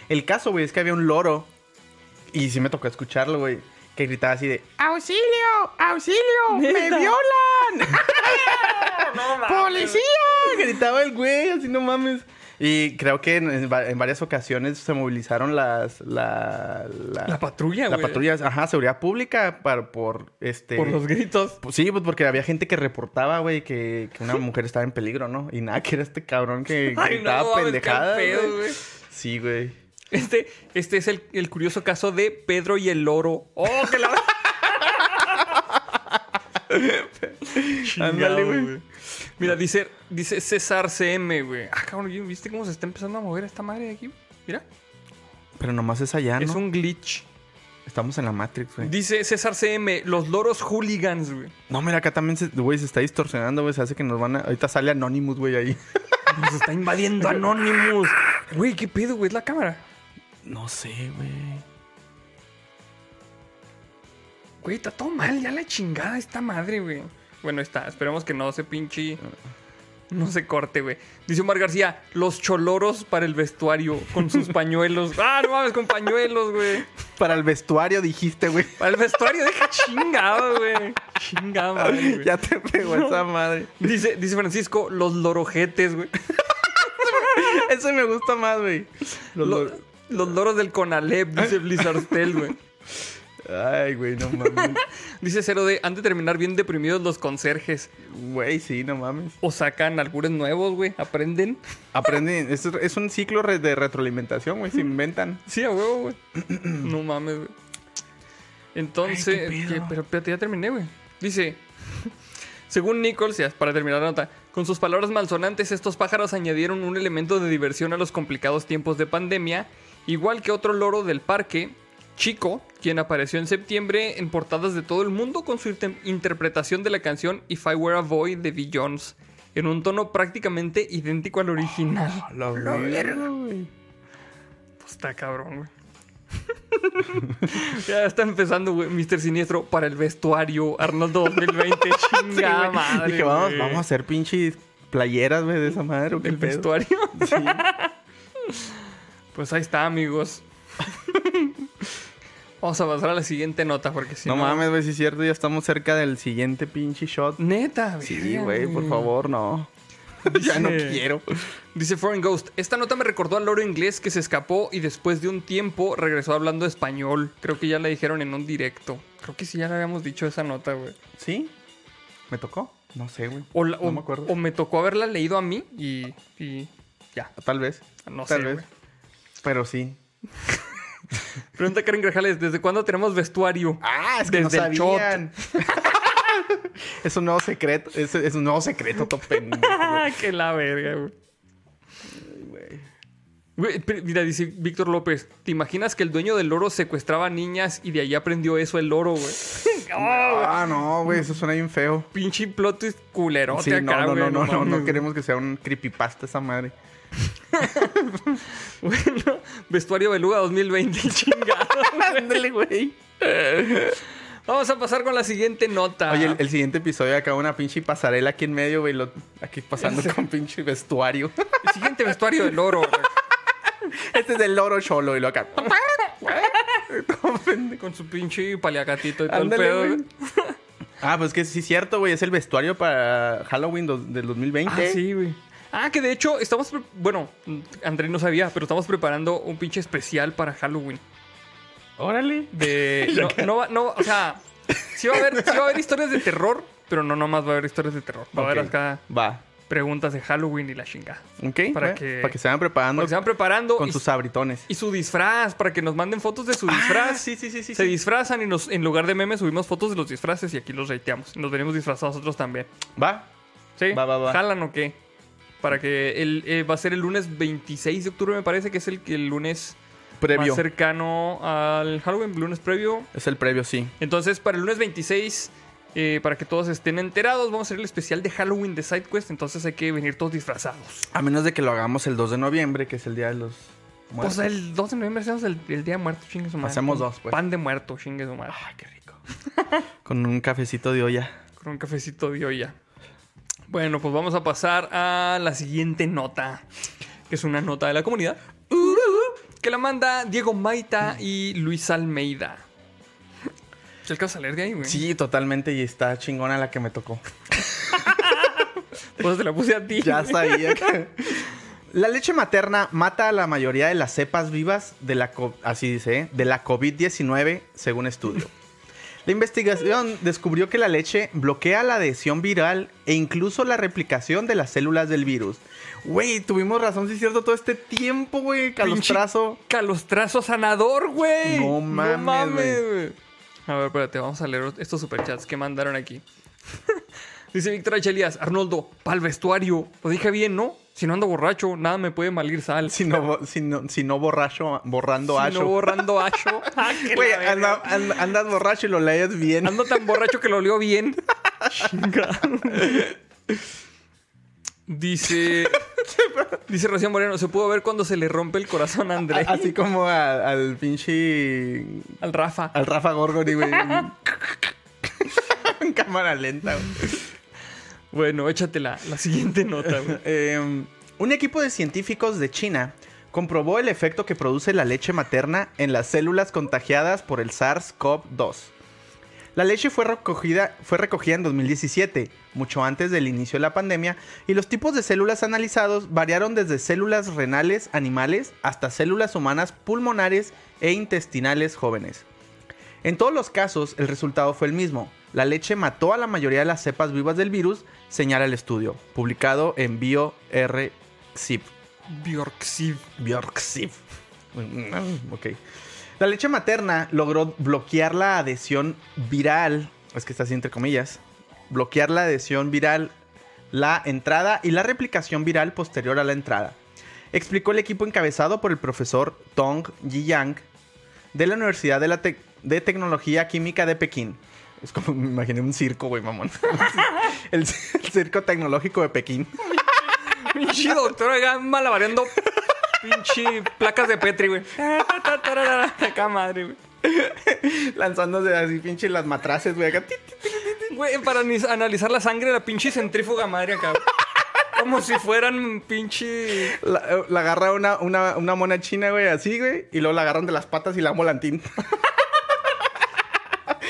[SPEAKER 1] El caso, güey, es que había un loro, y sí me tocó escucharlo, güey, que gritaba así de...
[SPEAKER 3] ¡Auxilio! ¡Auxilio! ¡Me
[SPEAKER 2] Neta.
[SPEAKER 3] violan!
[SPEAKER 2] No, no mames.
[SPEAKER 3] ¡Policía!
[SPEAKER 1] Gritaba el güey, así no mames. Y creo que en, en va- en varias ocasiones se movilizaron las. La, la-
[SPEAKER 2] La patrulla,
[SPEAKER 1] La
[SPEAKER 2] güey.
[SPEAKER 1] patrulla, ajá, seguridad pública para, por este.
[SPEAKER 2] Por los gritos.
[SPEAKER 1] Pues Sí, pues porque había gente que reportaba, güey, que, que una mujer estaba en peligro, ¿no? Y nada, que era este cabrón que que
[SPEAKER 2] Ay, no,
[SPEAKER 1] estaba
[SPEAKER 2] mames, qué
[SPEAKER 1] pendejada.
[SPEAKER 2] pedo,
[SPEAKER 1] güey.
[SPEAKER 2] güey.
[SPEAKER 1] Sí, güey.
[SPEAKER 2] Este, este es el, el curioso caso de Pedro y el loro. ¡Oh, que la... Ándale, güey. Mira, dice, dice César CM, güey. Ah, cabrón, ¿y ¿viste cómo se está empezando a mover esta madre de aquí? Mira,
[SPEAKER 1] Pero nomás es allá, Ah, ¿no?
[SPEAKER 2] es un glitch.
[SPEAKER 1] Estamos en la Matrix, güey.
[SPEAKER 2] Dice César CM, los loros hooligans, güey.
[SPEAKER 1] No, mira, acá también se, güey, se está distorsionando, güey. Se hace que nos van a. Ahorita sale Anonymous, güey, ahí.
[SPEAKER 2] Nos está invadiendo Anonymous. Güey, ¿qué pedo, güey? Es la cámara.
[SPEAKER 1] No sé, güey.
[SPEAKER 2] Güey, está todo mal, ya la chingada esta madre, güey. Bueno, está, esperemos que no se pinche. No se corte, güey. Dice Omar García, los choloros para el vestuario con sus pañuelos. Ah, no mames, con pañuelos, güey.
[SPEAKER 1] Para el vestuario dijiste, güey.
[SPEAKER 2] Para el vestuario, deja chingado, güey. Chingada, madre, güey.
[SPEAKER 1] Ya te pegó esa madre.
[SPEAKER 2] Dice, dice Francisco, los lorojetes, güey.
[SPEAKER 1] Eso me gusta más, güey. Los-
[SPEAKER 2] Lo-
[SPEAKER 1] los-
[SPEAKER 2] los loros del Conalep, dice Blizzardtel, güey.
[SPEAKER 1] Ay, güey, no mames.
[SPEAKER 2] Dice Cero de, han de terminar bien deprimidos los conserjes.
[SPEAKER 1] Güey, sí, no mames.
[SPEAKER 2] O sacan algunos nuevos, güey. Aprenden.
[SPEAKER 1] Aprenden. Es, es un ciclo re- de retroalimentación, güey. Se inventan.
[SPEAKER 2] Sí, a huevo, güey. no mames, güey.
[SPEAKER 1] Ay,
[SPEAKER 2] Entonces,
[SPEAKER 1] qué
[SPEAKER 2] que-
[SPEAKER 1] pedo.
[SPEAKER 2] pero espérate, ya terminé, güey. Dice, según Nichols, ya, para terminar la nota, con sus palabras malsonantes, estos pájaros añadieron un elemento de diversión a los complicados tiempos de pandemia, igual que otro loro del parque, Chico, quien apareció en septiembre en portadas de todo el mundo con su inter- interpretación de la canción If I Were a Boy de Jones, en un tono prácticamente idéntico al original.
[SPEAKER 1] La verga, güey.
[SPEAKER 2] Pues está cabrón, güey. ya está empezando, güey. Mr. Siniestro para el vestuario. Arnoldo 2020. Chingada madre.
[SPEAKER 1] Dije, vamos,
[SPEAKER 2] güey.
[SPEAKER 1] vamos a hacer pinches playeras, güey, de esa madre. ¿o qué
[SPEAKER 2] El
[SPEAKER 1] pedo?
[SPEAKER 2] vestuario.
[SPEAKER 1] Sí.
[SPEAKER 2] Pues ahí está, amigos. vamos a pasar a la siguiente nota porque si
[SPEAKER 1] no
[SPEAKER 2] no.
[SPEAKER 1] mames, güey, sí es cierto. Ya estamos cerca del siguiente pinche shot.
[SPEAKER 2] Neta,
[SPEAKER 1] Sí,
[SPEAKER 2] verga,
[SPEAKER 1] güey, por favor, no. ya no
[SPEAKER 2] Dice-
[SPEAKER 1] quiero.
[SPEAKER 2] Dice Foreign Ghost, esta nota me recordó al loro inglés que se escapó y después de un tiempo regresó hablando español. Creo que ya la dijeron en un directo. Creo que sí, ya le habíamos dicho esa nota, güey.
[SPEAKER 1] ¿Sí? ¿Me tocó? No sé, güey.
[SPEAKER 2] O, la-
[SPEAKER 1] No
[SPEAKER 2] o-
[SPEAKER 1] me acuerdo.
[SPEAKER 2] o me tocó haberla leído a mí y, y ya.
[SPEAKER 1] Tal vez.
[SPEAKER 2] No
[SPEAKER 1] Tal
[SPEAKER 2] sé,
[SPEAKER 1] vez.
[SPEAKER 2] güey.
[SPEAKER 1] Pero sí.
[SPEAKER 2] Pregunta Karen Grajales, ¿desde cuándo tenemos vestuario?
[SPEAKER 1] Ah, es
[SPEAKER 2] que no
[SPEAKER 1] el
[SPEAKER 2] sabían.
[SPEAKER 1] es un nuevo secreto. Es, es un nuevo secreto, todo pendejo, güey.
[SPEAKER 2] Ah, que la verga, güey. Güey, pero mira, dice Víctor López, ¿te imaginas que el dueño del loro secuestraba niñas y de ahí aprendió eso el loro, güey? Oh, güey.
[SPEAKER 1] Ah, no, güey, eso suena bien feo.
[SPEAKER 2] Pinche plot twist culerote
[SPEAKER 1] Sí, no,
[SPEAKER 2] acá,
[SPEAKER 1] no,
[SPEAKER 2] güey.
[SPEAKER 1] no, no, no,
[SPEAKER 2] mames,
[SPEAKER 1] no
[SPEAKER 2] güey.
[SPEAKER 1] queremos que sea un creepypasta esa madre.
[SPEAKER 2] Bueno, vestuario Beluga 2020, chingado.
[SPEAKER 1] Ándale, güey.
[SPEAKER 2] Vamos a pasar con la siguiente nota.
[SPEAKER 1] Oye, el, el siguiente episodio acaba una pinche pasarela aquí en medio, güey. lo- Aquí pasando con pinche vestuario.
[SPEAKER 2] siguiente vestuario del loro, güey.
[SPEAKER 1] Este es el loro cholo y lo acá.
[SPEAKER 2] Con su pinche paliacatito y todo
[SPEAKER 1] Ándale,
[SPEAKER 2] el pedo.
[SPEAKER 1] güey. Ah, pues que sí es cierto, güey. Es el vestuario para Halloween dos- del 2020.
[SPEAKER 2] Ah, sí, güey. Ah, que de hecho estamos... pre- Bueno, Andrés no sabía, pero estamos preparando un pinche especial para Halloween.
[SPEAKER 1] Órale.
[SPEAKER 2] De... No, no, va- no, o sea, sí va, a haber, sí va a haber historias de terror, pero no nomás va a haber historias de terror. Va a haber
[SPEAKER 1] Ok.
[SPEAKER 2] acá
[SPEAKER 1] Va.
[SPEAKER 2] preguntas de Halloween y la chingada.
[SPEAKER 1] Ok.
[SPEAKER 2] Para
[SPEAKER 1] Para,
[SPEAKER 2] que-
[SPEAKER 1] que... para que se vayan preparando
[SPEAKER 2] Porque se van preparando
[SPEAKER 1] con
[SPEAKER 2] y,
[SPEAKER 1] sus abritones.
[SPEAKER 2] y su disfraz, para que nos manden fotos de su disfraz.
[SPEAKER 1] Ah, sí, sí, sí, sí.
[SPEAKER 2] se
[SPEAKER 1] sí.
[SPEAKER 2] disfrazan y nos, en lugar de memes subimos fotos de los disfraces y aquí los reiteamos. Nos venimos disfrazados nosotros también.
[SPEAKER 1] Va.
[SPEAKER 2] ¿Sí?
[SPEAKER 1] Va, va, va.
[SPEAKER 2] ¿Jalan o qué? Para que el, eh, va a ser el lunes 26 de octubre, me parece que es el, el lunes
[SPEAKER 1] Previo.
[SPEAKER 2] más cercano al Halloween, lunes previo.
[SPEAKER 1] Es el previo, sí.
[SPEAKER 2] Entonces, para el lunes 26, eh, para que todos estén enterados, vamos a hacer el especial de Halloween de SideQuest. Entonces, hay que venir todos disfrazados.
[SPEAKER 1] A menos de que lo hagamos el 2 de noviembre, que es el día de los muertos.
[SPEAKER 2] Pues el 2 de noviembre hacemos el, el día de muerto, chingue su madre.
[SPEAKER 1] Hacemos
[SPEAKER 2] Con
[SPEAKER 1] dos, pues.
[SPEAKER 2] Pan de muerto, chingue su madre.
[SPEAKER 1] Ah, qué rico. Con un cafecito de olla.
[SPEAKER 2] Con un cafecito de olla. Bueno, pues vamos a pasar a la siguiente nota, que es una nota de la comunidad, que la manda Diego Maita y Luis Almeida. ¿Se alcanza a leer de ahí, güey?
[SPEAKER 1] Sí, totalmente. Y está chingona la que me tocó.
[SPEAKER 2] Pues te la puse a ti.
[SPEAKER 1] Ya sabía que... La leche materna mata a la mayoría de las cepas vivas de la, co- así dice, ¿eh? de la COVID-19, según estudio. La investigación descubrió que la leche bloquea la adhesión viral e incluso la replicación de las células del virus. Güey, tuvimos razón, sí es cierto, todo este tiempo, güey, calostrazo.
[SPEAKER 2] Calostrazo sanador, güey.
[SPEAKER 1] No mames,
[SPEAKER 2] güey. A ver, espérate, vamos a leer estos superchats que mandaron aquí. Dice Víctor H. Elías, Arnoldo, pa'l vestuario. Lo dije bien, ¿no? Si no ando borracho, nada me puede malir sal.
[SPEAKER 1] Si no, bo- si no, si no borracho, borrando
[SPEAKER 2] Si no
[SPEAKER 1] acho.
[SPEAKER 2] borrando acho. Ah, que
[SPEAKER 1] Güey,
[SPEAKER 2] la verga.
[SPEAKER 1] anda- anda- andas borracho y lo lees bien.
[SPEAKER 2] Ando tan borracho que lo olió bien. Chinga. Dice. Dice Rocío Moreno, se pudo ver cuando se le rompe el corazón a André.
[SPEAKER 1] A- Así como a- al pinche.
[SPEAKER 2] Al Rafa.
[SPEAKER 1] Al Rafa Gorgori, güey. en cámara lenta, güey.
[SPEAKER 2] Bueno, échate la, la siguiente nota, güey.
[SPEAKER 1] Eh, un equipo de científicos de China comprobó el efecto que produce la leche materna en las células contagiadas por el SARS-CoV-2. La leche fue recogida, fue recogida en 2017, mucho antes del inicio de la pandemia, y los tipos de células analizados variaron desde células renales animales hasta células humanas pulmonares e intestinales jóvenes. En todos los casos, el resultado fue el mismo. La leche mató a la mayoría de las cepas vivas del virus, señala el estudio, publicado en BioRxiv.
[SPEAKER 2] Bjorksib.
[SPEAKER 1] BioRxiv. Ok. La leche materna logró bloquear la adhesión viral, es que está así entre comillas, bloquear la adhesión viral, la entrada y la replicación viral posterior a la entrada. Explicó el equipo encabezado por el profesor Tong Yiyang de la Universidad de, la Tec- de Tecnología Química de Pekín. Es como, me imaginé un circo, güey, mamón. el, el circo tecnológico de Pekín.
[SPEAKER 2] Pinche doctor acá malabareando pinche placas de Petri, güey. Acá madre, güey.
[SPEAKER 1] Lanzándose así, pinche las matraces, güey. acá, tit, tit.
[SPEAKER 2] Güey, para ni- analizar la sangre, la pinche centrífuga madre acá. güey. Como si fueran pinche.
[SPEAKER 1] La, la agarra una, una, una mona china, güey, así, güey. Y luego la agarran de las patas y la dan volantín.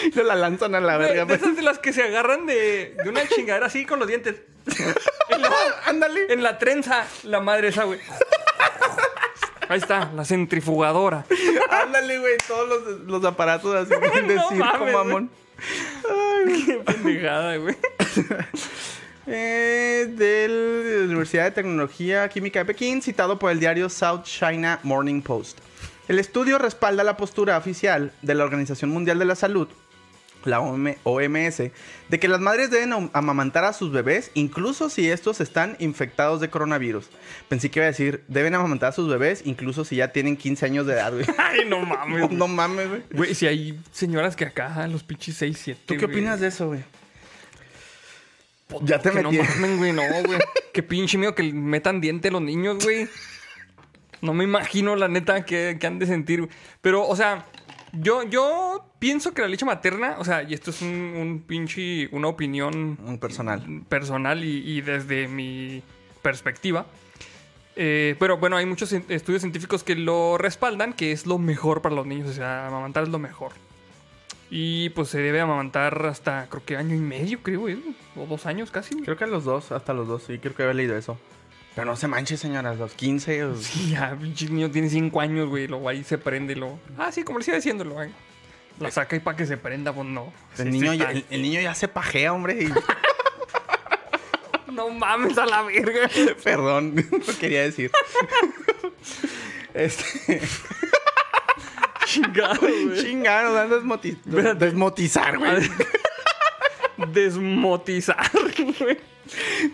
[SPEAKER 1] y luego la lanzan a la
[SPEAKER 2] Güey,
[SPEAKER 1] verga.
[SPEAKER 2] de
[SPEAKER 1] pues.
[SPEAKER 2] esas de las que se agarran de, de una chingadera así con los dientes. Y luego,
[SPEAKER 1] Ándale.
[SPEAKER 2] en la trenza, la madre esa, güey. Ahí está, la centrifugadora.
[SPEAKER 1] Ándale, güey. Todos los, los aparatos así de
[SPEAKER 2] No
[SPEAKER 1] circo,
[SPEAKER 2] mames,
[SPEAKER 1] mamón.
[SPEAKER 2] Qué pendejada, güey.
[SPEAKER 1] Eh, del- de la Universidad de Tecnología Química de Pekín, citado por el diario South China Morning Post. El estudio respalda la postura oficial de la Organización Mundial de la Salud, la OM OMS, de que las madres deben am- amamantar a sus bebés, incluso si estos están infectados de coronavirus. Pensé que iba a decir, deben amamantar a sus bebés, incluso si ya tienen 15 años de edad, güey.
[SPEAKER 2] Ay, no mames.
[SPEAKER 1] no mames, güey.
[SPEAKER 2] Güey, si hay señoras que acá, los pinches 6, 7.
[SPEAKER 1] ¿Tú qué opinas de eso, güey? Ya te
[SPEAKER 2] que
[SPEAKER 1] metí.
[SPEAKER 2] No mamen, güey, no, güey. Qué pinche miedo que le metan diente a los niños, güey. No me imagino, la neta, que, que han de sentir. güey. Pero, o sea, yo, yo pienso que la leche materna, o sea, y esto es un, un pinche, una opinión
[SPEAKER 1] Un personal.
[SPEAKER 2] personal y, y desde mi perspectiva. Eh, pero bueno, hay muchos cien- estudios científicos que lo respaldan, que es lo mejor para los niños, o sea, amamantar es lo mejor. Y pues se debe amamantar hasta creo que año y medio, creo, güey, o dos años casi. güey.
[SPEAKER 1] Creo que a los dos, hasta los dos, sí, creo que había leído eso. Pero no se manche, señoras, los 15. o-
[SPEAKER 2] Sí, ya, pinche niño tiene cinco años, güey, luego ahí se prende, lo. Ah, sí, como le sigue diciéndolo, güey. La saca y para que se prenda, pues no. Sí,
[SPEAKER 1] el,
[SPEAKER 2] sí
[SPEAKER 1] niño ya,
[SPEAKER 2] está-
[SPEAKER 1] el, el niño ya se pajea, hombre. y-
[SPEAKER 2] No mames a la verga.
[SPEAKER 1] perdón, no quería decir. Este,
[SPEAKER 2] Chingado, güey.
[SPEAKER 1] chingado, andas moti-
[SPEAKER 2] Espérate.
[SPEAKER 1] desmotizar,
[SPEAKER 2] A
[SPEAKER 1] güey.
[SPEAKER 2] ver. Desmotizar, güey.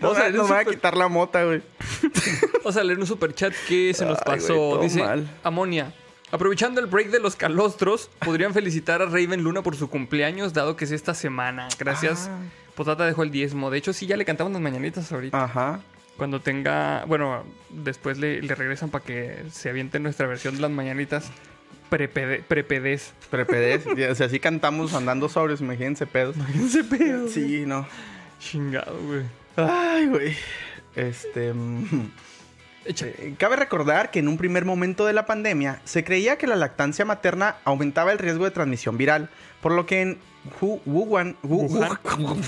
[SPEAKER 1] No,
[SPEAKER 2] Vamos a
[SPEAKER 1] sea,
[SPEAKER 2] leer
[SPEAKER 1] no
[SPEAKER 2] un
[SPEAKER 1] me voy a
[SPEAKER 2] super-
[SPEAKER 1] quitar la mota, güey.
[SPEAKER 2] vamos a leer un superchat que se nos
[SPEAKER 1] Ay,
[SPEAKER 2] pasó.
[SPEAKER 1] güey, todo
[SPEAKER 2] Dice
[SPEAKER 1] mal.
[SPEAKER 2] Amonia. Aprovechando el break de los calostros, podrían felicitar a Raven Luna por su cumpleaños, dado que es esta semana. Gracias.
[SPEAKER 1] Ah.
[SPEAKER 2] Potata dejó el diezmo. De hecho, sí, ya le cantamos las mañanitas ahorita.
[SPEAKER 1] Ajá.
[SPEAKER 2] Cuando tenga. Bueno, después le, le regresan para que se aviente nuestra versión de las mañanitas. Prepede- Prepedez.
[SPEAKER 1] Prepedez. O sea, así cantamos andando sobrios, imagínense pedos.
[SPEAKER 2] Ese pedo. Sí.
[SPEAKER 1] Sí, no.
[SPEAKER 2] Chingado, güey.
[SPEAKER 1] Ay, güey. Este. mm.
[SPEAKER 2] Échale.
[SPEAKER 1] Eh, Cabe recordar que en un primer momento de la pandemia se creía que la lactancia materna aumentaba el riesgo de transmisión viral, por lo que en Hu- Wuhan, Wu-
[SPEAKER 2] Wuhan.
[SPEAKER 1] Wu-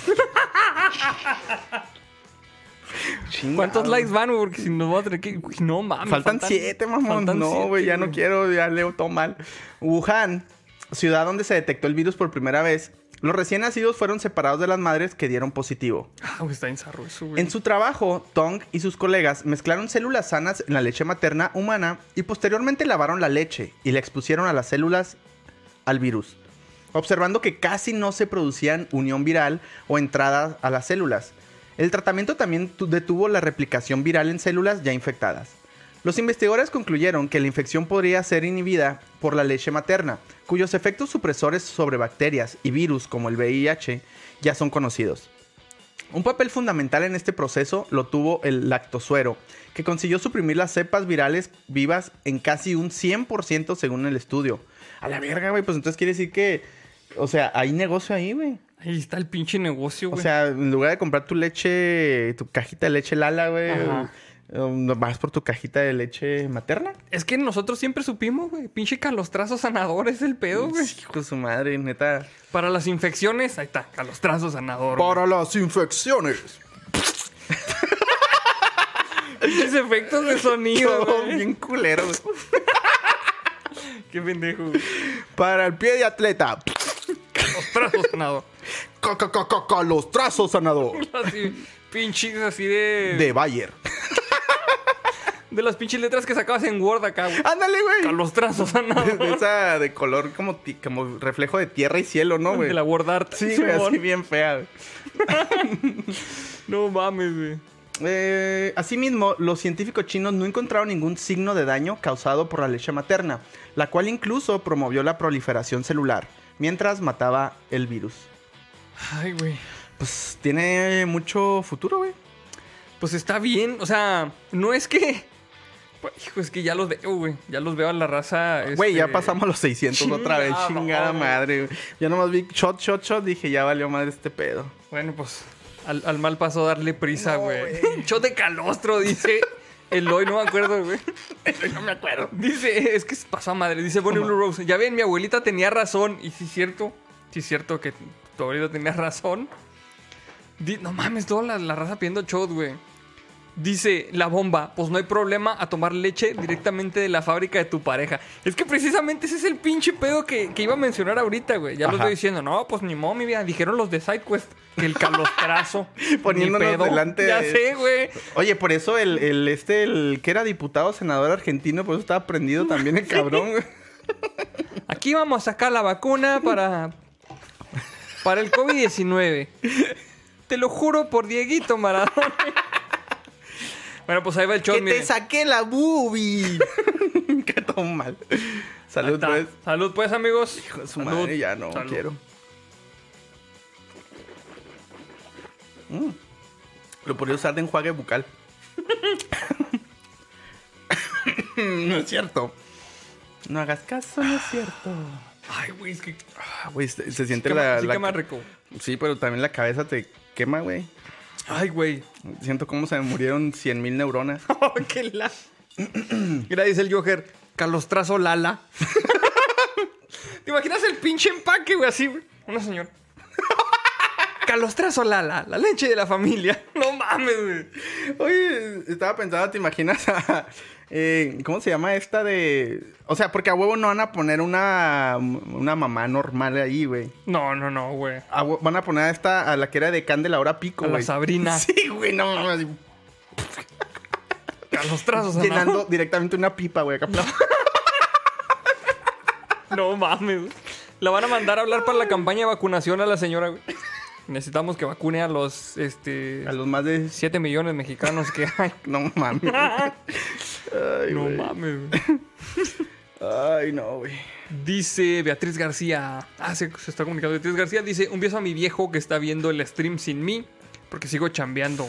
[SPEAKER 1] Chingado.
[SPEAKER 2] ¿Cuántos likes van, güey? Porque si nos vamos a tener que. Uy, No mames.
[SPEAKER 1] Faltan siete, mamón.
[SPEAKER 2] faltan
[SPEAKER 1] No,
[SPEAKER 2] siete,
[SPEAKER 1] güey, ya no quiero, ya leo todo mal. Wuhan, ciudad donde se detectó el virus por primera vez. Los recién nacidos fueron separados de las madres que dieron positivo.
[SPEAKER 2] Ah, güey, está en zarro eso, güey.
[SPEAKER 1] En su trabajo, Tong y sus colegas mezclaron células sanas en la leche materna humana y posteriormente lavaron la leche y la expusieron a las células al virus, observando que casi no se producían unión viral o entrada a las células. El tratamiento también tu- detuvo la replicación viral en células ya infectadas. Los investigadores concluyeron que la infección podría ser inhibida por la leche materna, cuyos efectos supresores sobre bacterias y virus como el VIH ya son conocidos. Un papel fundamental en este proceso lo tuvo el lactosuero, que consiguió suprimir las cepas virales vivas en casi un 100% según el estudio. A la verga, güey, pues entonces quiere decir que, o sea, hay negocio ahí, güey.
[SPEAKER 2] Ahí está el pinche negocio,
[SPEAKER 1] O
[SPEAKER 2] güey.
[SPEAKER 1] sea, en lugar de comprar tu leche, tu cajita de leche Lala, güey,
[SPEAKER 2] Ajá.
[SPEAKER 1] um, vas por tu cajita de leche materna.
[SPEAKER 2] es que nosotros siempre supimos, güey. Pinche calostrazo sanador es el pedo, güey.
[SPEAKER 1] Hijo de su madre, neta.
[SPEAKER 2] Para las infecciones, ahí está, calostrazo sanador. güey.
[SPEAKER 1] Para las infecciones.
[SPEAKER 2] Pinches efectos de sonido,
[SPEAKER 1] Todo
[SPEAKER 2] güey.
[SPEAKER 1] bien culero, güey.
[SPEAKER 2] Qué pendejo, güey.
[SPEAKER 1] Para el pie de atleta.
[SPEAKER 2] Calostrazo sanador.
[SPEAKER 1] Ca- ca- ca- ca- ca- Los trazos sanador.
[SPEAKER 2] Así, pinches así de, de.
[SPEAKER 1] de Bayer.
[SPEAKER 2] las pinches letras que sacabas en Word acá, güey.
[SPEAKER 1] Ándale, güey.
[SPEAKER 2] Calostrazo sanador.
[SPEAKER 1] De esa de color como, ti- como reflejo de tierra y cielo, ¿no, güey?
[SPEAKER 2] De la Word Art.
[SPEAKER 1] Sí, güey,
[SPEAKER 2] Simón.
[SPEAKER 1] así bien fea. güey.
[SPEAKER 2] No mames, güey.
[SPEAKER 1] Eh, asimismo, los científicos chinos no encontraron ningún signo de daño causado por la leche materna, la cual incluso promovió la proliferación celular, mientras mataba el virus.
[SPEAKER 2] Ay, güey.
[SPEAKER 1] Pues tiene mucho futuro, güey.
[SPEAKER 2] Pues está bien, o sea, no es que. Pues, Hijo, es que ya los veo, güey. Ya los veo a la raza.
[SPEAKER 1] Güey, ya
[SPEAKER 2] este,
[SPEAKER 1] pasamos los 600 otra vez,
[SPEAKER 2] chingada
[SPEAKER 1] chingada
[SPEAKER 2] madre.
[SPEAKER 1] madre. güey. Yo nomás vi shot, shot, shot, dije, ya valió madre este pedo.
[SPEAKER 2] Bueno, pues al, al mal pasó darle prisa,
[SPEAKER 1] No,
[SPEAKER 2] güey. Yo de calostro, dice Eloy, no me acuerdo, güey. no me acuerdo. Dice, es que pasó a madre. Dice Bonnie Blue Rose. Ya ven, mi abuelita tenía razón. Y sí, es cierto. Sí, es cierto que tu abuelita tenía razón. Di- no mames, toda la, la raza pidiendo shot, güey. Dice la bomba, pues no hay problema a tomar leche directamente de la fábrica de tu pareja. Es que precisamente ese es el pinche pedo que, que iba a mencionar ahorita, güey. Ya lo
[SPEAKER 1] Ajá.
[SPEAKER 2] estoy diciendo, no, pues ni modo, mi vida. Dijeron los de SideQuest que el calostrazo. ni
[SPEAKER 1] Poniéndonos
[SPEAKER 2] pedo.
[SPEAKER 1] delante
[SPEAKER 2] Ya
[SPEAKER 1] de-
[SPEAKER 2] sé, güey.
[SPEAKER 1] Oye, por eso el, el este, el que era diputado, senador argentino, por eso estaba prendido también el cabrón. güey.
[SPEAKER 2] Aquí vamos a sacar la vacuna para. para el COVID-19. Te lo juro por Dieguito Maradona. bueno, pues ahí va el show,
[SPEAKER 1] que te saqué la boobie. que todo mal. Salud, pues.
[SPEAKER 2] Salud, pues, amigos.
[SPEAKER 1] Su
[SPEAKER 2] Salud.
[SPEAKER 1] madre, ya no
[SPEAKER 2] Salud.
[SPEAKER 1] quiero. Mm. Lo podría usar de enjuague bucal. no es cierto. No hagas caso, no es cierto.
[SPEAKER 2] Ay, güey, es que.
[SPEAKER 1] Ah, güey, se, se siente
[SPEAKER 2] quema-
[SPEAKER 1] la,
[SPEAKER 2] sí
[SPEAKER 1] la-
[SPEAKER 2] quema rico.
[SPEAKER 1] Sí, pero también la cabeza te quema, güey.
[SPEAKER 2] Ay, güey.
[SPEAKER 1] Siento cómo se me murieron 100.000 mil neuronas.
[SPEAKER 2] Qué la- Mira, dice el Joker, calostrazo Lala. ¿Te imaginas el pinche empaque, güey? Así, güey. Una señora. Calostrazo Lala, la leche de la familia. No mames, güey.
[SPEAKER 1] Oye, estaba pensando, ¿te imaginas? a- eh, ¿Cómo se llama esta de...? O sea, porque a huevo no van a poner una, una mamá normal ahí, güey.
[SPEAKER 2] No, no, no, güey.
[SPEAKER 1] A hue- Van a poner a esta, a la que era de Candela, ahora pico,
[SPEAKER 2] A la
[SPEAKER 1] güey.
[SPEAKER 2] Sabrina.
[SPEAKER 1] Sí, güey, no mames.
[SPEAKER 2] Calostrazos Lala.
[SPEAKER 1] Llenando directamente una pipa, güey. acá.
[SPEAKER 2] No mames. güey. La van a mandar a hablar para la campaña de vacunación a la señora, güey. Necesitamos que vacune a los, este...
[SPEAKER 1] A los más de...
[SPEAKER 2] 7 millones de mexicanos que hay.
[SPEAKER 1] No mames. Ay,
[SPEAKER 2] No
[SPEAKER 1] güey.
[SPEAKER 2] mames, güey.
[SPEAKER 1] Ay, no, güey.
[SPEAKER 2] Dice Beatriz García. Ah, se, se está comunicando. Beatriz García dice: Un beso a mi viejo que está viendo el stream sin mí, porque sigo chambeando.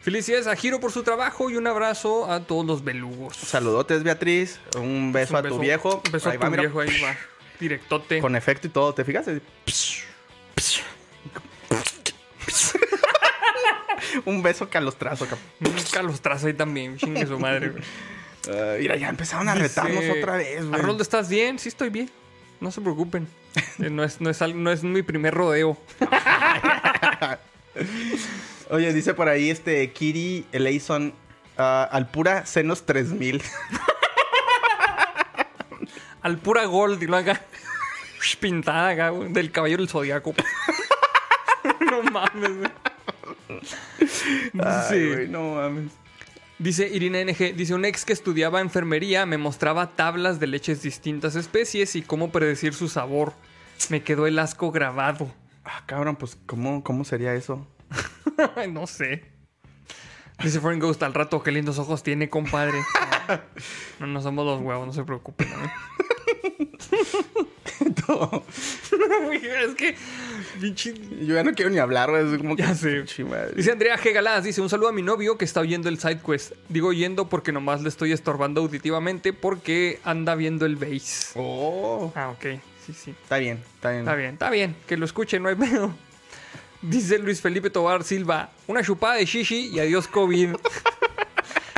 [SPEAKER 2] Felicidades a Giro por su trabajo y un abrazo a todos los belugos.
[SPEAKER 1] Saludotes, Beatriz. Un beso,
[SPEAKER 2] Un
[SPEAKER 1] a tu viejo.
[SPEAKER 2] Un beso
[SPEAKER 1] Ahí
[SPEAKER 2] a
[SPEAKER 1] va,
[SPEAKER 2] tu
[SPEAKER 1] mira.
[SPEAKER 2] viejo, ahí va. Directote.
[SPEAKER 1] Con efecto y todo, ¿te fijas? Un beso calostrazo, cap.
[SPEAKER 2] Un calostrazo ahí también. Chingue su madre, güey.
[SPEAKER 1] Ay, mira, ya empezaron a retarnos
[SPEAKER 2] Dice,
[SPEAKER 1] otra vez, güey.
[SPEAKER 2] Arnoldo, ¿estás bien? Sí, estoy bien. No se preocupen. Eh, No es, no es, al- no es mi primer rodeo.
[SPEAKER 1] Oye, dice por ahí este Kiri Eleison ah, Alpura Senos 3000.
[SPEAKER 2] Al pura gold y lo haga pintada acá, güey, del caballero del zodiaco. no mames, güey.
[SPEAKER 1] Ay,
[SPEAKER 2] Sí.
[SPEAKER 1] güey, no mames.
[SPEAKER 2] Dice Irina NG, dice un ex que estudiaba enfermería me mostraba tablas de leches distintas especies y cómo predecir su sabor. Me quedó el asco grabado.
[SPEAKER 1] Ah, cabrón, pues, ¿cómo, cómo sería eso?
[SPEAKER 2] no sé. Dice Foreign Ghost al rato, qué lindos ojos tiene, compadre. No, no somos los huevos, no se preocupen. ¿no?
[SPEAKER 1] Todo.
[SPEAKER 2] es que... pinche-
[SPEAKER 1] Yo ya no quiero ni hablar, güey. Es como que.
[SPEAKER 2] Ya sé.
[SPEAKER 1] Chi madre.
[SPEAKER 2] Dice Andrea G. Galás, dice un saludo a mi novio que está oyendo el SideQuest. Digo yendo porque nomás le estoy estorbando auditivamente porque anda viendo el bass.
[SPEAKER 1] Oh.
[SPEAKER 2] Ah, ok. Sí, sí.
[SPEAKER 1] Está bien, está bien.
[SPEAKER 2] Está bien, está bien. Que lo escuche, no hay pedo. Dice Luis Felipe Tobar Silva, una chupada de shishi y adiós COVID.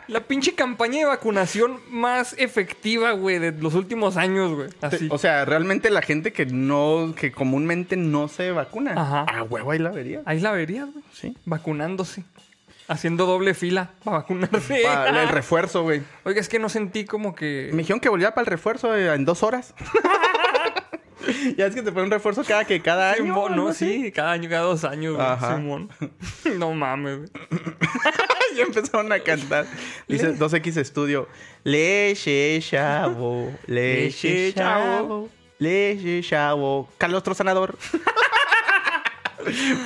[SPEAKER 2] La pinche campaña de vacunación más efectiva, güey, de los últimos años, güey.
[SPEAKER 1] Te-
[SPEAKER 2] Así.
[SPEAKER 1] O sea, realmente la gente que no, que comúnmente no se vacuna,
[SPEAKER 2] Ajá.
[SPEAKER 1] a huevo ahí la vería.
[SPEAKER 2] Ahí la verías, güey.
[SPEAKER 1] Sí.
[SPEAKER 2] Vacunándose. Haciendo doble fila para vacunarse.
[SPEAKER 1] Para el refuerzo, güey.
[SPEAKER 2] Oiga, es que no sentí como que.
[SPEAKER 1] Me dijeron que volvía para el refuerzo eh, en dos horas. ya es que te ponen un refuerzo cada que cada año.
[SPEAKER 2] Simón,
[SPEAKER 1] algo
[SPEAKER 2] no,
[SPEAKER 1] así.
[SPEAKER 2] sí, cada año, cada dos años, güey,
[SPEAKER 1] Ajá.
[SPEAKER 2] Simón. No mames, güey.
[SPEAKER 1] ya empezaron a cantar. Dice 2X Studio. Leche chavo. Leche
[SPEAKER 2] Leche
[SPEAKER 1] chavo. Leche chavo. Carlos Trosanador.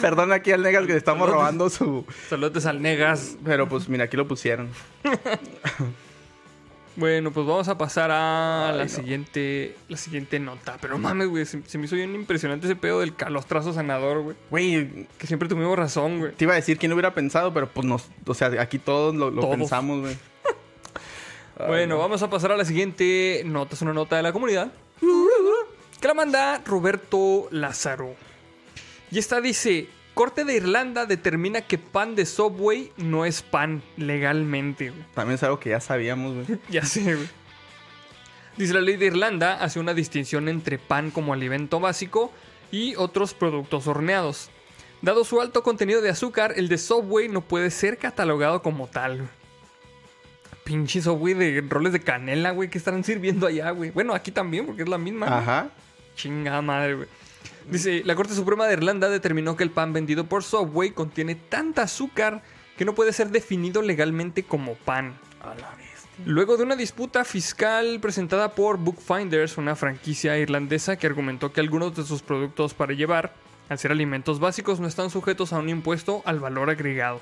[SPEAKER 1] Perdón aquí al Negas que le estamos robando su.
[SPEAKER 2] Saludos al Negas.
[SPEAKER 1] Pero pues mira, aquí lo pusieron.
[SPEAKER 2] Bueno, pues vamos a pasar a
[SPEAKER 1] Ay,
[SPEAKER 2] la
[SPEAKER 1] no.
[SPEAKER 2] siguiente la siguiente nota. Pero mames, güey, se, se me hizo bien impresionante ese pedo del calostrazo sanador, güey.
[SPEAKER 1] Güey,
[SPEAKER 2] Que siempre tuvimos razón, güey.
[SPEAKER 1] te iba a decir quién lo hubiera pensado, pero pues nos. O sea, aquí todos lo, lo
[SPEAKER 2] Todos.
[SPEAKER 1] pensamos, güey. Ay,
[SPEAKER 2] Bueno, vamos a pasar a la siguiente nota. Es una nota de la comunidad. Que la manda Roberto Lázaro. Y esta dice: Corte de Irlanda determina que pan de Subway no es pan legalmente, güey.
[SPEAKER 1] También es algo que ya sabíamos, güey.
[SPEAKER 2] Ya sé, güey. Dice la ley de Irlanda hace una distinción entre pan como alimento básico y otros productos horneados. Dado su alto contenido de azúcar, el de Subway no puede ser catalogado como tal. güey. Pinche Subway de roles de canela, güey, que estarán sirviendo allá, güey. Bueno, aquí también, porque es la misma. güey.
[SPEAKER 1] Ajá.
[SPEAKER 2] Chingada madre, güey. Dice, la Corte Suprema de Irlanda determinó que el pan vendido por Subway contiene tanta azúcar que no puede ser definido legalmente como pan.
[SPEAKER 1] A la bestia.
[SPEAKER 2] Luego de una disputa fiscal presentada por Bookfinders, una franquicia irlandesa que argumentó que algunos de sus productos para llevar, al ser alimentos básicos, no están sujetos a un impuesto al valor agregado.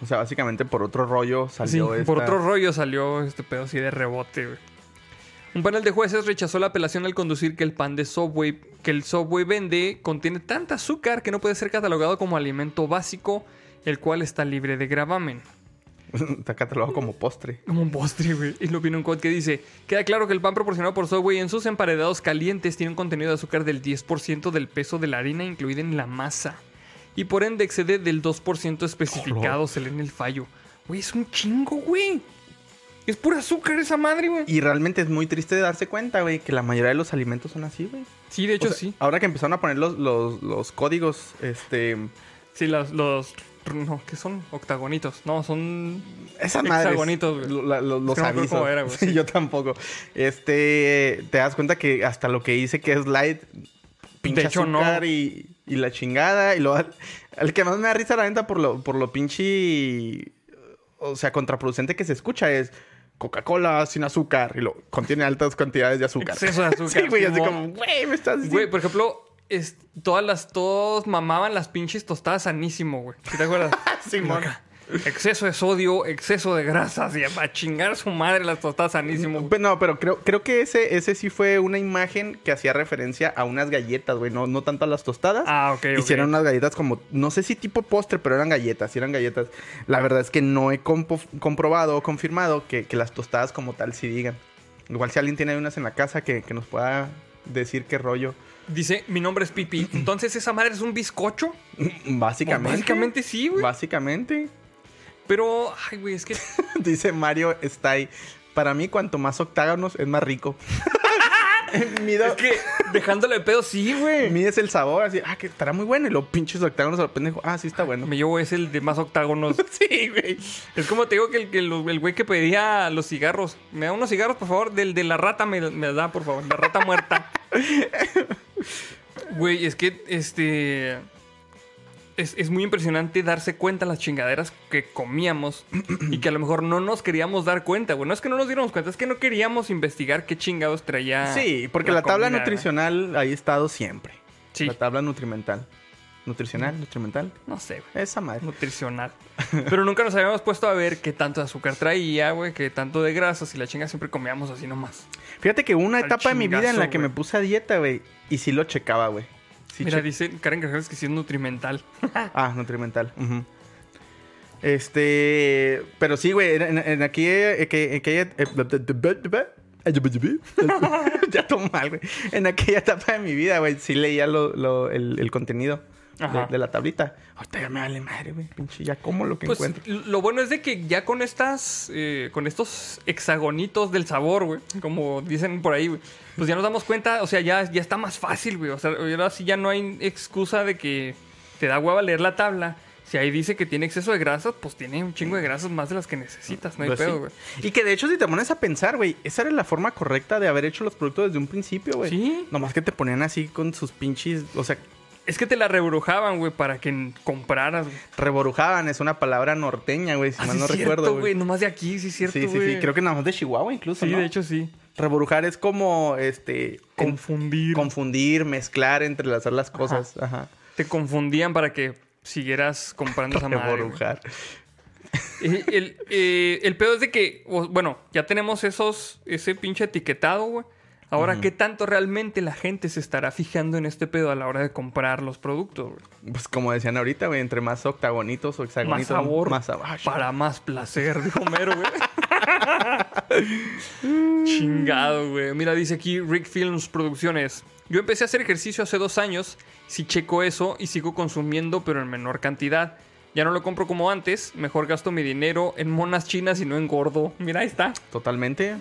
[SPEAKER 1] O sea, básicamente por otro rollo salió
[SPEAKER 2] Sí,
[SPEAKER 1] esta-
[SPEAKER 2] por otro rollo salió este pedo así de rebote, güey. Un panel de jueces rechazó la apelación al conducir que el pan de Subway que el Subway vende contiene tanta azúcar que no puede ser catalogado como alimento básico, el cual está libre de gravamen.
[SPEAKER 1] Está catalogado como postre.
[SPEAKER 2] Como un postre, güey. Y lo viene un code que dice: Queda claro que el pan proporcionado por Subway en sus emparedados calientes tiene un contenido de azúcar del 10% del peso de la harina incluida en la masa. Y por ende excede del 2% especificado, se lee en el fallo. Güey, es un chingo, güey. Es pura azúcar esa madre, güey.
[SPEAKER 1] Y realmente es muy triste de darse cuenta, güey, que la mayoría de los alimentos son así, güey.
[SPEAKER 2] Sí, de
[SPEAKER 1] O
[SPEAKER 2] hecho,
[SPEAKER 1] sea,
[SPEAKER 2] sí.
[SPEAKER 1] Ahora que empezaron a poner los, los, los códigos, este...
[SPEAKER 2] Sí, los, los. No, que son octagonitos. No, son.
[SPEAKER 1] Esa madre...
[SPEAKER 2] Hexagonitos, güey.
[SPEAKER 1] Los,
[SPEAKER 2] Es que no me acuerdo
[SPEAKER 1] avisos.
[SPEAKER 2] cómo era, güey,
[SPEAKER 1] Sí,
[SPEAKER 2] sí.
[SPEAKER 1] yo tampoco. Este... Te das cuenta que hasta lo que dice que es light... Pinche
[SPEAKER 2] De hecho, no.
[SPEAKER 1] azúcar y, y la chingada. Y lo... El que más me da risa la venta por lo, por lo pinche... O sea, contraproducente que se escucha es... Coca-Cola sin azúcar. Y lo contiene altas cantidades de azúcar.
[SPEAKER 2] Exceso de azúcar,
[SPEAKER 1] sí, güey. Así
[SPEAKER 2] Simón.
[SPEAKER 1] como, güey, me estás diciendo...
[SPEAKER 2] Güey, por ejemplo, es- todas las. Todos mamaban las pinches tostadas sanísimo, güey. ¿Sí ¿Te acuerdas?
[SPEAKER 1] Simón.
[SPEAKER 2] Acá. Exceso de sodio, exceso de grasas y a chingar a su madre las tostadas sanísimo. güey.
[SPEAKER 1] Pues no, pero creo, creo que ese, ese sí fue una imagen que hacía referencia a unas galletas, güey, no, no tanto a las tostadas.
[SPEAKER 2] Ah, ok, ok.
[SPEAKER 1] Hicieron unas galletas como, no sé si tipo postre, pero eran galletas, sí eran galletas. La verdad es que no he compo- comprobado o confirmado que, que las tostadas como tal sí digan. Igual si alguien tiene unas en la casa que, que nos pueda decir qué rollo.
[SPEAKER 2] Dice, mi nombre es Pipi. Entonces, ¿esa madre es un bizcocho? Pues,
[SPEAKER 1] Básicamente.
[SPEAKER 2] Básicamente sí, güey.
[SPEAKER 1] Básicamente.
[SPEAKER 2] Pero, ay, güey, es que...
[SPEAKER 1] Dice Mario Stay. Para mí, cuanto más octágonos es más rico. Mido-
[SPEAKER 2] Es que dejándole de pedo, sí, güey.
[SPEAKER 1] Mides el sabor, así, ah, que estará muy bueno. Y los pinches octágonos al pendejo, ah, sí está bueno.
[SPEAKER 2] Me llevo es el de más octágonos.
[SPEAKER 1] Sí, güey.
[SPEAKER 2] Es como te digo que el, que lo- el güey que pedía los cigarros. Me da unos cigarros, por favor. Del de la rata me, me da, por favor. La rata muerta. Güey, es que este. Es, es muy impresionante darse cuenta las chingaderas que comíamos y que a lo mejor no nos queríamos dar cuenta, güey. No es que no nos diéramos cuenta, es que no queríamos investigar qué chingados traía.
[SPEAKER 1] Sí, porque la, tabla
[SPEAKER 2] comida, ¿eh?
[SPEAKER 1] nutricional ahí ha estado siempre.
[SPEAKER 2] Sí.
[SPEAKER 1] La tabla nutrimental. Nutricional, nutrimental.
[SPEAKER 2] No sé, güey.
[SPEAKER 1] Esa madre.
[SPEAKER 2] nutricional. Pero nunca nos habíamos puesto a ver qué tanto de azúcar traía, güey, qué tanto de grasas y la chinga siempre comíamos así nomás.
[SPEAKER 1] Fíjate que hubo una
[SPEAKER 2] Al
[SPEAKER 1] etapa de mi vida en la
[SPEAKER 2] chingazo,
[SPEAKER 1] que
[SPEAKER 2] güey.
[SPEAKER 1] me puse a dieta, güey. Y sí lo checaba, güey. Sí
[SPEAKER 2] Mira,
[SPEAKER 1] che-
[SPEAKER 2] dice Karen Grajeros que sí es nutrimental.
[SPEAKER 1] Ah, nutrimental. ujú. Este. Pero sí, güey. En, en- en aquí. eh, que- en aquella- eh, ya todo mal, güey. En aquella etapa de mi vida, güey, sí leía lo, lo- el, el contenido
[SPEAKER 2] Ajá.
[SPEAKER 1] de, de la tablita. Ahorita ya me vale madre, güey. Pinche, ya como lo que
[SPEAKER 2] Pues
[SPEAKER 1] encuentro.
[SPEAKER 2] lo bueno es de que ya con estas, eh, con estos hexagonitos del sabor, güey, como dicen por ahí, güey, pues ya nos damos cuenta, o sea, ya, ya está más fácil, güey. O sea, ahora sí ya no hay excusa de que te da hueva leer la tabla. Si ahí dice que tiene exceso de grasas, pues tiene un chingo de grasas más de las que necesitas, no hay
[SPEAKER 1] Pues sí.
[SPEAKER 2] pedo, güey.
[SPEAKER 1] Y que de hecho, si te pones a pensar, güey, esa era la forma correcta de haber hecho los productos desde un principio, güey.
[SPEAKER 2] Sí.
[SPEAKER 1] Nomás que te ponían así con sus pinches. O sea,
[SPEAKER 2] Es que te la rebrujaban, güey, para que compraras, güey.
[SPEAKER 1] reborujaban, es una palabra norteña, güey, si
[SPEAKER 2] Ah,
[SPEAKER 1] mal
[SPEAKER 2] sí
[SPEAKER 1] no
[SPEAKER 2] es cierto,
[SPEAKER 1] recuerdo, güey.
[SPEAKER 2] güey. Nomás de aquí, sí es cierto,
[SPEAKER 1] Sí,
[SPEAKER 2] güey.
[SPEAKER 1] sí, sí. Creo que nada más de Chihuahua incluso,
[SPEAKER 2] Sí,
[SPEAKER 1] ¿no?
[SPEAKER 2] de hecho, sí.
[SPEAKER 1] Reborujar es como, este... en-
[SPEAKER 2] Confundir.
[SPEAKER 1] confundir, mezclar, entrelazar las cosas. Ajá.
[SPEAKER 2] Te confundían para que siguieras comprando esa madre. güey.
[SPEAKER 1] Reborujar.
[SPEAKER 2] Eh, El, eh, el pedo es de que, o- bueno, ya tenemos esos, ese pinche etiquetado, güey. Ahora, ¿qué tanto realmente la gente se estará fijando en este pedo a la hora de comprar los productos, güey?
[SPEAKER 1] Pues como decían ahorita, güey, entre más octagonitos o
[SPEAKER 2] Más
[SPEAKER 1] hexagonitos...
[SPEAKER 2] sabor.
[SPEAKER 1] Más sabor. Ah,
[SPEAKER 2] Para más placer, dijo Homero, güey. Chingado, güey. Mira, dice aquí Rick Films Producciones. Yo empecé a hacer ejercicio hace dos años. Si checo eso y sigo consumiendo, pero en menor cantidad. Ya no lo compro como antes. Mejor gasto mi dinero en monas chinas y no engordo. Mira, ahí está.
[SPEAKER 1] Totalmente.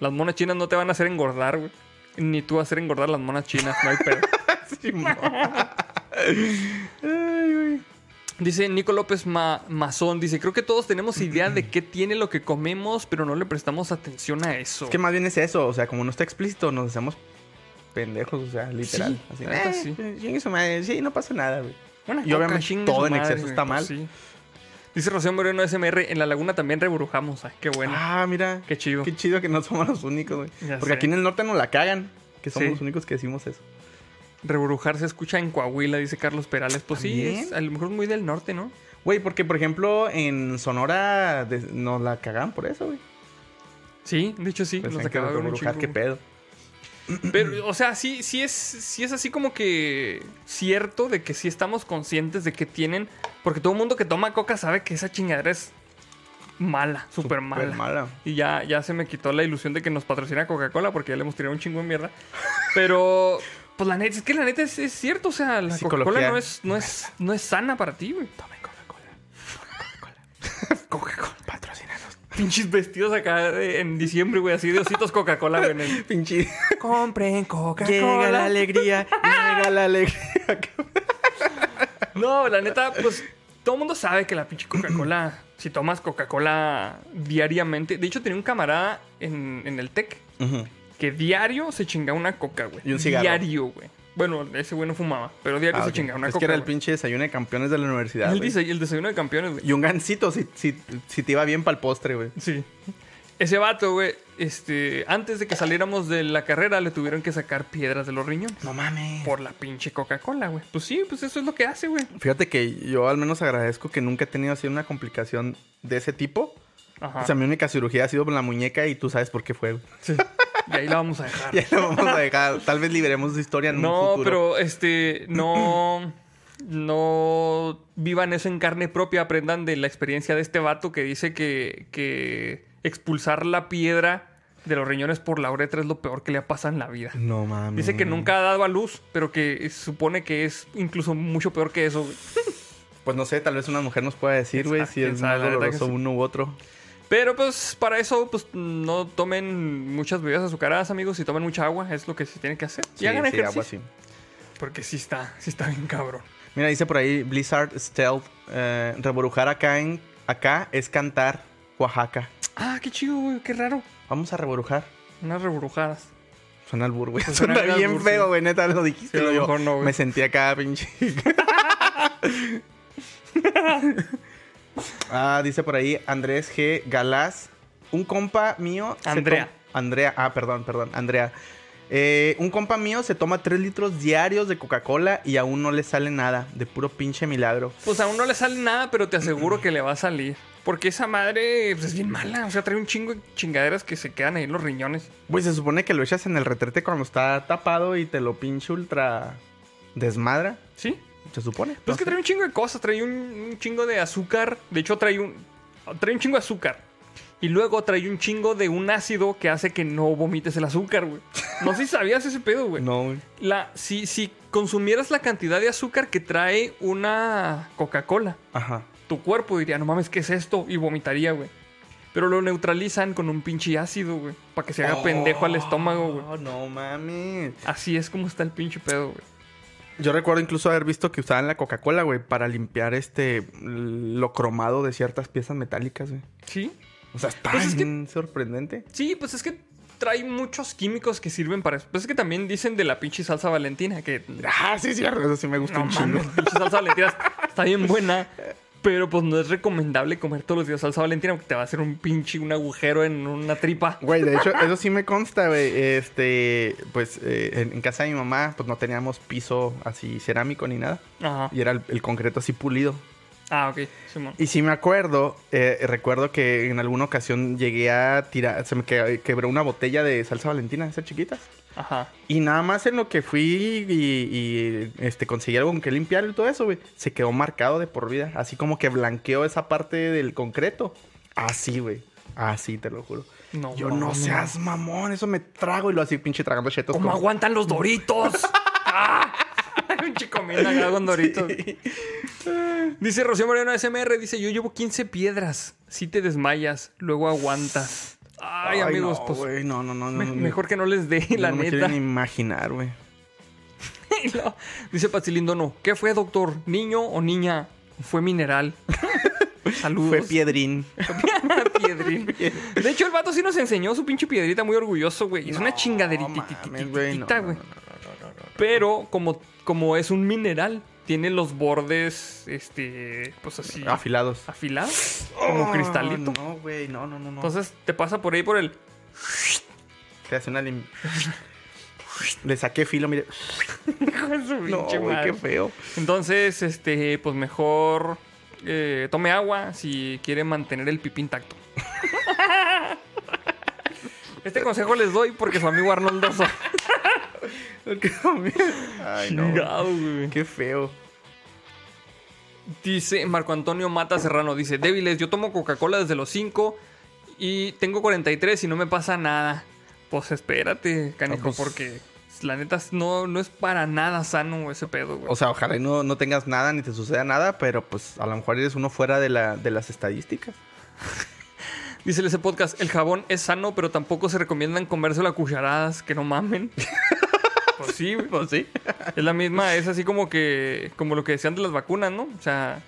[SPEAKER 2] Las monas chinas no te van a hacer engordar, güey. Ni tú hacer engordar las monas chinas, no hay pedo.
[SPEAKER 1] Sí, mo-
[SPEAKER 2] Dice Nico López Ma- Mazón, dice, creo que todos tenemos idea de qué tiene lo que comemos, pero no le prestamos atención a eso.
[SPEAKER 1] es que más bien es eso. O sea, como no está explícito, nos hacemos pendejos, o sea, literal.
[SPEAKER 2] Sí,
[SPEAKER 1] Así,
[SPEAKER 2] la neta,
[SPEAKER 1] eh,
[SPEAKER 2] sí.
[SPEAKER 1] chingue su madre, sí, no pasa nada, güey.
[SPEAKER 2] Una
[SPEAKER 1] y
[SPEAKER 2] coca,
[SPEAKER 1] obviamente
[SPEAKER 2] chingue
[SPEAKER 1] todo
[SPEAKER 2] su
[SPEAKER 1] en exceso está
[SPEAKER 2] güey, pues
[SPEAKER 1] mal.
[SPEAKER 2] sí. Dice Rocío Moreno SMR, en la laguna también reburujamos. Ay, qué bueno.
[SPEAKER 1] Ah, mira.
[SPEAKER 2] qué chido.
[SPEAKER 1] Qué chido que no somos los únicos, güey.
[SPEAKER 2] Ya
[SPEAKER 1] Porque
[SPEAKER 2] sé.
[SPEAKER 1] aquí en el norte nos la cagan. Que somos
[SPEAKER 2] Sí.
[SPEAKER 1] los únicos que decimos eso.
[SPEAKER 2] Reburujar se escucha en Coahuila, dice Carlos Perales. Pues sí,
[SPEAKER 1] ¿También?
[SPEAKER 2] es, a lo mejor muy del norte, ¿no?
[SPEAKER 1] Güey, porque por ejemplo en Sonora de- nos la cagan por eso, güey.
[SPEAKER 2] Sí, de hecho sí.
[SPEAKER 1] Pensaban
[SPEAKER 2] Nos
[SPEAKER 1] Pues que
[SPEAKER 2] acaba de ver un
[SPEAKER 1] brujar,
[SPEAKER 2] chingo,
[SPEAKER 1] qué
[SPEAKER 2] güey.
[SPEAKER 1] pedo.
[SPEAKER 2] Pero, o sea, sí, sí, es, sí es así como que cierto de que sí estamos conscientes de que tienen. Porque todo el mundo que toma coca sabe que esa chingadera es mala, súper mala.
[SPEAKER 1] Súper mala.
[SPEAKER 2] Y ya, ya se me quitó la ilusión de que nos patrocina Coca-Cola porque ya le hemos tirado un chingo de mierda. Pero, pues la neta, es que la neta es, es cierto. O sea, la
[SPEAKER 1] Psicología.
[SPEAKER 2] Coca-Cola no es, no, es, no es sana para ti, güey. Toma Coca-Cola. Coca-Cola.
[SPEAKER 1] Patrocinanos.
[SPEAKER 2] Pinches vestidos acá eh, en diciembre, güey, así de ositos Coca-Cola, güey. en el-
[SPEAKER 1] Pinche.
[SPEAKER 2] Compren Coca-Cola.
[SPEAKER 1] Llega la alegría, llega la alegría.
[SPEAKER 2] No, la neta, pues todo el mundo sabe que la pinche Coca-Cola, si tomas Coca-Cola diariamente. De hecho, tenía un camarada en, en el TEC
[SPEAKER 1] Ujú.
[SPEAKER 2] que diario se chingaba una coca, güey.
[SPEAKER 1] Y un cigarro.
[SPEAKER 2] Diario, güey. Bueno, ese güey no fumaba, pero diario
[SPEAKER 1] Ah,
[SPEAKER 2] se
[SPEAKER 1] ok.
[SPEAKER 2] chingaba una
[SPEAKER 1] es
[SPEAKER 2] coca.
[SPEAKER 1] que era el
[SPEAKER 2] güey.
[SPEAKER 1] pinche desayuno de campeones de la universidad.
[SPEAKER 2] el,
[SPEAKER 1] güey.
[SPEAKER 2] dise- el desayuno de campeones, güey.
[SPEAKER 1] Y un gancito si, si, si te iba bien para el postre, güey.
[SPEAKER 2] Sí. Ese vato, güey, este, antes de que saliéramos de la carrera, le tuvieron que sacar piedras de los riñones.
[SPEAKER 1] No mames.
[SPEAKER 2] Por la pinche Coca-Cola, güey. Pues sí, pues eso es lo que hace, güey.
[SPEAKER 1] Fíjate que yo al menos agradezco que nunca he tenido así una complicación de ese tipo.
[SPEAKER 2] Ajá.
[SPEAKER 1] O sea, mi única cirugía ha sido la muñeca y tú sabes por qué fue. güey.
[SPEAKER 2] Sí. Y ahí la vamos a dejar.
[SPEAKER 1] Y ahí lo vamos a dejar. Tal vez liberemos su historia en un
[SPEAKER 2] Ah, No,
[SPEAKER 1] futuro.
[SPEAKER 2] pero este, no, no vivan eso en carne propia, aprendan de la experiencia de este vato que dice que, que expulsar la piedra de los riñones por la uretra es lo peor que le ha pasado en la vida.
[SPEAKER 1] No mames.
[SPEAKER 2] Dice que nunca ha dado a luz, pero que supone que es incluso mucho peor que eso. güey.
[SPEAKER 1] Pues no sé, tal vez una mujer nos pueda decir, güey,
[SPEAKER 2] Exacto,
[SPEAKER 1] si es
[SPEAKER 2] quién sabe,
[SPEAKER 1] más
[SPEAKER 2] la verdad que
[SPEAKER 1] doloroso
[SPEAKER 2] sí.
[SPEAKER 1] uno u otro.
[SPEAKER 2] Pero pues para eso, pues no tomen muchas bebidas azucaradas, amigos, y tomen mucha agua, es lo que se tiene que hacer. y hagan
[SPEAKER 1] Sí, sí,
[SPEAKER 2] ejercicio.
[SPEAKER 1] agua, sí.
[SPEAKER 2] Porque sí está, sí está bien cabrón.
[SPEAKER 1] Mira, dice por ahí Blizzard Stealth. eh, reborujar acá, en, acá es cantar Oaxaca.
[SPEAKER 2] Ah, qué chido, güey, qué raro.
[SPEAKER 1] Vamos a reborujar.
[SPEAKER 2] Unas rebrujadas.
[SPEAKER 1] Suena albur, güey.
[SPEAKER 2] Pues
[SPEAKER 1] Suena
[SPEAKER 2] suena
[SPEAKER 1] bien
[SPEAKER 2] albur,
[SPEAKER 1] feo,
[SPEAKER 2] sí.
[SPEAKER 1] güey. Neta, lo dijiste.
[SPEAKER 2] Sí, a lo
[SPEAKER 1] lo yo
[SPEAKER 2] mejor no, güey.
[SPEAKER 1] Me sentí acá, pinche. ah, dice por ahí Andrés G. Galás. Un compa mío. se
[SPEAKER 2] Andrea.
[SPEAKER 1] tom- Andrea. Ah, perdón, perdón. Andrea. Eh, un compa mío se toma 3 litros diarios de Coca-Cola y aún no le sale nada. De puro pinche milagro.
[SPEAKER 2] Pues aún no le sale nada, pero te aseguro que le va a salir. Porque esa madre pues, es bien mala. O sea, trae un chingo de chingaderas que se quedan ahí en los riñones.
[SPEAKER 1] Pues se supone que lo echas en el retrete cuando está tapado y te lo pinche ultra desmadra.
[SPEAKER 2] ¿Sí?
[SPEAKER 1] Se supone.
[SPEAKER 2] Pues es que trae un chingo de cosas. Trae un, un chingo de azúcar. De hecho, trae un. Trae un chingo de azúcar. Y luego trae un chingo de un ácido que hace que no vomites el azúcar, güey. No sé si sabías ese pedo, güey.
[SPEAKER 1] No, güey.
[SPEAKER 2] La, si, si consumieras la cantidad de azúcar que trae una Coca-Cola,
[SPEAKER 1] Ajá.
[SPEAKER 2] tu cuerpo diría, no mames, ¿qué es esto? Y vomitaría, güey. Pero lo neutralizan con un pinche ácido, güey. Para que se haga pendejo al estómago, güey.
[SPEAKER 1] Oh, no mames.
[SPEAKER 2] Así es como está el pinche pedo, güey.
[SPEAKER 1] Yo recuerdo incluso haber visto que usaban la Coca-Cola, güey, para limpiar este lo cromado de ciertas piezas metálicas, güey.
[SPEAKER 2] ¿Sí?
[SPEAKER 1] O sea, está
[SPEAKER 2] Pues es que-
[SPEAKER 1] bien sorprendente.
[SPEAKER 2] Sí, pues es que trae muchos químicos que sirven para eso. Pues es que también dicen de la pinche salsa valentina, que...
[SPEAKER 1] Ah, sí, cierto. Eso sí me gusta
[SPEAKER 2] No
[SPEAKER 1] un chingo.
[SPEAKER 2] mames, pinche salsa valentina está bien buena. Pero pues no es recomendable comer todos los días salsa valentina porque te va a hacer un pinche, un agujero en una tripa.
[SPEAKER 1] Güey, de hecho, eso sí me consta, güey. Este, pues, eh, en, en casa de mi mamá, pues no teníamos piso así cerámico ni nada.
[SPEAKER 2] Ajá.
[SPEAKER 1] Y era el- el concreto así pulido.
[SPEAKER 2] Ah, ok. Simón.
[SPEAKER 1] Y sí me acuerdo, eh, recuerdo que en alguna ocasión llegué a tirar, se me que- quebró una botella de salsa valentina, esas chiquitas.
[SPEAKER 2] Ajá.
[SPEAKER 1] Y nada más en lo que fui y, y, este, conseguí algo con que limpiar y todo eso, güey, se quedó marcado de por vida. Así como que blanqueó esa parte del concreto. Así, güey. Así, te lo juro.
[SPEAKER 2] No
[SPEAKER 1] Yo no
[SPEAKER 2] mames.
[SPEAKER 1] seas mamón, eso me trago y lo así pinche tragando chetos.
[SPEAKER 2] ¿Cómo
[SPEAKER 1] como-
[SPEAKER 2] aguantan los doritos? ¡Ah! Un chico mira acá con doritos. Dice Rocío Moreno SMR, dice, yo llevo 15 piedras. Si te desmayas, luego aguantas. Ay, amigos,
[SPEAKER 1] no,
[SPEAKER 2] pues
[SPEAKER 1] güey, no, no, no, no,
[SPEAKER 2] me-
[SPEAKER 1] no.
[SPEAKER 2] mejor que no les dé, la
[SPEAKER 1] no me
[SPEAKER 2] neta.
[SPEAKER 1] quiero ni imaginar, güey.
[SPEAKER 2] Y luego Dice Pachilíndono, ¿qué fue, doctor? ¿Niño o niña? Fue mineral. Saludos.
[SPEAKER 1] Fue piedrín.
[SPEAKER 2] Piedrín. De hecho, el vato sí nos enseñó su pinche piedrita muy orgulloso, güey. Es una
[SPEAKER 1] mames, güey, no,
[SPEAKER 2] chingaderitita,
[SPEAKER 1] no,
[SPEAKER 2] güey.
[SPEAKER 1] no,
[SPEAKER 2] Pero como, como es un mineral, tiene los bordes, este, pues así,
[SPEAKER 1] Afilados.
[SPEAKER 2] afilados, como
[SPEAKER 1] Oh,
[SPEAKER 2] cristalito.
[SPEAKER 1] Ah. No, güey, no, no, no, no.
[SPEAKER 2] Entonces te pasa por ahí por el...
[SPEAKER 1] Te hace una lim- Le saqué filo, mire.
[SPEAKER 2] Hijo de su
[SPEAKER 1] No,
[SPEAKER 2] pinche
[SPEAKER 1] güey, qué
[SPEAKER 2] madre.
[SPEAKER 1] feo.
[SPEAKER 2] Entonces, este, pues mejor eh, tome agua si quiere mantener el pipí intacto. Este consejo les doy porque su amigo Arnoldo Sosa.
[SPEAKER 1] Ay, no. güey.
[SPEAKER 2] Chingado, güey.
[SPEAKER 1] Qué feo.
[SPEAKER 2] Dice Marco Antonio Mata Serrano, dice, débiles, yo tomo Coca-Cola desde los 5 y tengo 43 y no me pasa nada. Pues espérate, canijo,
[SPEAKER 1] Ah, pues.
[SPEAKER 2] porque la neta no, no es para nada sano ese pedo, güey.
[SPEAKER 1] O sea, ojalá y no, no tengas nada ni te suceda nada, pero pues a lo mejor eres uno fuera de, la, de las estadísticas.
[SPEAKER 2] Dice ese podcast, el jabón es sano, pero tampoco se recomiendan comérselo a cucharadas, que no mamen. pues sí, güey.
[SPEAKER 1] Pues sí.
[SPEAKER 2] Es la misma, es así como que, como lo que decían de las vacunas, ¿no? O sea,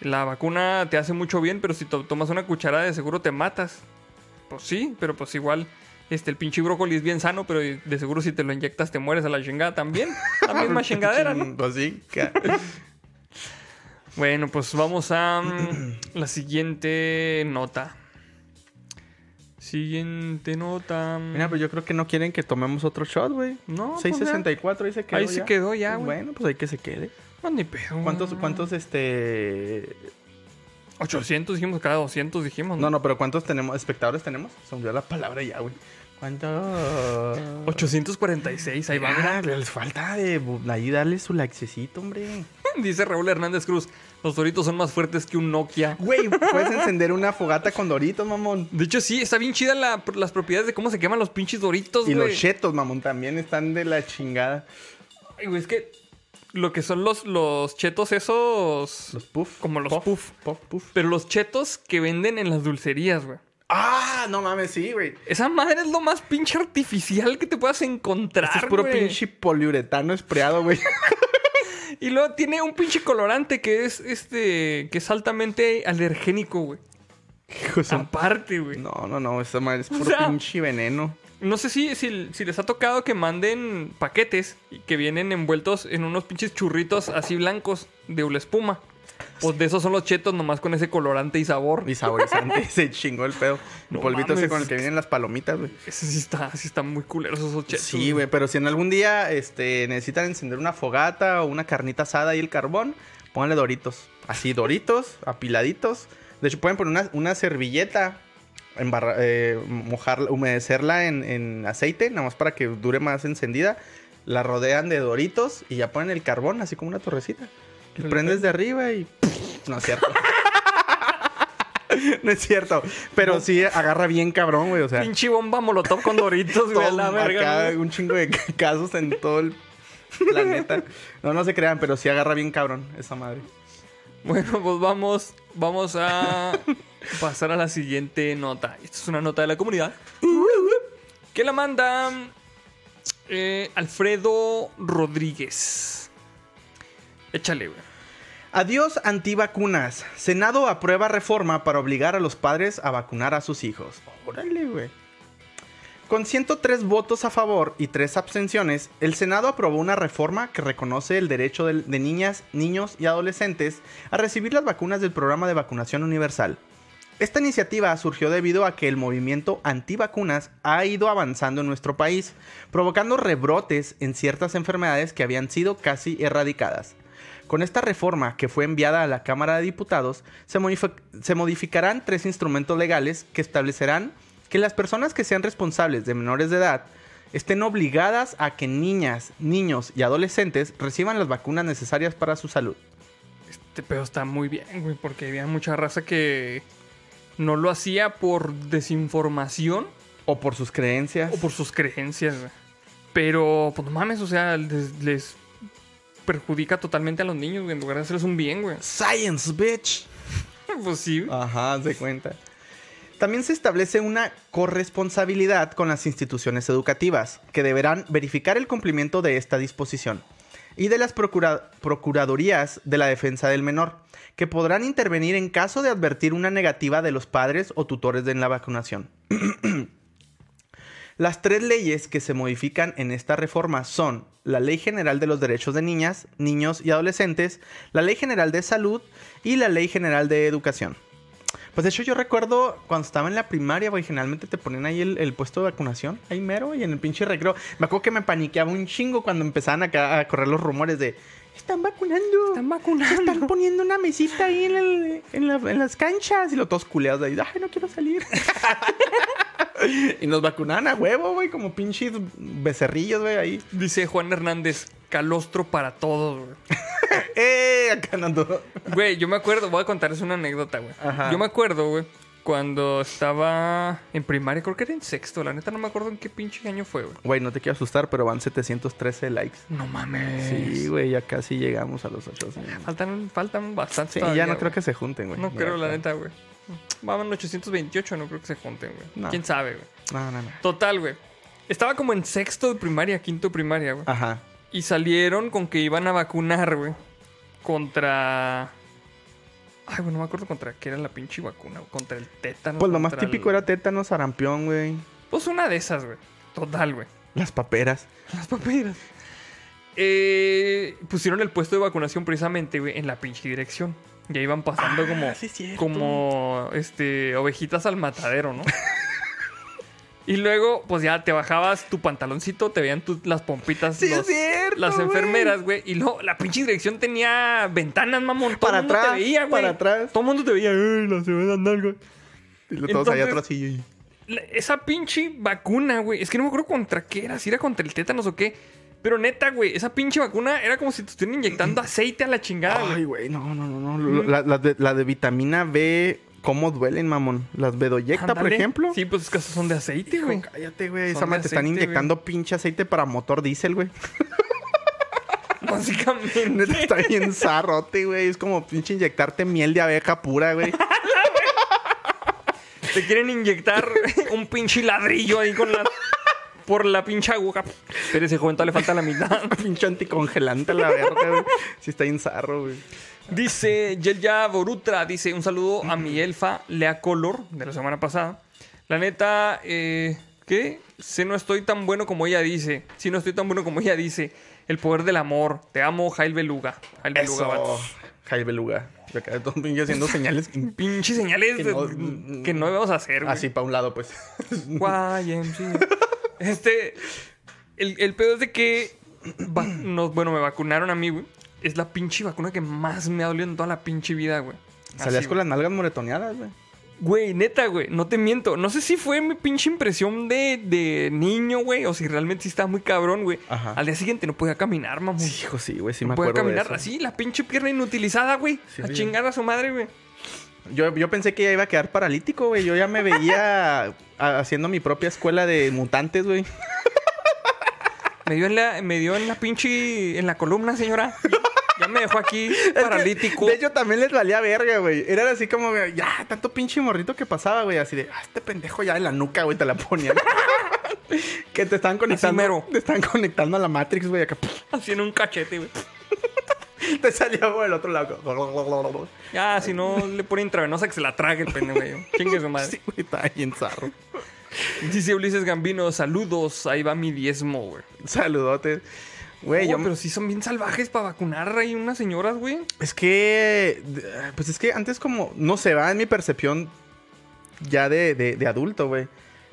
[SPEAKER 2] la vacuna te hace mucho bien, pero si to- tomas una cucharada de seguro te matas. Pues sí, pero pues igual, este, el pinche brócoli es bien sano, pero de seguro si te lo inyectas te mueres a la chingada también. La misma chingadera, ¿no?
[SPEAKER 1] Pues sí. ca-
[SPEAKER 2] Bueno, pues vamos a mm, la siguiente nota. Siguiente nota. mm.
[SPEAKER 1] Mira, pero yo creo que no quieren que tomemos otro shot, güey.
[SPEAKER 2] No, pues,
[SPEAKER 1] 664 dice que
[SPEAKER 2] Ahí se quedó ya, güey.
[SPEAKER 1] Bueno, pues ahí que se quede.
[SPEAKER 2] No, ni pedo.
[SPEAKER 1] ¿Cuántos, cuántos, este...
[SPEAKER 2] 800 dijimos, cada 200 dijimos.
[SPEAKER 1] No, no, pero ¿cuántos tenemos, espectadores tenemos? Se me olvidó la palabra ya, güey. ¿Cuántos?
[SPEAKER 2] 846, ahí va. mira.
[SPEAKER 1] Ah, les falta de bu- ahí darle su likecito, hombre.
[SPEAKER 2] Dice Raúl Hernández Cruz, los doritos son más fuertes que un Nokia.
[SPEAKER 1] Güey, puedes encender una fogata con doritos, mamón.
[SPEAKER 2] De hecho, sí, está bien chida la- las propiedades de cómo se queman los pinches doritos,
[SPEAKER 1] Y los
[SPEAKER 2] güey.
[SPEAKER 1] chetos, mamón, también están de la chingada.
[SPEAKER 2] Ay, güey, es que lo que son los, los chetos esos...
[SPEAKER 1] Los puff.
[SPEAKER 2] Como los puff.
[SPEAKER 1] Puff, puff.
[SPEAKER 2] Pero los chetos que venden en las dulcerías, güey.
[SPEAKER 1] Ah, no mames, sí, güey.
[SPEAKER 2] Esa madre es lo más pinche artificial que te puedas encontrar.
[SPEAKER 1] Este es puro
[SPEAKER 2] güey.
[SPEAKER 1] pinche poliuretano espreado, güey.
[SPEAKER 2] Y luego tiene un pinche colorante que es este. que es altamente alergénico, güey.
[SPEAKER 1] Hijo de su-
[SPEAKER 2] Aparte, güey. No,
[SPEAKER 1] Ah, No, no, no, esa madre es
[SPEAKER 2] O
[SPEAKER 1] puro
[SPEAKER 2] sea-
[SPEAKER 1] pinche veneno.
[SPEAKER 2] sé si, si, si les ha tocado que manden paquetes y que vienen envueltos en unos pinches churritos así blancos de una espuma. Pues de esos son los chetos nomás con ese colorante y sabor.
[SPEAKER 1] Y saborizante, se chingó el pedo. El
[SPEAKER 2] No
[SPEAKER 1] polvito ese
[SPEAKER 2] mames.
[SPEAKER 1] con el que vienen las palomitas, güey.
[SPEAKER 2] Ese sí está, sí está muy culeros esos chetos.
[SPEAKER 1] Sí, güey, pero si en algún día este, necesitan encender una fogata o una carnita asada y el carbón, pónganle doritos. Así, doritos, apiladitos. De hecho, pueden poner una, una servilleta, embarra- eh, mojarla- humedecerla en, en aceite, nada más para que dure más encendida. La rodean de doritos y ya ponen el carbón, así como una torrecita. Y
[SPEAKER 2] El
[SPEAKER 1] prendes de arriba y... No es cierto. no es cierto. Pero sí agarra bien cabrón, güey. O sea,
[SPEAKER 2] Pinche bomba molotov con doritos, güey. a
[SPEAKER 1] todo
[SPEAKER 2] la verga.
[SPEAKER 1] acá,
[SPEAKER 2] güey.
[SPEAKER 1] un chingo de ca- casos en todo el planeta. No, no se crean, pero sí agarra bien cabrón esa madre.
[SPEAKER 2] Bueno, pues vamos, vamos a pasar a la siguiente nota. Esta es una nota de la comunidad. Que la manda eh, Alfredo Rodríguez. Échale, güey.
[SPEAKER 1] Adiós antivacunas. Senado aprueba reforma para obligar a los padres a vacunar a sus hijos. Órale, güey. Con 103 votos a favor y 3 abstenciones, el Senado aprobó una reforma que reconoce el derecho del- de niñas, niños y adolescentes a recibir las vacunas del programa de vacunación universal. Esta iniciativa surgió debido a que el movimiento antivacunas ha ido avanzando en nuestro país, provocando rebrotes en ciertas enfermedades que habían sido casi erradicadas. Con esta reforma que fue enviada a la Cámara de Diputados, se, modifi- se modificarán tres instrumentos legales que establecerán que las personas que sean responsables de menores de edad estén obligadas a que niñas, niños y adolescentes reciban las vacunas necesarias para su salud.
[SPEAKER 2] Este pedo está muy bien, güey, porque había mucha raza que no lo hacía por desinformación
[SPEAKER 1] O por sus creencias.
[SPEAKER 2] o por sus creencias, güey. Pero, pues no mames, o sea, les, les perjudica totalmente a los niños, güey, en lugar de hacerles un bien, güey.
[SPEAKER 1] Science, bitch.
[SPEAKER 2] Pues sí, güey.
[SPEAKER 1] Ajá, se cuenta. También se establece una corresponsabilidad con las instituciones educativas, que deberán verificar el cumplimiento de esta disposición, y de las procura- Procuradurías de la Defensa del Menor, que podrán intervenir en caso de advertir una negativa de los padres o tutores en la vacunación. Las tres leyes que se modifican en esta reforma son la Ley General de los Derechos de Niñas, Niños y Adolescentes, la Ley General de Salud y la Ley General de Educación. Pues de hecho yo recuerdo cuando estaba en la primaria, güey, generalmente te ponían ahí el, el puesto de vacunación, ahí mero, y en el pinche recreo. Me acuerdo que me paniqueaba un chingo cuando empezaban acá a correr los rumores de... Están vacunando.
[SPEAKER 2] Están
[SPEAKER 1] Se
[SPEAKER 2] vacunando.
[SPEAKER 1] Están poniendo una mesita ahí en, el- en la- en las canchas y los todos culeados de ahí. Ay, no quiero salir. y nos vacunaban a huevo, güey, como pinches becerrillos, güey, ahí.
[SPEAKER 2] Dice Juan Hernández, calostro para todos, güey.
[SPEAKER 1] ¡Eh! Acá andando.
[SPEAKER 2] Güey, yo me acuerdo, voy a contarles una anécdota, güey.
[SPEAKER 1] Ajá.
[SPEAKER 2] Yo me acuerdo, güey, cuando estaba en primaria, creo que era en sexto, la neta no me acuerdo en qué pinche año fue, güey.
[SPEAKER 1] Güey, no te quiero asustar, pero van 713 likes.
[SPEAKER 2] No mames.
[SPEAKER 1] Sí, güey, ya casi llegamos a los 800.
[SPEAKER 2] Faltan, faltan bastantes.
[SPEAKER 1] Sí,
[SPEAKER 2] todavía,
[SPEAKER 1] ya no
[SPEAKER 2] güey.
[SPEAKER 1] creo que se junten, güey.
[SPEAKER 2] No
[SPEAKER 1] Ya
[SPEAKER 2] creo, la
[SPEAKER 1] está.
[SPEAKER 2] neta, güey. Vamos en 828, no creo que se junten, güey.
[SPEAKER 1] No.
[SPEAKER 2] ¿Quién sabe, güey?
[SPEAKER 1] No, no, no.
[SPEAKER 2] Total, güey. Estaba como en sexto de primaria, quinto de primaria, güey.
[SPEAKER 1] Ajá.
[SPEAKER 2] Y salieron con que iban a vacunar, güey. Contra. Ay, güey, no me acuerdo contra qué era la pinche vacuna. güey. Contra el tétano.
[SPEAKER 1] Pues lo más
[SPEAKER 2] contra el-
[SPEAKER 1] típico era tétano, sarampión, güey.
[SPEAKER 2] Pues una de esas, güey. Total, güey.
[SPEAKER 1] Las paperas.
[SPEAKER 2] Las paperas. Eh, pusieron el puesto de vacunación precisamente, güey, en la pinche dirección. Ya iban pasando como.
[SPEAKER 1] Ah, sí, cierto.
[SPEAKER 2] como. Este. Ovejitas al matadero, ¿no? y luego, pues ya te bajabas tu pantaloncito, te veían tus- las pompitas.
[SPEAKER 1] Sí, es
[SPEAKER 2] los-
[SPEAKER 1] cierto,
[SPEAKER 2] Las
[SPEAKER 1] güey.
[SPEAKER 2] enfermeras, güey. Y luego, la pinche dirección tenía ventanas, mamón. Todo
[SPEAKER 1] Para
[SPEAKER 2] el mundo
[SPEAKER 1] atrás,
[SPEAKER 2] te veía, güey.
[SPEAKER 1] para atrás.
[SPEAKER 2] Todo el mundo te veía, ¡ay, la se va a andar, güey!
[SPEAKER 1] Y los todos allá atrás
[SPEAKER 2] Entonces-
[SPEAKER 1] y...
[SPEAKER 2] La- Esa pinche vacuna, güey. Es que no me acuerdo contra qué era, si era contra el tétanos o qué. Pero neta, güey, esa pinche vacuna era como si te estuvieran inyectando aceite a la chingada,
[SPEAKER 1] Ay,
[SPEAKER 2] güey.
[SPEAKER 1] güey, no, no, no, no. Lo- La, la de, la de vitamina B, ¿cómo duelen, mamón? Las bedoyecta, por
[SPEAKER 2] Ándale.
[SPEAKER 1] ejemplo.
[SPEAKER 2] Sí, pues es que esas son de aceite,
[SPEAKER 1] Hijo,
[SPEAKER 2] güey.
[SPEAKER 1] cállate, güey.
[SPEAKER 2] Son
[SPEAKER 1] Esa madre
[SPEAKER 2] de
[SPEAKER 1] te están
[SPEAKER 2] aceite,
[SPEAKER 1] inyectando pinche aceite para motor diésel, güey.
[SPEAKER 2] Básicamente.
[SPEAKER 1] Neta, Está bien zarrote, güey. Es como pinche inyectarte miel de abeja pura, güey.
[SPEAKER 2] Te quieren inyectar un pinche ladrillo ahí con la. Por la pinche aguja. Pero ese joven todavía le falta la mitad.
[SPEAKER 1] Pinche anticongelante a la verga, güey. Si está bien zarro, güey.
[SPEAKER 2] Dice Yelya Borutra, dice un saludo a mi elfa Lea Color de la semana pasada. La neta, eh, ¿qué? Si no estoy tan bueno como ella dice, si no estoy tan bueno como ella dice, el poder del amor, te amo, Jail Beluga. Jail Beluga,
[SPEAKER 1] Eso.
[SPEAKER 2] vatos.
[SPEAKER 1] Jai Beluga. Yo acá todo pinche haciendo señales
[SPEAKER 2] Pinche señales
[SPEAKER 1] Que
[SPEAKER 2] de-
[SPEAKER 1] no- mm,
[SPEAKER 2] que no, íbamos a hacer. güey.
[SPEAKER 1] así para un lado, pues.
[SPEAKER 2] YMCA. Este. El, el pedo es de que. va- nos- bueno, me vacunaron a mí, güey. Es la pinche vacuna que más me ha dolido en toda la pinche vida, güey.
[SPEAKER 1] Salías
[SPEAKER 2] Así,
[SPEAKER 1] con las nalgas moretoneadas, güey.
[SPEAKER 2] Güey, neta, güey, no te miento. No sé si fue mi pinche impresión de, de niño, güey, o si realmente sí estaba muy cabrón, güey.
[SPEAKER 1] Ajá.
[SPEAKER 2] Al día siguiente no podía caminar, mamón.
[SPEAKER 1] Sí, hijo, sí, güey. Sí me
[SPEAKER 2] no podía
[SPEAKER 1] acuerdo de
[SPEAKER 2] caminar
[SPEAKER 1] eso.
[SPEAKER 2] así, la pinche pierna inutilizada, güey.
[SPEAKER 1] Sí,
[SPEAKER 2] a
[SPEAKER 1] güey.
[SPEAKER 2] chingar a su madre, güey.
[SPEAKER 1] Yo, yo pensé que ya iba a quedar paralítico, güey. Yo ya me veía a- haciendo mi propia escuela de mutantes, güey.
[SPEAKER 2] Me dio en la, me dio en la pinche, en la columna, señora. Ya me dejó aquí paralítico.
[SPEAKER 1] De hecho, también les valía verga, güey. Era así como, güey, ya, tanto pinche morrito que pasaba, güey. Así de, ah, este pendejo ya en la nuca, güey, te la ponía. que te están conectando.
[SPEAKER 2] mero.
[SPEAKER 1] Te están conectando a la Matrix, güey. Acá puf,
[SPEAKER 2] Así en un cachete, güey.
[SPEAKER 1] te salía por el otro lado.
[SPEAKER 2] Ya, si no le pone intravenosa que se la trague el pendejo, güey. Chingue su madre.
[SPEAKER 1] Sí, güey, está bien zarro.
[SPEAKER 2] Dice Ulises Gambino, saludos, ahí va mi diezmo, güey.
[SPEAKER 1] Saludotes. Güey,
[SPEAKER 2] Oh,
[SPEAKER 1] yo.
[SPEAKER 2] pero sí son bien salvajes para vacunar ahí unas señoras, güey.
[SPEAKER 1] Es que. eh, Pues es que antes, como. No se va en mi percepción ya de, de- de adulto, güey.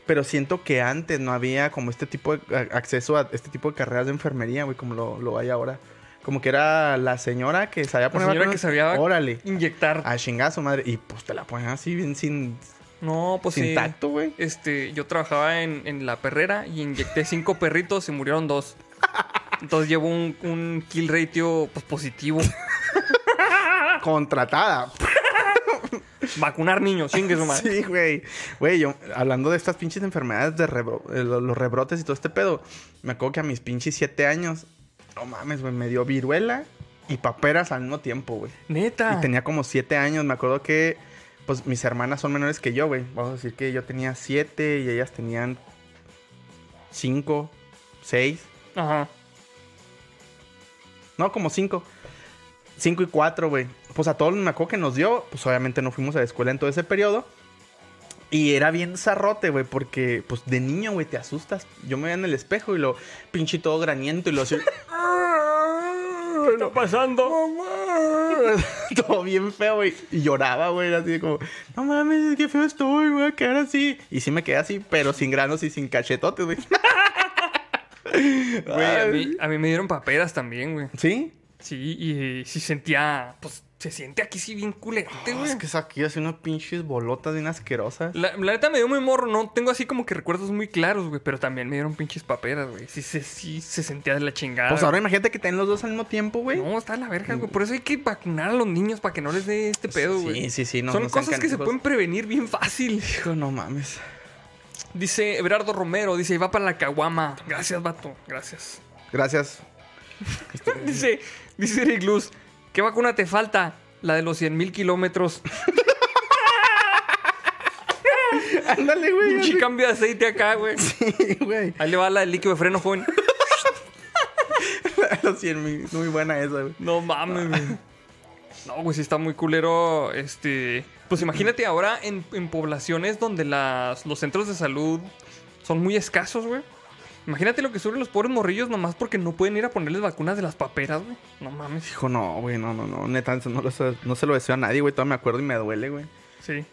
[SPEAKER 1] Pero siento que antes no había como este tipo de a- acceso a este tipo de carreras de enfermería, güey, como lo, lo hay ahora. Como que era la señora que sabía
[SPEAKER 2] La
[SPEAKER 1] poner
[SPEAKER 2] señora que
[SPEAKER 1] vacunas,
[SPEAKER 2] sabía
[SPEAKER 1] Órale.
[SPEAKER 2] inyectar.
[SPEAKER 1] A chingazo, madre. Y pues te la ponen así, bien sin,
[SPEAKER 2] no, pues
[SPEAKER 1] sin
[SPEAKER 2] sí.
[SPEAKER 1] tacto, güey.
[SPEAKER 2] Este, yo trabajaba en, en la perrera y inyecté cinco perritos y murieron dos. Entonces llevo un, un kill ratio pues, positivo. Ah.
[SPEAKER 1] Contratada.
[SPEAKER 2] Vacunar niños, chingue su madre.
[SPEAKER 1] Sí, güey. Güey, yo hablando de estas pinches enfermedades de rebro- eh, lo- los rebrotes y todo este pedo, me acuerdo que a mis pinches 7 años, no mames, güey, me dio viruela y paperas al mismo tiempo, güey.
[SPEAKER 2] Neta.
[SPEAKER 1] Y tenía como 7 años, me acuerdo que pues mis hermanas son menores que yo, güey. Vamos a decir que yo tenía 7 y ellas tenían 5, 6.
[SPEAKER 2] Ajá.
[SPEAKER 1] No, como cinco. Cinco y cuatro, güey. Pues a todos me acuerdo que nos dio. Pues obviamente no fuimos a la escuela en todo ese periodo. Y era bien zarrote, güey, porque pues de niño, güey, te asustas. Yo me veía en el espejo y lo pinche todo graniento y lo así.
[SPEAKER 2] ¿Qué está pasando?
[SPEAKER 1] todo bien feo, güey. Y lloraba, güey, era así como, no mames, qué feo estoy, me voy a quedar así. Y sí me quedé así, pero sin granos y sin cachetotes, güey.
[SPEAKER 2] Güey, a mí, a mí me dieron paperas también, güey.
[SPEAKER 1] ¿Sí?
[SPEAKER 2] Sí, y, sí sentía, pues se siente aquí sí bien culerante,
[SPEAKER 1] Oh,
[SPEAKER 2] güey.
[SPEAKER 1] es que saqué así unas pinches bolotas bien asquerosas.
[SPEAKER 2] La, la neta me dio muy morro, no tengo así como que recuerdos muy claros, güey, pero también me dieron pinches paperas, güey. Sí, sí, sí, se sentía de la chingada.
[SPEAKER 1] Pues ahora imagínate que tienen los dos al mismo tiempo, güey. Mm.
[SPEAKER 2] No, está de la verga, güey. Por eso hay que vacunar a los niños para que no les dé este pedo,
[SPEAKER 1] Sí,
[SPEAKER 2] güey.
[SPEAKER 1] sí, sí, no-
[SPEAKER 2] Son
[SPEAKER 1] no sean
[SPEAKER 2] cosas que se
[SPEAKER 1] canijos.
[SPEAKER 2] pueden prevenir bien fácil.
[SPEAKER 1] Hijo, no mames.
[SPEAKER 2] Dice Everardo Romero, dice, "Y va para la caguama. Gracias, vato, gracias.
[SPEAKER 1] Gracias.
[SPEAKER 2] dice, dice Eric Luz, ¿qué vacuna te falta? La de los 100 mil kilómetros.
[SPEAKER 1] Ándale, güey.
[SPEAKER 2] Pinche cambio de aceite acá, güey.
[SPEAKER 1] Sí, güey.
[SPEAKER 2] Ahí le va la del líquido de freno, joven.
[SPEAKER 1] Lo siento, muy- muy buena esa, güey.
[SPEAKER 2] No mames, güey. No, güey, sí está muy culero. Este. Pues imagínate ahora en, en poblaciones donde las, los centros de salud son muy escasos, güey. Imagínate lo que sufren los pobres morrillos nomás porque no pueden ir a ponerles vacunas de las paperas, güey. No mames.
[SPEAKER 1] Hijo, no, güey, no, no, no. Neta, eso no, lo se- no se lo deseo a nadie, güey. Todavía me acuerdo y me duele, güey.
[SPEAKER 2] Sí.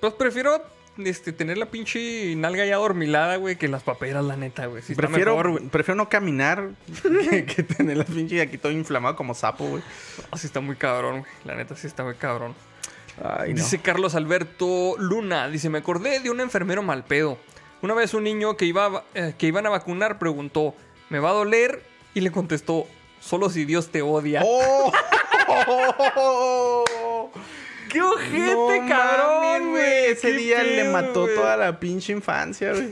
[SPEAKER 2] Pues prefiero este, tener la pinche nalga ya dormilada, güey, que las paperas, la neta, güey. Sí está
[SPEAKER 1] prefiero,
[SPEAKER 2] mejor, güey.
[SPEAKER 1] prefiero no caminar que, que tener la pinche aquí todo inflamado como sapo, güey.
[SPEAKER 2] Así está muy cabrón, güey. La neta, sí está muy cabrón.
[SPEAKER 1] Ay, no.
[SPEAKER 2] Dice Carlos Alberto Luna, dice, me acordé de un enfermero mal pedo. Una vez un niño que, iba, a- eh, que iban a vacunar preguntó, ¿me va a doler? Y le contestó, solo si Dios te odia.
[SPEAKER 1] ¡Oh!
[SPEAKER 2] ¡Qué ojete,
[SPEAKER 1] No mames,
[SPEAKER 2] cabrón, güey!
[SPEAKER 1] Ese
[SPEAKER 2] Qué
[SPEAKER 1] día le
[SPEAKER 2] pedo,
[SPEAKER 1] mató
[SPEAKER 2] güey.
[SPEAKER 1] toda la pinche infancia, güey.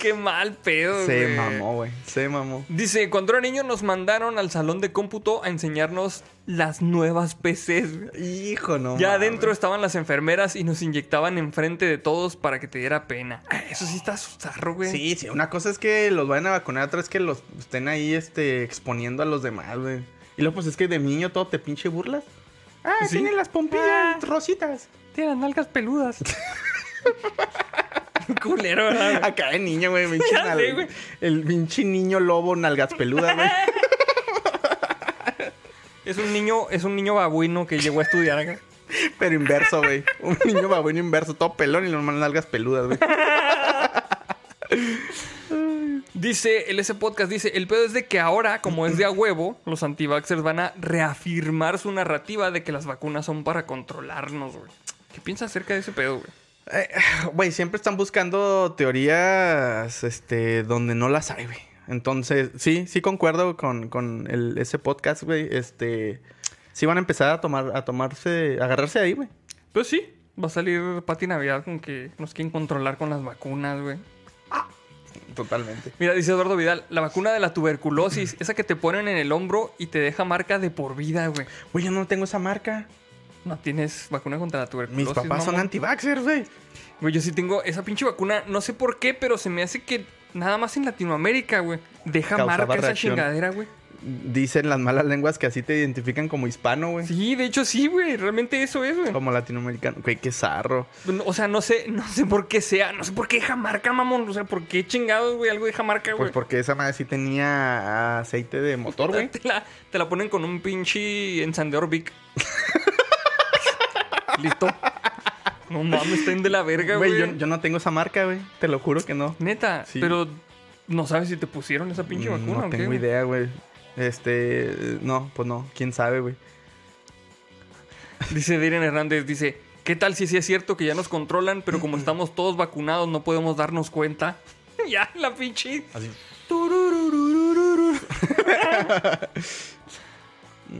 [SPEAKER 2] ¡Qué mal pedo,
[SPEAKER 1] Se
[SPEAKER 2] güey.
[SPEAKER 1] mamó, güey. Se mamó.
[SPEAKER 2] Dice, cuando era niño nos mandaron al salón de cómputo a enseñarnos las nuevas PCs. güey.
[SPEAKER 1] Hijo, no.
[SPEAKER 2] ya
[SPEAKER 1] mames.
[SPEAKER 2] adentro estaban las enfermeras y nos inyectaban enfrente de todos para que te diera pena. Ah, Eso sí está zarro, güey.
[SPEAKER 1] Sí, sí. Una cosa es que los vayan a vacunar, otra es que los estén ahí este, exponiendo a los demás, güey. Y luego, pues es que de niño todo te pinche burlas. Ah,
[SPEAKER 2] Sí. Ah.
[SPEAKER 1] tiene las pompillas rositas.
[SPEAKER 2] Tiene las nalgas peludas. Culero, ¿verdad? güey?
[SPEAKER 1] Acá de niño, güey. pinche
[SPEAKER 2] Ya sé,
[SPEAKER 1] nal-
[SPEAKER 2] güey.
[SPEAKER 1] El pinche niño lobo nalgas peludas, güey.
[SPEAKER 2] Es un niño, es un niño babuino que llegó a estudiar acá.
[SPEAKER 1] Pero inverso, güey. Un niño babuino inverso, todo pelón y normal nalgas peludas, güey.
[SPEAKER 2] Dice, el ese podcast dice, el pedo es de que ahora, como es de a huevo, los antivaxxers van a reafirmar su narrativa de que las vacunas son para controlarnos, güey. ¿Qué piensas acerca de ese pedo, güey?
[SPEAKER 1] Eh, Güey, siempre están buscando teorías este, donde no las hay, güey. Entonces, sí, sí concuerdo con, con el- ese podcast, güey. Este, sí van a empezar a tomar, a tomarse, a agarrarse de ahí, güey.
[SPEAKER 2] Pues sí, va a salir Pati Navidad con que nos quieren controlar con las vacunas, güey.
[SPEAKER 1] Totalmente.
[SPEAKER 2] Mira, dice Eduardo Vidal, la vacuna de la tuberculosis, esa que te ponen en el hombro y te deja marca de por vida, güey.
[SPEAKER 1] Güey, yo no tengo esa marca.
[SPEAKER 2] No tienes vacuna contra la tuberculosis.
[SPEAKER 1] Mis papás son
[SPEAKER 2] mamón.
[SPEAKER 1] anti-vaxxers, güey.
[SPEAKER 2] Güey, yo sí tengo esa pinche vacuna, no sé por qué, pero se me hace que nada más en Latinoamérica, güey. Deja
[SPEAKER 1] Causaba
[SPEAKER 2] marca esa
[SPEAKER 1] reacción.
[SPEAKER 2] chingadera, güey.
[SPEAKER 1] Dicen las malas lenguas que así te identifican como hispano, güey.
[SPEAKER 2] Sí, de hecho sí, güey. Realmente eso es, güey.
[SPEAKER 1] Como latinoamericano. Güey, qué zarro.
[SPEAKER 2] No, O sea, no sé, no sé por qué sea, no sé por qué deja marca, mamón. O sea, por qué chingados, güey, algo deja marca,
[SPEAKER 1] Pues
[SPEAKER 2] güey.
[SPEAKER 1] porque esa madre sí tenía aceite de motor, güey.
[SPEAKER 2] te, la, te la ponen con un pinche encendedor Vic. Listo. No mames, estén de la verga, güey.
[SPEAKER 1] Güey, yo, yo no tengo esa marca, güey. Te lo juro que no.
[SPEAKER 2] Neta,
[SPEAKER 1] Sí.
[SPEAKER 2] pero no sabes si te pusieron esa pinche
[SPEAKER 1] Mm,
[SPEAKER 2] vacuna
[SPEAKER 1] No
[SPEAKER 2] o qué.
[SPEAKER 1] tengo
[SPEAKER 2] güey?
[SPEAKER 1] idea, güey. Este, eh, no, pues no, quién sabe, güey.
[SPEAKER 2] Dice Diren Hernández, dice, ¿qué tal si sí es cierto que ya nos controlan, pero como estamos todos vacunados no podemos darnos cuenta? ya, la pinche.
[SPEAKER 1] Así.
[SPEAKER 2] Tururururururu.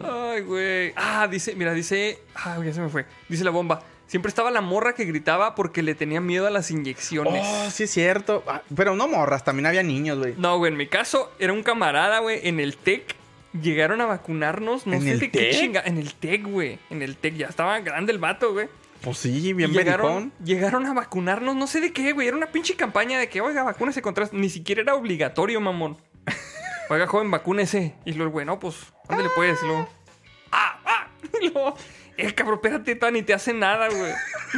[SPEAKER 2] Ay, güey. Ah, dice, mira, dice. Ah, ya se me fue. Dice la bomba. Siempre estaba la morra que gritaba porque le tenía miedo a las inyecciones.
[SPEAKER 1] Oh, sí es cierto. Ah, Pero no morras, también había niños, güey.
[SPEAKER 2] No, güey, en mi caso era un camarada, güey, en el TEC. Llegaron a vacunarnos, no
[SPEAKER 1] ¿En
[SPEAKER 2] sé
[SPEAKER 1] el
[SPEAKER 2] de qué
[SPEAKER 1] TEC?
[SPEAKER 2] chinga. En el TEC, güey. En el TEC ya estaba grande el vato, güey.
[SPEAKER 1] Pues sí,
[SPEAKER 2] Y
[SPEAKER 1] bien
[SPEAKER 2] llegaron,
[SPEAKER 1] vericón.
[SPEAKER 2] llegaron a vacunarnos, no sé de qué, güey. Era una pinche campaña de que, oiga, vacúnese contra. Ni siquiera era obligatorio, mamón. Oiga, joven, vacúnese. Y luego, el güey, no, pues, ándale, pues. Y luego, ah, ah. Y luego, eh, cabrón, espérate, todavía ni te hace nada, güey.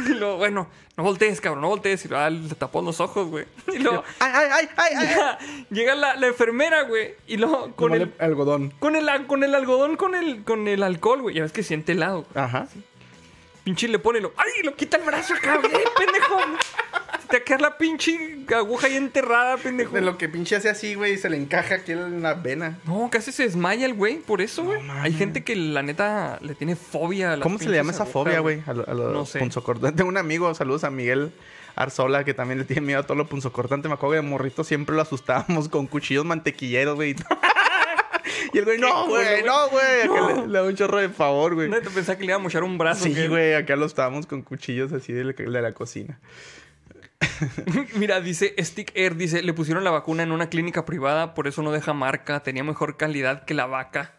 [SPEAKER 2] Y luego, bueno, no voltees, cabrón, no voltees. Y luego, ah, le tapó los ojos, güey. Y luego,
[SPEAKER 1] Ay, ay, ay, ay, ay.
[SPEAKER 2] llega, llega la, la enfermera, güey. Y luego, con
[SPEAKER 1] Nomás
[SPEAKER 2] el,
[SPEAKER 1] le- algodón.
[SPEAKER 2] con el, con el algodón, con el, con el alcohol, güey. Ya ves que siente helado, güey.
[SPEAKER 1] Ajá.
[SPEAKER 2] Pinche le pone lo. ¡Ay! Lo quita el brazo acá, güey, pendejo. Se Te va a quedar la pinche aguja ahí enterrada, pendejo.
[SPEAKER 1] De lo que pinche hace así, güey, y se le encaja aquí en la vena.
[SPEAKER 2] No, casi se desmaya el güey, por eso, güey. Hay
[SPEAKER 1] mames.
[SPEAKER 2] gente que la neta le tiene fobia a las
[SPEAKER 1] ¿Cómo se le llama
[SPEAKER 2] pinches
[SPEAKER 1] esa
[SPEAKER 2] agujas,
[SPEAKER 1] fobia, güey? A, lo- a lo
[SPEAKER 2] No sé.
[SPEAKER 1] punzocortante. Tengo un amigo, saludos a Miguel Arzola, que también le tiene miedo a todo lo punzocortante. Me acuerdo que de morrito siempre lo asustábamos con cuchillos mantequilleros, güey. y el güey, no,
[SPEAKER 2] culo,
[SPEAKER 1] güey,
[SPEAKER 2] güey.
[SPEAKER 1] no, güey. Acá Le, le da un chorro de favor, güey.
[SPEAKER 2] Neta, pensaba que le iba a mochar un brazo.
[SPEAKER 1] Sí,
[SPEAKER 2] que-
[SPEAKER 1] güey, acá lo estábamos con cuchillos así de la, de la cocina.
[SPEAKER 2] Mira, dice Stick Air, dice, le pusieron la vacuna en una clínica privada, por eso no deja marca, tenía mejor calidad que la vaca.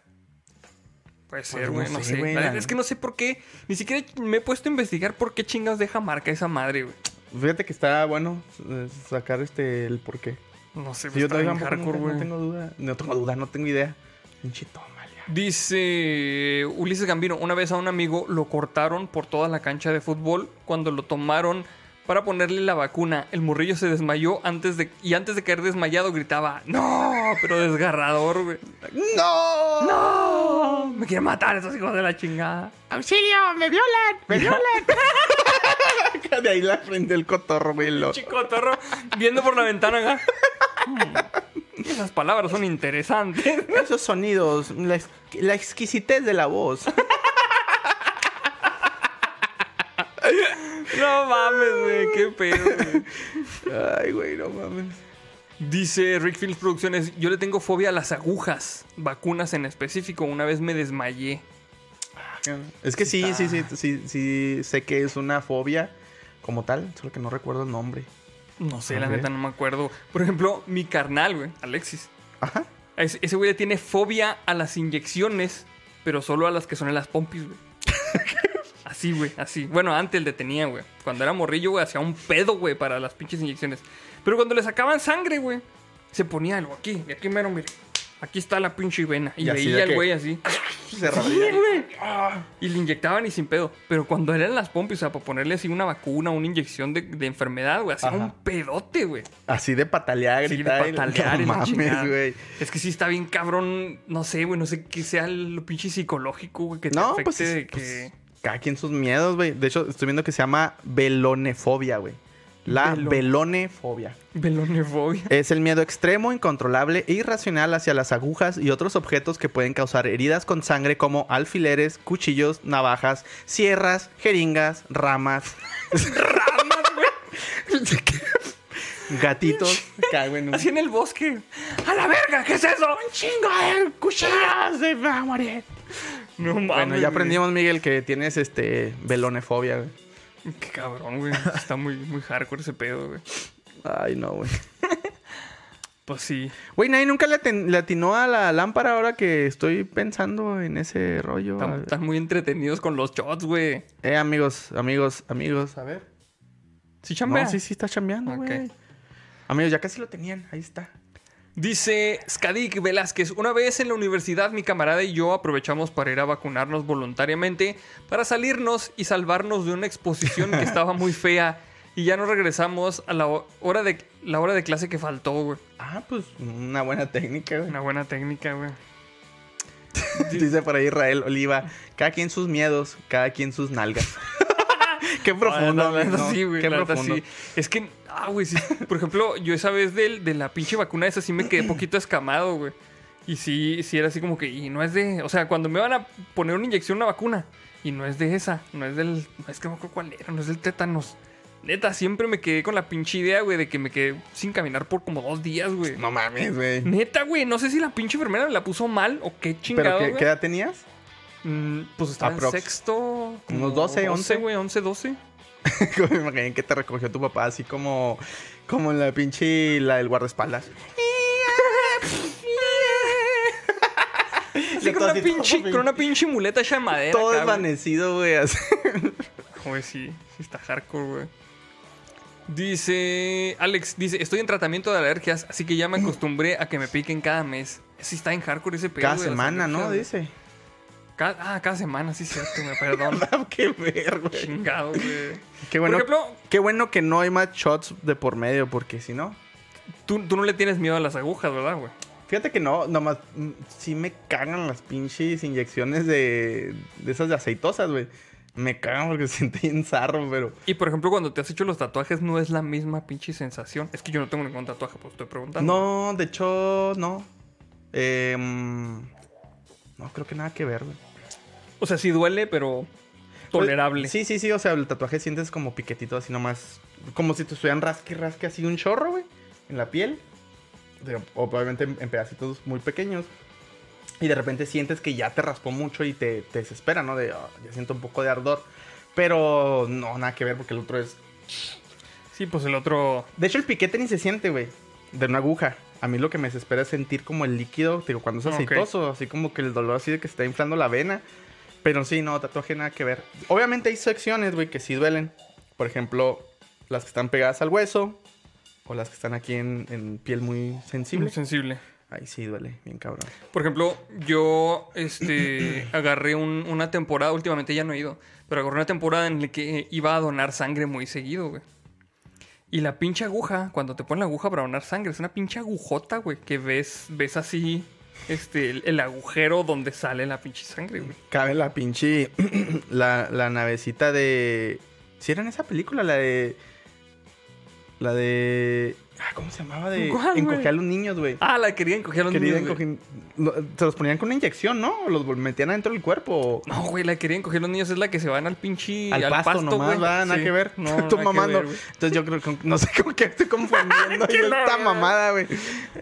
[SPEAKER 2] Puede ser,
[SPEAKER 1] Pues no
[SPEAKER 2] güey, no,
[SPEAKER 1] sé,
[SPEAKER 2] sé.
[SPEAKER 1] güey,
[SPEAKER 2] La
[SPEAKER 1] la-
[SPEAKER 2] neta Es que no sé por qué, ni siquiera me he puesto a investigar por qué chingas deja marca esa madre, güey.
[SPEAKER 1] Fíjate que está bueno eh, sacar este el porqué.
[SPEAKER 2] No sé,
[SPEAKER 1] Sí, yo
[SPEAKER 2] Pues está bien
[SPEAKER 1] todavía tampoco
[SPEAKER 2] hardcore,
[SPEAKER 1] no, no
[SPEAKER 2] güey.
[SPEAKER 1] tengo duda. No tengo duda, no tengo idea. Pinche tómale.
[SPEAKER 2] Dice Ulises Gambino, una vez a un amigo lo cortaron por toda la cancha de fútbol cuando lo tomaron para ponerle la vacuna. El morrillo se desmayó antes de y antes de caer desmayado gritaba, "No", pero desgarrador, güey.
[SPEAKER 1] ¡No!
[SPEAKER 2] "No, Ah, me quieren matar esos hijos de la chingada."
[SPEAKER 3] Auxilio, me violan, me violan.
[SPEAKER 1] De ahí la frente del cotorro, güey. lo-
[SPEAKER 2] Chico torro viendo por la ventana acá. Mm, Esas palabras son interesantes.
[SPEAKER 1] Esos sonidos, la, ex- la exquisitez de la voz.
[SPEAKER 2] No mames, güey, qué pedo. güey.
[SPEAKER 1] Ay, güey, no mames.
[SPEAKER 2] Dice Rick Fields Producciones, yo le tengo fobia a las agujas, vacunas en específico, una vez me desmayé.
[SPEAKER 1] Es que sí, sí, sí,
[SPEAKER 2] Ah.
[SPEAKER 1] sí, sí, sé que es una fobia como tal, solo que no recuerdo el nombre.
[SPEAKER 2] No sé, la
[SPEAKER 1] Ok.
[SPEAKER 2] neta, no me acuerdo. Por ejemplo, mi carnal, güey, Alexis.
[SPEAKER 1] Ajá.
[SPEAKER 2] Ese ese güey le tiene fobia a las inyecciones, pero solo a las que son en las pompis, güey. así, güey, así. Bueno, antes le tenía, güey. Cuando era morrillo, güey, hacía un pedo, güey, para las pinches inyecciones. Pero cuando le sacaban sangre, güey, se ponía algo aquí, y aquí mero, mire. Aquí está la pinche vena. Y,
[SPEAKER 1] Y así
[SPEAKER 2] veía
[SPEAKER 1] de
[SPEAKER 2] al
[SPEAKER 1] que-
[SPEAKER 2] güey así.
[SPEAKER 1] Se
[SPEAKER 2] Sí, güey. Ah. Y le inyectaban y sin pedo. Pero cuando eran las pompis, o sea, para ponerle así una vacuna, una inyección de, de enfermedad, güey, hacía
[SPEAKER 1] Ajá.
[SPEAKER 2] un pedote, güey.
[SPEAKER 1] Así de patalear,
[SPEAKER 2] Sí, de
[SPEAKER 1] gritar. y-
[SPEAKER 2] patalear y
[SPEAKER 1] no
[SPEAKER 2] la chingada.
[SPEAKER 1] mames, güey.
[SPEAKER 2] Es que sí está bien cabrón, no sé, güey, no sé qué sea lo pinche psicológico, güey, que te
[SPEAKER 1] No,
[SPEAKER 2] afecte
[SPEAKER 1] pues, es-
[SPEAKER 2] de
[SPEAKER 1] pues,
[SPEAKER 2] que...
[SPEAKER 1] cada quien sus miedos, güey. De hecho, estoy viendo que se llama velonefobia, güey. La
[SPEAKER 2] Velo-
[SPEAKER 1] velonefobia.
[SPEAKER 2] Velonefobia.
[SPEAKER 1] Es el miedo extremo, incontrolable e irracional hacia las agujas y otros objetos que pueden causar heridas con sangre como alfileres, cuchillos, navajas, sierras, jeringas, ramas. Gatitos. Cago en un-
[SPEAKER 2] Así en el bosque. ¡A la verga! ¿Qué es eso? ¡Un chingo de cuchillas! ¡Se va a morir! No mames.
[SPEAKER 1] Bueno, ya
[SPEAKER 2] güey.
[SPEAKER 1] aprendimos, Miguel, que tienes este velonefobia, güey.
[SPEAKER 2] Qué cabrón, güey. Está muy, muy hardcore ese pedo, güey.
[SPEAKER 1] Ay, no, güey.
[SPEAKER 2] Pues sí.
[SPEAKER 1] Güey, nadie nunca le, aten- le atinó a la lámpara ahora que estoy pensando en ese rollo.
[SPEAKER 2] Están, están muy entretenidos con los shots, güey.
[SPEAKER 1] Eh, amigos, amigos, amigos. A ver.
[SPEAKER 2] Sí, chambea.
[SPEAKER 1] No, sí, sí, está chambeando,
[SPEAKER 2] Ok.
[SPEAKER 1] güey. Amigos, ya casi lo tenían. Ahí está.
[SPEAKER 2] Dice Skadik Velázquez, una vez en la universidad mi camarada y yo aprovechamos para ir a vacunarnos voluntariamente para salirnos y salvarnos de una exposición que estaba muy fea y ya nos regresamos a la ho- hora de, la hora de clase que faltó, güey.
[SPEAKER 1] Ah, pues una buena técnica, güey.
[SPEAKER 2] Una buena técnica, güey.
[SPEAKER 1] Dice por ahí Israel Oliva. Cada quien sus miedos, cada quien sus nalgas. Qué profundo,
[SPEAKER 2] La neta
[SPEAKER 1] ¿no?
[SPEAKER 2] sí, güey,
[SPEAKER 1] Qué
[SPEAKER 2] la neta
[SPEAKER 1] profundo.
[SPEAKER 2] sí. Es que, ah, güey, sí. Por ejemplo, yo esa vez del, de la pinche vacuna esa sí me quedé poquito escamado, güey. Y sí, sí era así como que, y no es de, o sea, cuando me van a poner una inyección, una vacuna, y no es de esa, no es del, no es que no me acuerdo cuál era, no es del tétanos. Neta, siempre me quedé con la pinche idea, güey, de que me quedé sin caminar por como dos días, güey.
[SPEAKER 1] No mames, güey.
[SPEAKER 2] Neta, güey, no sé si la pinche enfermera me la puso mal o qué
[SPEAKER 1] ¿Pero
[SPEAKER 2] chingado,
[SPEAKER 1] qué,
[SPEAKER 2] güey.
[SPEAKER 1] qué edad tenías?
[SPEAKER 2] Mm, pues estaba en
[SPEAKER 1] Aprox.
[SPEAKER 2] sexto. como
[SPEAKER 1] Unos 12, 11.
[SPEAKER 2] güey, 11, 12.
[SPEAKER 1] Como Me imaginé que te recogió tu papá así como, como en la pinche la del guardaespaldas.
[SPEAKER 2] Sí, con, una pinche, con una pinche muleta hecha de madera.
[SPEAKER 1] todo
[SPEAKER 2] acá, güey.
[SPEAKER 1] desvanecido, güey. así.
[SPEAKER 2] Joder, sí, sí está hardcore, güey. Dice Alex, dice, estoy en tratamiento de alergias, así que ya me acostumbré a que me piquen cada mes. Sí está en hardcore ese pedo.
[SPEAKER 1] Cada
[SPEAKER 2] güey, las
[SPEAKER 1] semana, ¿no?
[SPEAKER 2] alergias,
[SPEAKER 1] Dice.
[SPEAKER 2] güey. Cada- ah, cada semana, sí es cierto, güey, perdón.
[SPEAKER 1] Ah, Qué ver, güey.
[SPEAKER 2] Chingado, güey.
[SPEAKER 1] Qué bueno,
[SPEAKER 2] Por ejemplo,
[SPEAKER 1] qué bueno que no hay más shots de por medio, porque si no.
[SPEAKER 2] tú, tú no le tienes miedo a las agujas, ¿verdad, güey?
[SPEAKER 1] Fíjate que no, nomás mm, sí me cagan las pinches inyecciones de, de esas de aceitosas, güey. Me cagan porque se siente bien zarro, pero.
[SPEAKER 2] Y por ejemplo, cuando te has hecho los tatuajes, no es la misma pinche sensación. Es que yo no tengo ningún tatuaje, pues estoy preguntando.
[SPEAKER 1] No, de hecho, no. Eh, mm, no, creo que nada que ver, güey.
[SPEAKER 2] O sea, sí duele, pero tolerable.
[SPEAKER 1] Sí, sí, sí. O sea, el tatuaje sientes como piquetito así nomás. Como si te estuvieran rasque, rasque así un chorro, güey. En la piel. De- obviamente en, en pedacitos muy pequeños. Y de repente sientes que ya te raspó mucho y te, te desespera, ¿no? De, "Ah, ya siento un poco de ardor. Pero no, nada que ver porque el otro es...
[SPEAKER 2] Sí, pues el otro.
[SPEAKER 1] De hecho, el piquete ni se siente, güey. De una aguja. A mí lo que me desespera es sentir como el líquido, digo, cuando es
[SPEAKER 2] Ok.
[SPEAKER 1] aceitoso, así como que el dolor así de que se está inflando la vena. Pero sí, no, tatuaje nada que ver. Obviamente hay secciones, güey, que sí duelen. Por ejemplo, las que están pegadas al hueso o las que están aquí en, en piel muy sensible.
[SPEAKER 2] Muy sensible.
[SPEAKER 1] Ahí sí duele, bien cabrón.
[SPEAKER 2] Por ejemplo, yo este, agarré un- una temporada, últimamente ya no he ido, pero agarré una temporada en la que iba a donar sangre muy seguido, güey. Y la pinche aguja, cuando te ponen la aguja para donar sangre, es una pinche agujota, güey, que ves, ves así este, el, el agujero donde sale la pinche sangre, güey.
[SPEAKER 1] Cabe la pinche. la, la navecita de. Si era en esa película, la de. La de. Ah, ¿Cómo se llamaba? De
[SPEAKER 2] ¿Cuál, güey?
[SPEAKER 1] encoger a los niños, güey.
[SPEAKER 2] Ah, la querían coger a los
[SPEAKER 1] Querían
[SPEAKER 2] niños. güey.
[SPEAKER 1] encoger- no, Se los ponían con una inyección, ¿no? O Los vol- metían adentro del cuerpo.
[SPEAKER 2] No, güey, la querían coger los niños, es la que se van al pinche.
[SPEAKER 1] Al, pasto, nomás,
[SPEAKER 2] güey.
[SPEAKER 1] va, nada
[SPEAKER 2] Sí.
[SPEAKER 1] que ver.
[SPEAKER 2] No,
[SPEAKER 1] Tú
[SPEAKER 2] nada que
[SPEAKER 1] mamando.
[SPEAKER 2] ver, güey.
[SPEAKER 1] Entonces yo creo que no sé con qué estoy confundiendo
[SPEAKER 2] Que
[SPEAKER 1] yo
[SPEAKER 2] la
[SPEAKER 1] esta
[SPEAKER 2] verga.
[SPEAKER 1] mamada, güey.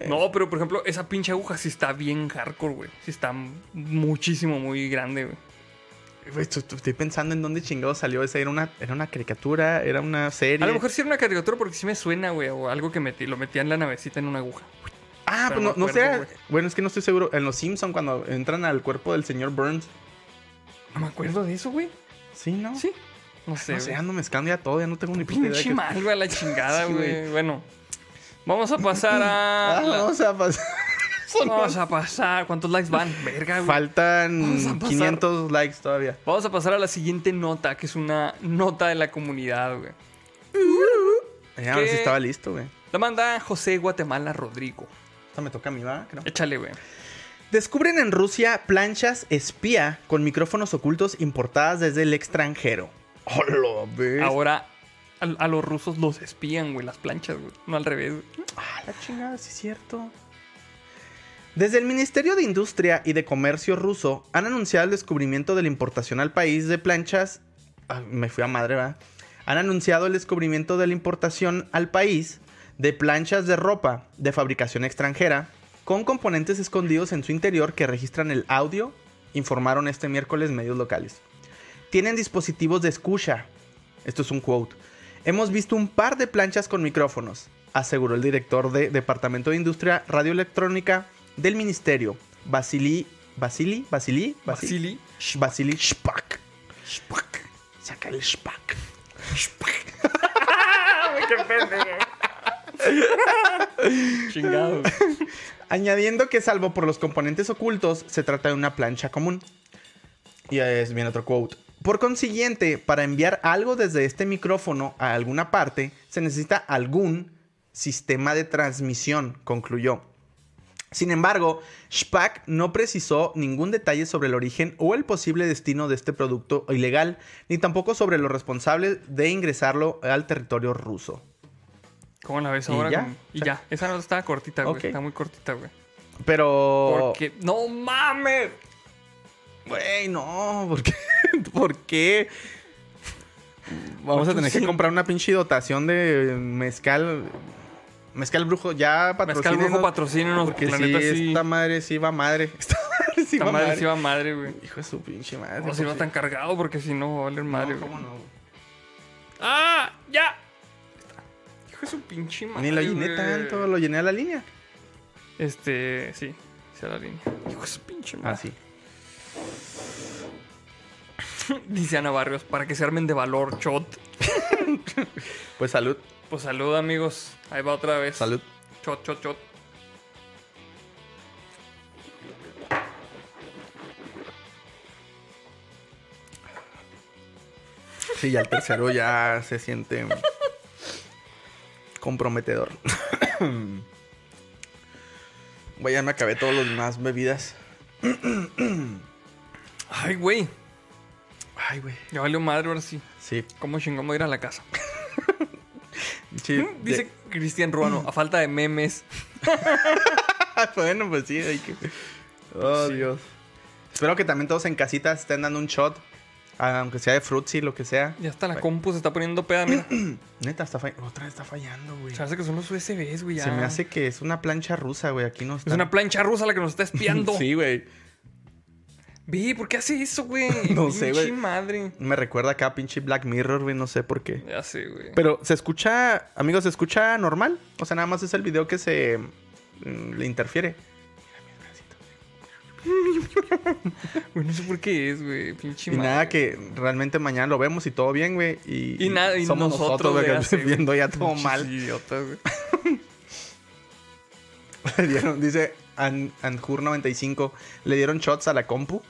[SPEAKER 2] No, pero por ejemplo, esa pinche aguja sí está bien hardcore, güey. Sí está muchísimo, muy grande, güey.
[SPEAKER 1] Güey, tu- tu- Estoy pensando en dónde chingado salió ese. Era una, era una caricatura, era una serie.
[SPEAKER 2] A lo mejor sí era una caricatura porque sí me suena, güey, o algo que metí, lo metía en la navecita en una aguja.
[SPEAKER 1] Ah,
[SPEAKER 2] pero
[SPEAKER 1] pues
[SPEAKER 2] no
[SPEAKER 1] no, no
[SPEAKER 2] acuerdo,
[SPEAKER 1] sé.
[SPEAKER 2] güey.
[SPEAKER 1] Bueno, es que no estoy seguro. En Los Simpson cuando entran al cuerpo del señor Burns.
[SPEAKER 2] No me acuerdo de eso, güey.
[SPEAKER 1] Sí, ¿no?
[SPEAKER 2] Sí. No sé.
[SPEAKER 1] No
[SPEAKER 2] güey.
[SPEAKER 1] sé, ando mezclando ya todo, ya no tengo ni puta idea. de
[SPEAKER 2] Pinche
[SPEAKER 1] qué-
[SPEAKER 2] mal, güey, a la chingada,
[SPEAKER 1] Sí,
[SPEAKER 2] güey.
[SPEAKER 1] güey.
[SPEAKER 2] bueno, vamos a pasar a.
[SPEAKER 1] Ah,
[SPEAKER 2] la-
[SPEAKER 1] vamos a pasar. Son
[SPEAKER 2] Vamos a pasar. ¿Cuántos likes van? Verga, Oh, güey. Vamos a
[SPEAKER 1] Faltan
[SPEAKER 2] pasar.
[SPEAKER 1] 500 likes todavía.
[SPEAKER 2] Vamos a pasar a la siguiente nota, que es una nota de la comunidad, güey.
[SPEAKER 1] Ya, a ver si
[SPEAKER 2] ¿Qué?
[SPEAKER 1] Eh, estaba listo, güey.
[SPEAKER 2] La manda José Guatemala Rodrigo.
[SPEAKER 1] Esta me toca a mí, va, creo.
[SPEAKER 2] Échale, güey.
[SPEAKER 1] Descubren en Rusia planchas espía con micrófonos ocultos importadas desde el extranjero. Ah, ¡Hola, ves!
[SPEAKER 2] Ahora a, a los rusos los espían, güey, las planchas, güey. No al revés, güey.
[SPEAKER 1] Ah, la chingada, sí es cierto. Desde el Ministerio de Industria y de Comercio ruso han anunciado el descubrimiento de la importación al país de planchas. Ah, me fui a madre, va. Han anunciado el descubrimiento de la importación al país de planchas de ropa de fabricación extranjera con componentes escondidos en su interior que registran el audio, informaron este miércoles medios locales. Tienen dispositivos de escucha. Esto es un quote. Hemos visto un par de planchas con micrófonos, aseguró el director de Departamento de Industria Radioelectrónica del Ministerio, Vasily Vasily Vasily Vasily
[SPEAKER 2] Vasily.
[SPEAKER 1] Vasily Shpak. Saca el Shpak.
[SPEAKER 2] Chingado. güey.
[SPEAKER 1] Añadiendo que salvo por los componentes ocultos, se trata de una plancha común. Y es bien otro quote. Por consiguiente, para enviar algo desde este micrófono a alguna parte, se necesita algún sistema de transmisión, concluyó. Sin embargo, Spack no precisó ningún detalle sobre el origen o el posible destino de este producto ilegal, ni tampoco sobre los responsables de ingresarlo al territorio ruso.
[SPEAKER 2] ¿Cómo la ves
[SPEAKER 1] ¿Y
[SPEAKER 2] ahora?
[SPEAKER 1] ya?
[SPEAKER 2] güey? Y ya. Esa nota estaba cortita, güey.
[SPEAKER 1] Ok. Oh.
[SPEAKER 2] Está muy cortita, güey.
[SPEAKER 1] Pero...
[SPEAKER 2] Porque. ¡No mames!
[SPEAKER 1] Güey, no, ¿por qué? ¿Por qué? Vamos a tener que comprar una pinche dotación de mezcal. Mezcal brujo, ya
[SPEAKER 2] Mezcal
[SPEAKER 1] patrocina.
[SPEAKER 2] brujo patrocínenos.
[SPEAKER 1] Porque
[SPEAKER 2] la
[SPEAKER 1] sí,
[SPEAKER 2] neta sí.
[SPEAKER 1] esta madre sí va madre. Esta madre sí
[SPEAKER 2] Esta
[SPEAKER 1] va
[SPEAKER 2] madre,
[SPEAKER 1] madre.
[SPEAKER 2] sí va madre, güey.
[SPEAKER 1] Hijo de su pinche madre.
[SPEAKER 2] No si no tan cargado porque si no va a valer madre,
[SPEAKER 1] madre.
[SPEAKER 2] güey.
[SPEAKER 1] ¿cómo no? güey?
[SPEAKER 2] ¡Ah! ¡Ya! Ahí está. Hijo de su pinche madre.
[SPEAKER 1] Ni lo llené
[SPEAKER 2] güey.
[SPEAKER 1] tanto, lo llené a la línea.
[SPEAKER 2] Este, sí, sea la línea. Hijo de su pinche madre.
[SPEAKER 1] Ah, sí.
[SPEAKER 2] Dice Ana Barrios, para que se armen de valor, shot.
[SPEAKER 1] Pues salud,
[SPEAKER 2] Pues salud, amigos. Ahí va otra vez.
[SPEAKER 1] salud.
[SPEAKER 2] Shot, shot, shot.
[SPEAKER 1] Sí, ya el tercero ya se siente comprometedor. Güey, ya me acabé todos los más bebidas.
[SPEAKER 2] Ay, güey.
[SPEAKER 1] Ay, güey.
[SPEAKER 2] Ya valió madre ahora sí.
[SPEAKER 1] Sí.
[SPEAKER 2] ¿Cómo chingón voy a ir a la casa?
[SPEAKER 1] sí.
[SPEAKER 2] Dice Cristian Ruano, a falta de memes.
[SPEAKER 1] Ah, bueno, pues sí, hay que. Oh, Dios. Espero que también todos en casita estén dando un shot. Aunque sea de frutzi, lo que sea.
[SPEAKER 2] Ya hasta la compu se está poniendo peda, mira.
[SPEAKER 1] Neta, está fall- otra vez está fallando, güey.
[SPEAKER 2] Se me hace que son los USBs, güey. ya.
[SPEAKER 1] Se me hace que es una plancha rusa, güey. Aquí no
[SPEAKER 2] Es
[SPEAKER 1] está.
[SPEAKER 2] una plancha rusa la que nos está espiando.
[SPEAKER 1] Sí, güey.
[SPEAKER 2] Ve, ¿por qué hace eso, güey?
[SPEAKER 1] No sé, güey.
[SPEAKER 2] Pinche madre.
[SPEAKER 1] Me recuerda acá a pinche Black Mirror, güey. No sé por qué.
[SPEAKER 2] Ya sé, güey.
[SPEAKER 1] Pero se escucha, amigos, se escucha normal. O sea, nada más es el video que se mm, le interfiere.
[SPEAKER 2] Güey, no sé por qué es, güey. Pinche
[SPEAKER 1] Y
[SPEAKER 2] madre.
[SPEAKER 1] nada que realmente mañana lo vemos y todo bien, güey. Y,
[SPEAKER 2] Y nada, y
[SPEAKER 1] somos nosotros, güey,
[SPEAKER 2] de
[SPEAKER 1] que
[SPEAKER 2] hace, güey.
[SPEAKER 1] viendo ya todo
[SPEAKER 2] Pinches
[SPEAKER 1] mal.
[SPEAKER 2] Idiotas, güey.
[SPEAKER 1] Le dieron- dice An- Anjur95, le dieron shots a la compu.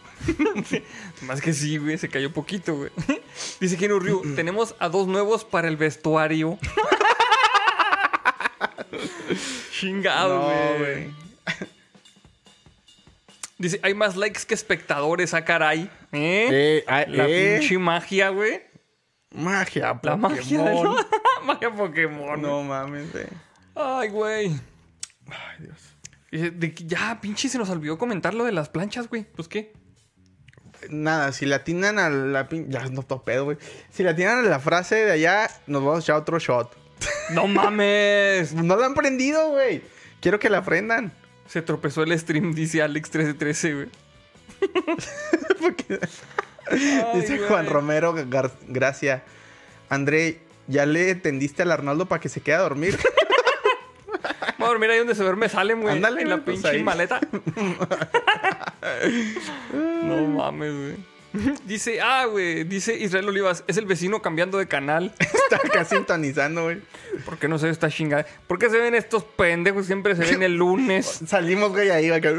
[SPEAKER 2] Más que sí, güey, se cayó poquito, güey. Dice Genu Ryu, tenemos a dos nuevos para el vestuario. Chingado,
[SPEAKER 1] No,
[SPEAKER 2] Ah, güey. Dice, hay más likes que espectadores, ah, caray. ¿Eh?
[SPEAKER 1] Eh, ah,
[SPEAKER 2] La
[SPEAKER 1] eh,
[SPEAKER 2] pinche magia, güey.
[SPEAKER 1] magia,
[SPEAKER 2] La magia de
[SPEAKER 1] Pokémon.
[SPEAKER 2] magia Pokémon.
[SPEAKER 1] No mames, eh. güey.
[SPEAKER 2] Ay, güey.
[SPEAKER 1] Ay, Dios.
[SPEAKER 2] Dice, de que- ya, pinche, se nos olvidó comentar lo de las planchas, güey. Pues qué.
[SPEAKER 1] Nada, si le atinan a la pin- Ya no topedo, güey. Si le atinan a la frase de allá, nos vamos a echar otro shot.
[SPEAKER 2] No mames.
[SPEAKER 1] No la han prendido, güey. Quiero que la aprendan.
[SPEAKER 2] Se tropezó el stream, dice Alex1313, güey.
[SPEAKER 1] Porque- Dice
[SPEAKER 2] güey.
[SPEAKER 1] Juan Romero Gar- Gracia. André, ¿ya le tendiste al Arnaldo para que se quede a dormir?
[SPEAKER 2] Voy a dormir ahí donde se duerme Salem, güey.
[SPEAKER 1] Ándale,
[SPEAKER 2] En la
[SPEAKER 1] güey, pues,
[SPEAKER 2] pinche
[SPEAKER 1] ahí.
[SPEAKER 2] maleta. no mames, güey. Dice, ah, güey. Dice Israel Olivas, es el vecino cambiando de canal.
[SPEAKER 1] Está acá sintonizando, güey.
[SPEAKER 2] ¿Por qué no se ve esta chingada? ¿Por qué se ven estos pendejos? Siempre se ven el lunes.
[SPEAKER 1] Salimos, güey, ahí. acá.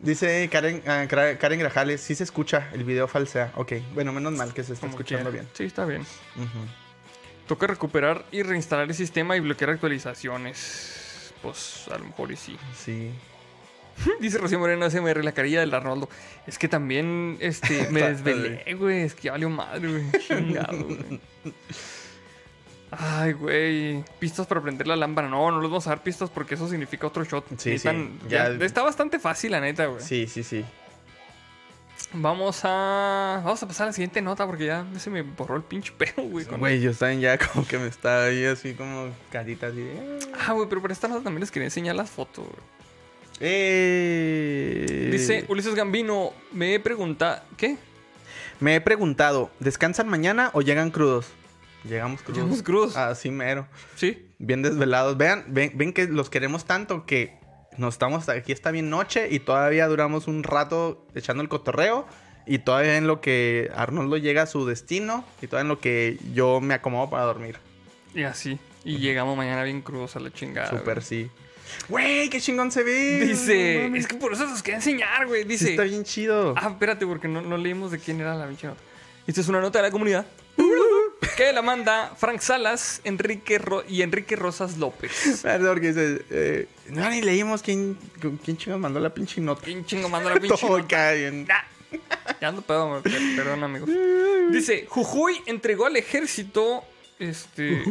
[SPEAKER 1] Dice Karen, ah, Cra- Karen Grajales, sí se escucha, el video falsea. Ok, bueno, menos mal que se está
[SPEAKER 2] Como
[SPEAKER 1] escuchando
[SPEAKER 2] quiera.
[SPEAKER 1] bien.
[SPEAKER 2] Sí, está bien.
[SPEAKER 1] Ujú.
[SPEAKER 2] Toca recuperar y reinstalar el sistema y bloquear actualizaciones. Pues a lo mejor y sí.
[SPEAKER 1] Sí.
[SPEAKER 2] Dice Rocío Moreno SMR, la carilla del Arnoldo. Es que también este, me
[SPEAKER 1] Está-
[SPEAKER 2] desvelé, güey. Es que ya valió madre, güey. Chingado, güey. Ay, güey. Pistas para prender la lámpara. No, no les vamos a dar pistas porque eso significa otro shot.
[SPEAKER 1] Sí,
[SPEAKER 2] Necesitan-
[SPEAKER 1] sí,
[SPEAKER 2] ya-
[SPEAKER 1] ya-
[SPEAKER 2] Está bastante fácil, la neta, güey.
[SPEAKER 1] Sí, sí, sí.
[SPEAKER 2] Vamos a. Vamos a pasar a la siguiente nota porque ya se me borró el pinche pedo, güey. con-
[SPEAKER 1] Güey, yo saben ya como que me está ahí así como carita así de...
[SPEAKER 2] Ah, güey, pero para esta nota también les quería enseñar las fotos, güey.
[SPEAKER 1] ¡Eh!
[SPEAKER 2] Dice Ulises Gambino, me pregunta. ¿Qué?
[SPEAKER 1] Me he preguntado, ¿descansan mañana o llegan crudos? Llegamos crudos.
[SPEAKER 2] Llegamos crudos.
[SPEAKER 1] Así mero.
[SPEAKER 2] Sí.
[SPEAKER 1] Bien desvelados. Vean, ven, ven que los queremos tanto que nos estamos aquí está bien noche y todavía duramos un rato echando el cotorreo y todavía en lo que Arnoldo llega a su destino y todavía en lo que yo me acomodo para dormir.
[SPEAKER 2] Y así. Y llegamos mañana bien crudos a la chingada. güey.
[SPEAKER 1] Súper sí. Güey, qué chingón se ve.
[SPEAKER 2] Dice.
[SPEAKER 1] No mames,
[SPEAKER 2] Es que por eso nos quería enseñar, güey.
[SPEAKER 1] sí
[SPEAKER 2] Dice.
[SPEAKER 1] está bien chido.
[SPEAKER 2] Ah, espérate, porque no, no leímos de quién era la pinche nota. Esta es una nota de la comunidad. que la manda Frank Salas Enrique Ro- y Enrique Rosas López.
[SPEAKER 1] Perdón, que dice, eh, no ni leímos quién quién chingón mandó la pinche nota.
[SPEAKER 2] ¿Quién chingo manda la pinche
[SPEAKER 1] Todo
[SPEAKER 2] nota?
[SPEAKER 1] acá bien.
[SPEAKER 2] Ah, Ya ando pedo, me- per- perdón, amigos. Dice, Jujuy entregó al ejército. Este.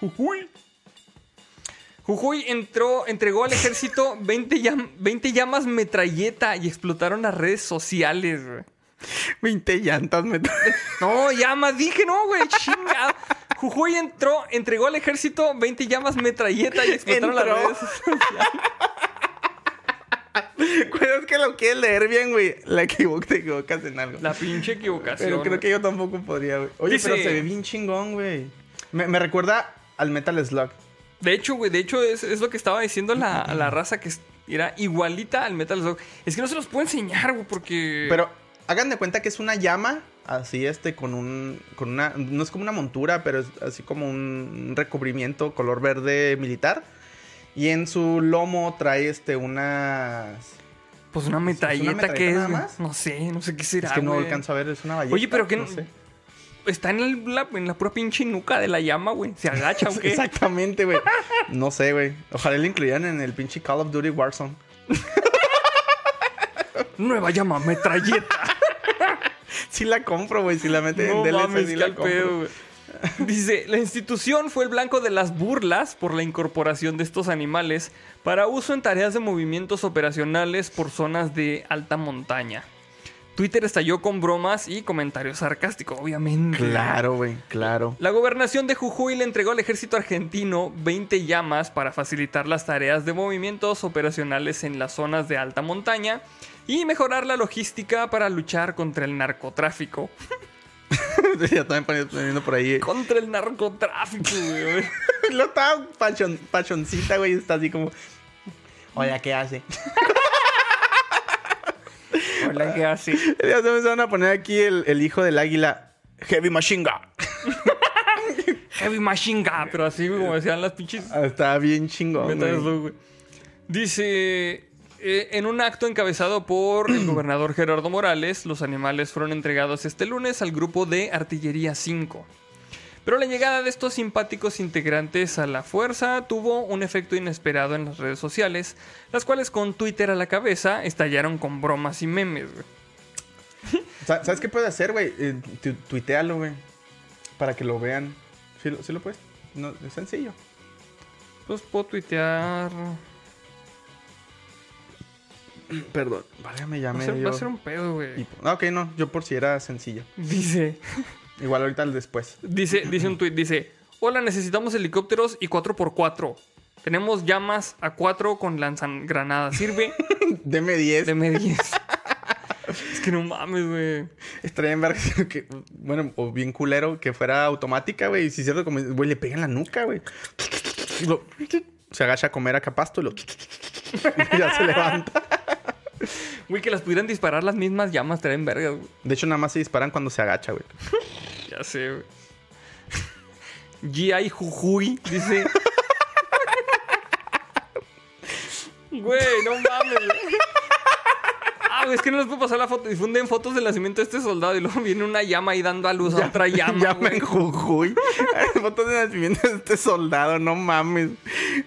[SPEAKER 2] Jujuy. Jujuy. entró, entregó al ejército 20, llam- 20 llamas metralleta y explotaron las redes sociales, güey.
[SPEAKER 1] 20 llantas me trae.
[SPEAKER 2] No, llamas, dije no, güey, chingado. Jujuy entró, entregó al ejército 20 llamas metralleta y explotaron las
[SPEAKER 1] Entró.
[SPEAKER 2] redes sociales.
[SPEAKER 1] Cuidado, Pues es que lo quieres leer bien, güey. La equivo- te equivocas en algo.
[SPEAKER 2] La pinche equivocación.
[SPEAKER 1] pero creo que yo tampoco podría, güey. Oye,
[SPEAKER 2] Dice-
[SPEAKER 1] pero se ve bien chingón, güey. Me, me recuerda al Metal Slug.
[SPEAKER 2] De hecho, güey, de hecho es, es lo que estaba diciendo la, la raza que es- era igualita al Metal Slug. Es que no se los puedo enseñar, güey, porque...
[SPEAKER 1] Pero hagan de cuenta que es una llama, así este, con un. con una. No es como una montura, pero es así como un recubrimiento color verde militar. Y en su lomo trae este unas.
[SPEAKER 2] Pues una metralleta,
[SPEAKER 1] metralleta
[SPEAKER 2] que es...
[SPEAKER 1] nada
[SPEAKER 2] güey.
[SPEAKER 1] más?
[SPEAKER 2] No sé, no sé qué será,
[SPEAKER 1] es que no
[SPEAKER 2] güey.
[SPEAKER 1] alcanzo a ver, es una ballesta.
[SPEAKER 2] Oye, pero que
[SPEAKER 1] no
[SPEAKER 2] no-
[SPEAKER 1] sé.
[SPEAKER 2] Está en, el- la, en la pura pinche nuca de la llama, güey. Se agacha, ¿o qué?
[SPEAKER 1] Exactamente, güey. No sé, güey. Ojalá lo incluyan en el pinche Call of Duty Warzone.
[SPEAKER 2] Nueva llama metralleta.
[SPEAKER 1] Sí la compro, güey. Si la meten
[SPEAKER 2] no
[SPEAKER 1] en DLC,
[SPEAKER 2] mames,
[SPEAKER 1] sí
[SPEAKER 2] qué
[SPEAKER 1] la
[SPEAKER 2] al
[SPEAKER 1] compro.
[SPEAKER 2] pedo, güey. Dice, la institución fue el blanco de las burlas por la incorporación de estos animales para uso en tareas de movimientos operacionales por zonas de alta montaña. Twitter estalló con bromas y comentarios sarcásticos, obviamente.
[SPEAKER 1] Claro, güey. Claro.
[SPEAKER 2] La gobernación de Jujuy le entregó al ejército argentino 20 llamas para facilitar las tareas de movimientos operacionales en las zonas de alta montaña y mejorar la logística para luchar contra el narcotráfico.
[SPEAKER 1] ya también poni- poniendo por ahí. eh.
[SPEAKER 2] Contra el narcotráfico, güey.
[SPEAKER 1] lo estaba pachon, pachoncita, güey. Está así como. Hola, ¿qué hace?
[SPEAKER 2] Hola, ¿qué hace?
[SPEAKER 1] ya se me van a poner aquí el, el hijo del águila. Heavy Machinga.
[SPEAKER 2] Heavy Machine Gun. Pero así como decían las pinches
[SPEAKER 1] Está bien chingón,
[SPEAKER 2] metas,
[SPEAKER 1] güey.
[SPEAKER 2] güey. Dice... eh, en un acto encabezado por el gobernador Gerardo Morales, los animales fueron entregados este lunes al grupo de Artillería 5. Pero la llegada de estos simpáticos integrantes a la fuerza tuvo un efecto inesperado en las redes sociales, las cuales con Twitter a la cabeza estallaron con bromas y memes. güey.
[SPEAKER 1] Sa- ¿Sabes qué puedes hacer, güey? Eh, tu- tuitealo, güey. Para que lo vean. ¿Sí lo, sí lo puedes? No, es sencillo.
[SPEAKER 2] Pues puedo tuitear...
[SPEAKER 1] Perdón. Válgame, ya
[SPEAKER 2] Va a
[SPEAKER 1] me
[SPEAKER 2] ser,
[SPEAKER 1] dio
[SPEAKER 2] va a ser un pedo, güey.
[SPEAKER 1] hipo. Ah, Ok, no. Yo por si era sencillo.
[SPEAKER 2] Dice,
[SPEAKER 1] Igual ahorita el después.
[SPEAKER 2] dice, dice un tuit, dice, hola, necesitamos helicópteros y 4x4. Tenemos llamas a 4 con lanzagranadas. ¿Sirve?
[SPEAKER 1] Deme 10.
[SPEAKER 2] Deme 10. es que no mames, güey.
[SPEAKER 1] Estaría en verga que, bueno, o bien culero, que fuera automática, güey. Y si es cierto, como, güey, le pegan la nuca, güey. Y lo- Se agacha a comer acá pasto y lo... y ya se levanta.
[SPEAKER 2] Güey, que las pudieran disparar las mismas llamas, traen vergas, güey.
[SPEAKER 1] De hecho, nada más se disparan cuando se agacha, güey.
[SPEAKER 2] Ya sé, güey. G.I. Jujuy, dice. Güey, no mames. güey. Ah, güey, es que no les puedo pasar la foto. Difunden fotos del nacimiento de este soldado y luego viene una llama ahí dando a luz a otra llama.
[SPEAKER 1] Llama
[SPEAKER 2] Ah, güey.
[SPEAKER 1] en Jujuy. Fotos de nacimiento de este soldado, no mames.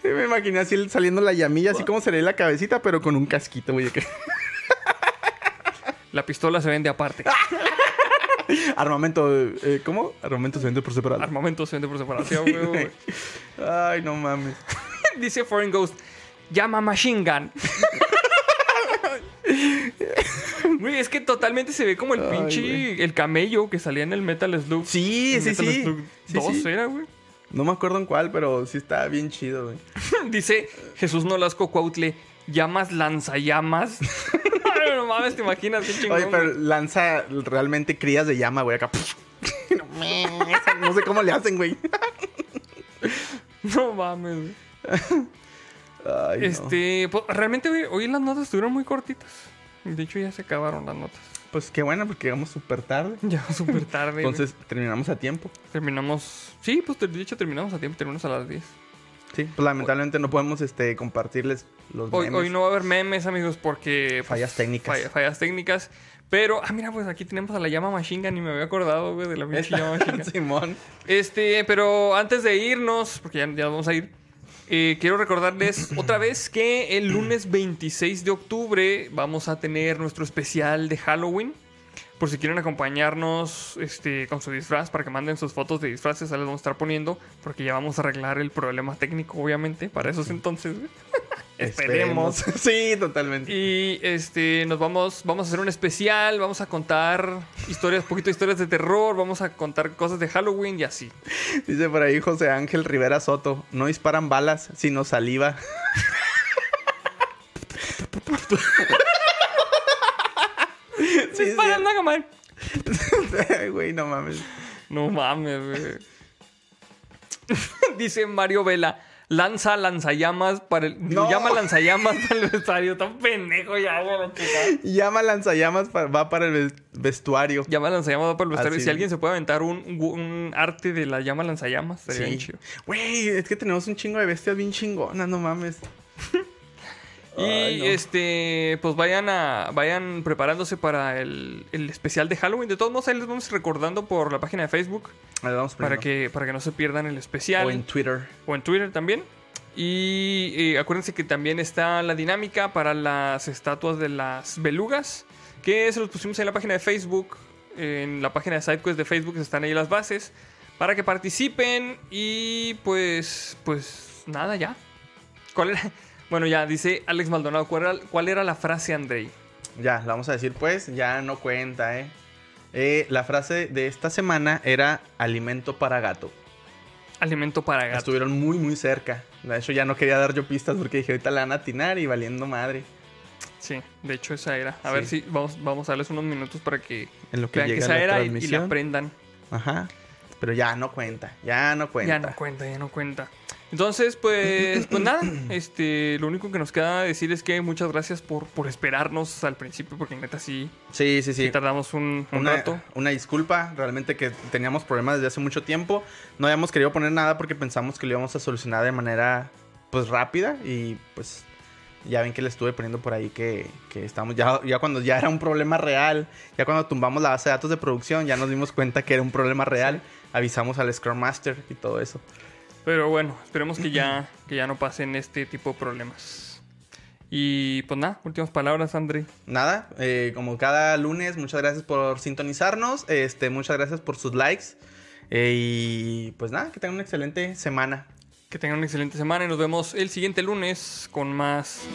[SPEAKER 1] Me imaginé así saliendo la llamilla, así como se le ve la cabecita, pero con un casquito, güey. que-
[SPEAKER 2] La pistola se vende aparte.
[SPEAKER 1] Armamento, eh, ¿cómo? Armamento se vende por separado.
[SPEAKER 2] Armamento se vende por separación,
[SPEAKER 1] Sí,
[SPEAKER 2] güey, güey.
[SPEAKER 1] güey. Ay, no mames.
[SPEAKER 2] Dice Foreign Ghost, llama Machine Gun. Güey, es que totalmente se ve como el
[SPEAKER 1] Ay,
[SPEAKER 2] pinche,
[SPEAKER 1] güey.
[SPEAKER 2] el camello que salía en el Metal Slug.
[SPEAKER 1] Sí,
[SPEAKER 2] En
[SPEAKER 1] sí,
[SPEAKER 2] Metal
[SPEAKER 1] sí.
[SPEAKER 2] Slug
[SPEAKER 1] Sí,
[SPEAKER 2] 2
[SPEAKER 1] sí.
[SPEAKER 2] era, güey.
[SPEAKER 1] No me acuerdo en cuál, pero sí está bien chido, güey.
[SPEAKER 2] Dice Jesús Nolasco Cuautle, llamas lanzallamas. Ay, no mames, te imaginas qué chingón.
[SPEAKER 1] Oye, pero
[SPEAKER 2] güey.
[SPEAKER 1] lanza realmente crías de llama, güey, acá. No, mames, no sé cómo le hacen, güey.
[SPEAKER 2] No mames. güey.
[SPEAKER 1] Ay, no.
[SPEAKER 2] Este, pues, realmente, güey, hoy las notas estuvieron muy cortitas. De hecho, ya se acabaron las notas.
[SPEAKER 1] Pues qué bueno, porque llegamos súper tarde.
[SPEAKER 2] Ya súper tarde. güey.
[SPEAKER 1] Entonces terminamos a tiempo.
[SPEAKER 2] terminamos. Sí, pues de hecho terminamos a tiempo, terminamos a las 10.
[SPEAKER 1] Sí, pues lamentablemente no podemos este, compartirles los
[SPEAKER 2] Hoy,
[SPEAKER 1] memes.
[SPEAKER 2] hoy no va a haber memes, amigos, porque. pues,
[SPEAKER 1] Fallas técnicas.
[SPEAKER 2] falla- fallas técnicas. Pero, ah, mira, pues aquí tenemos a la llama Machine Gun, ni me había acordado, güey, de la pinche llama Machine Gun.
[SPEAKER 1] Simón.
[SPEAKER 2] Este, pero antes de irnos, porque ya, ya vamos a ir, eh, quiero recordarles otra vez que el lunes 26 de octubre vamos a tener nuestro especial de Halloween. Por si quieren acompañarnos este, con su disfraz, para que manden sus fotos de disfraces, ya les vamos a estar poniendo, porque ya vamos a arreglar el problema técnico, obviamente, para esos entonces. güey. Esperemos.
[SPEAKER 1] sí, totalmente.
[SPEAKER 2] Y este, nos vamos, vamos a hacer un especial, vamos a contar historias, poquito de historias de terror, vamos a contar cosas de Halloween y así.
[SPEAKER 1] Dice por ahí José Ángel Rivera Soto: No disparan balas, sino saliva.
[SPEAKER 2] Sí, disparan, no hagan Pues, mal.
[SPEAKER 1] Güey, no mames.
[SPEAKER 2] No mames, güey. Dice Mario Vela. Lanza lanzallamas para el. digo,
[SPEAKER 1] No.
[SPEAKER 2] Llama lanzallamas para el vestuario. Tan pendejo ya, güey. la chingada.
[SPEAKER 1] Llama lanzallamas, pa- va para el ves- vestuario.
[SPEAKER 2] Llama lanzallamas para el vestuario.
[SPEAKER 1] Así.
[SPEAKER 2] Si alguien se puede aventar un, un arte de la llama lanzallamas, sería bien
[SPEAKER 1] Sí.
[SPEAKER 2] chido.
[SPEAKER 1] Güey, es que tenemos un chingo de bestias bien chingonas, no mames.
[SPEAKER 2] Y
[SPEAKER 1] Ay, no.
[SPEAKER 2] este, pues vayan a vayan preparándose para el, el especial de Halloween. De todos modos, ahí les vamos recordando por la página de Facebook
[SPEAKER 1] A ver, vamos
[SPEAKER 2] para
[SPEAKER 1] poniendo.
[SPEAKER 2] que, para que no se pierdan el especial.
[SPEAKER 1] Pues O en Twitter.
[SPEAKER 2] o en Twitter también. Y eh, acuérdense que también está la dinámica para las estatuas de las belugas, que se los pusimos en la página de Facebook, en la página de SideQuest de Facebook, están ahí las bases, para que participen y pues, pues nada, ya. ¿Cuál era? Bueno, ya, dice Alex Maldonado, ¿cuál era, cuál era la frase, Andrei?
[SPEAKER 1] Ya, la vamos a decir pues, ya no cuenta, ¿eh? Eh, La frase de esta semana era alimento para gato.
[SPEAKER 2] Alimento para gato.
[SPEAKER 1] Estuvieron muy, muy cerca. De hecho, ya no quería dar yo pistas porque dije, ahorita la van a atinar y valiendo madre.
[SPEAKER 2] Sí, de hecho esa era. A
[SPEAKER 1] Sí.
[SPEAKER 2] ver si vamos, vamos a darles unos minutos para que
[SPEAKER 1] En lo que
[SPEAKER 2] vean que
[SPEAKER 1] llega
[SPEAKER 2] esa
[SPEAKER 1] la
[SPEAKER 2] era y- y la
[SPEAKER 1] transmisión.
[SPEAKER 2] aprendan.
[SPEAKER 1] Ajá. Pero ya no cuenta, ya no cuenta.
[SPEAKER 2] Ya no cuenta, ya no cuenta. Entonces, pues, pues nada, este, lo único que nos queda decir es que muchas gracias por, por esperarnos al principio, porque neta sí,
[SPEAKER 1] Sí, sí, sí.
[SPEAKER 2] sí tardamos un, un
[SPEAKER 1] una,
[SPEAKER 2] rato.
[SPEAKER 1] una disculpa, realmente que teníamos problemas desde hace mucho tiempo. No habíamos querido poner nada porque pensamos que lo íbamos a solucionar de manera pues rápida y pues ya ven que le estuve poniendo por ahí que, que estamos ya, ya cuando ya era un problema real, ya cuando tumbamos la base de datos de producción, ya nos dimos cuenta que era un problema real, avisamos al Scrum Master y todo eso.
[SPEAKER 2] Pero bueno, esperemos que ya, que ya no pasen este tipo de problemas. Y pues nada, últimas palabras, André.
[SPEAKER 1] Nada, eh, como cada lunes, muchas gracias por sintonizarnos, este, muchas gracias por sus likes eh, y pues nada, que tengan una excelente semana.
[SPEAKER 2] Que tengan una excelente semana y nos vemos el siguiente lunes con más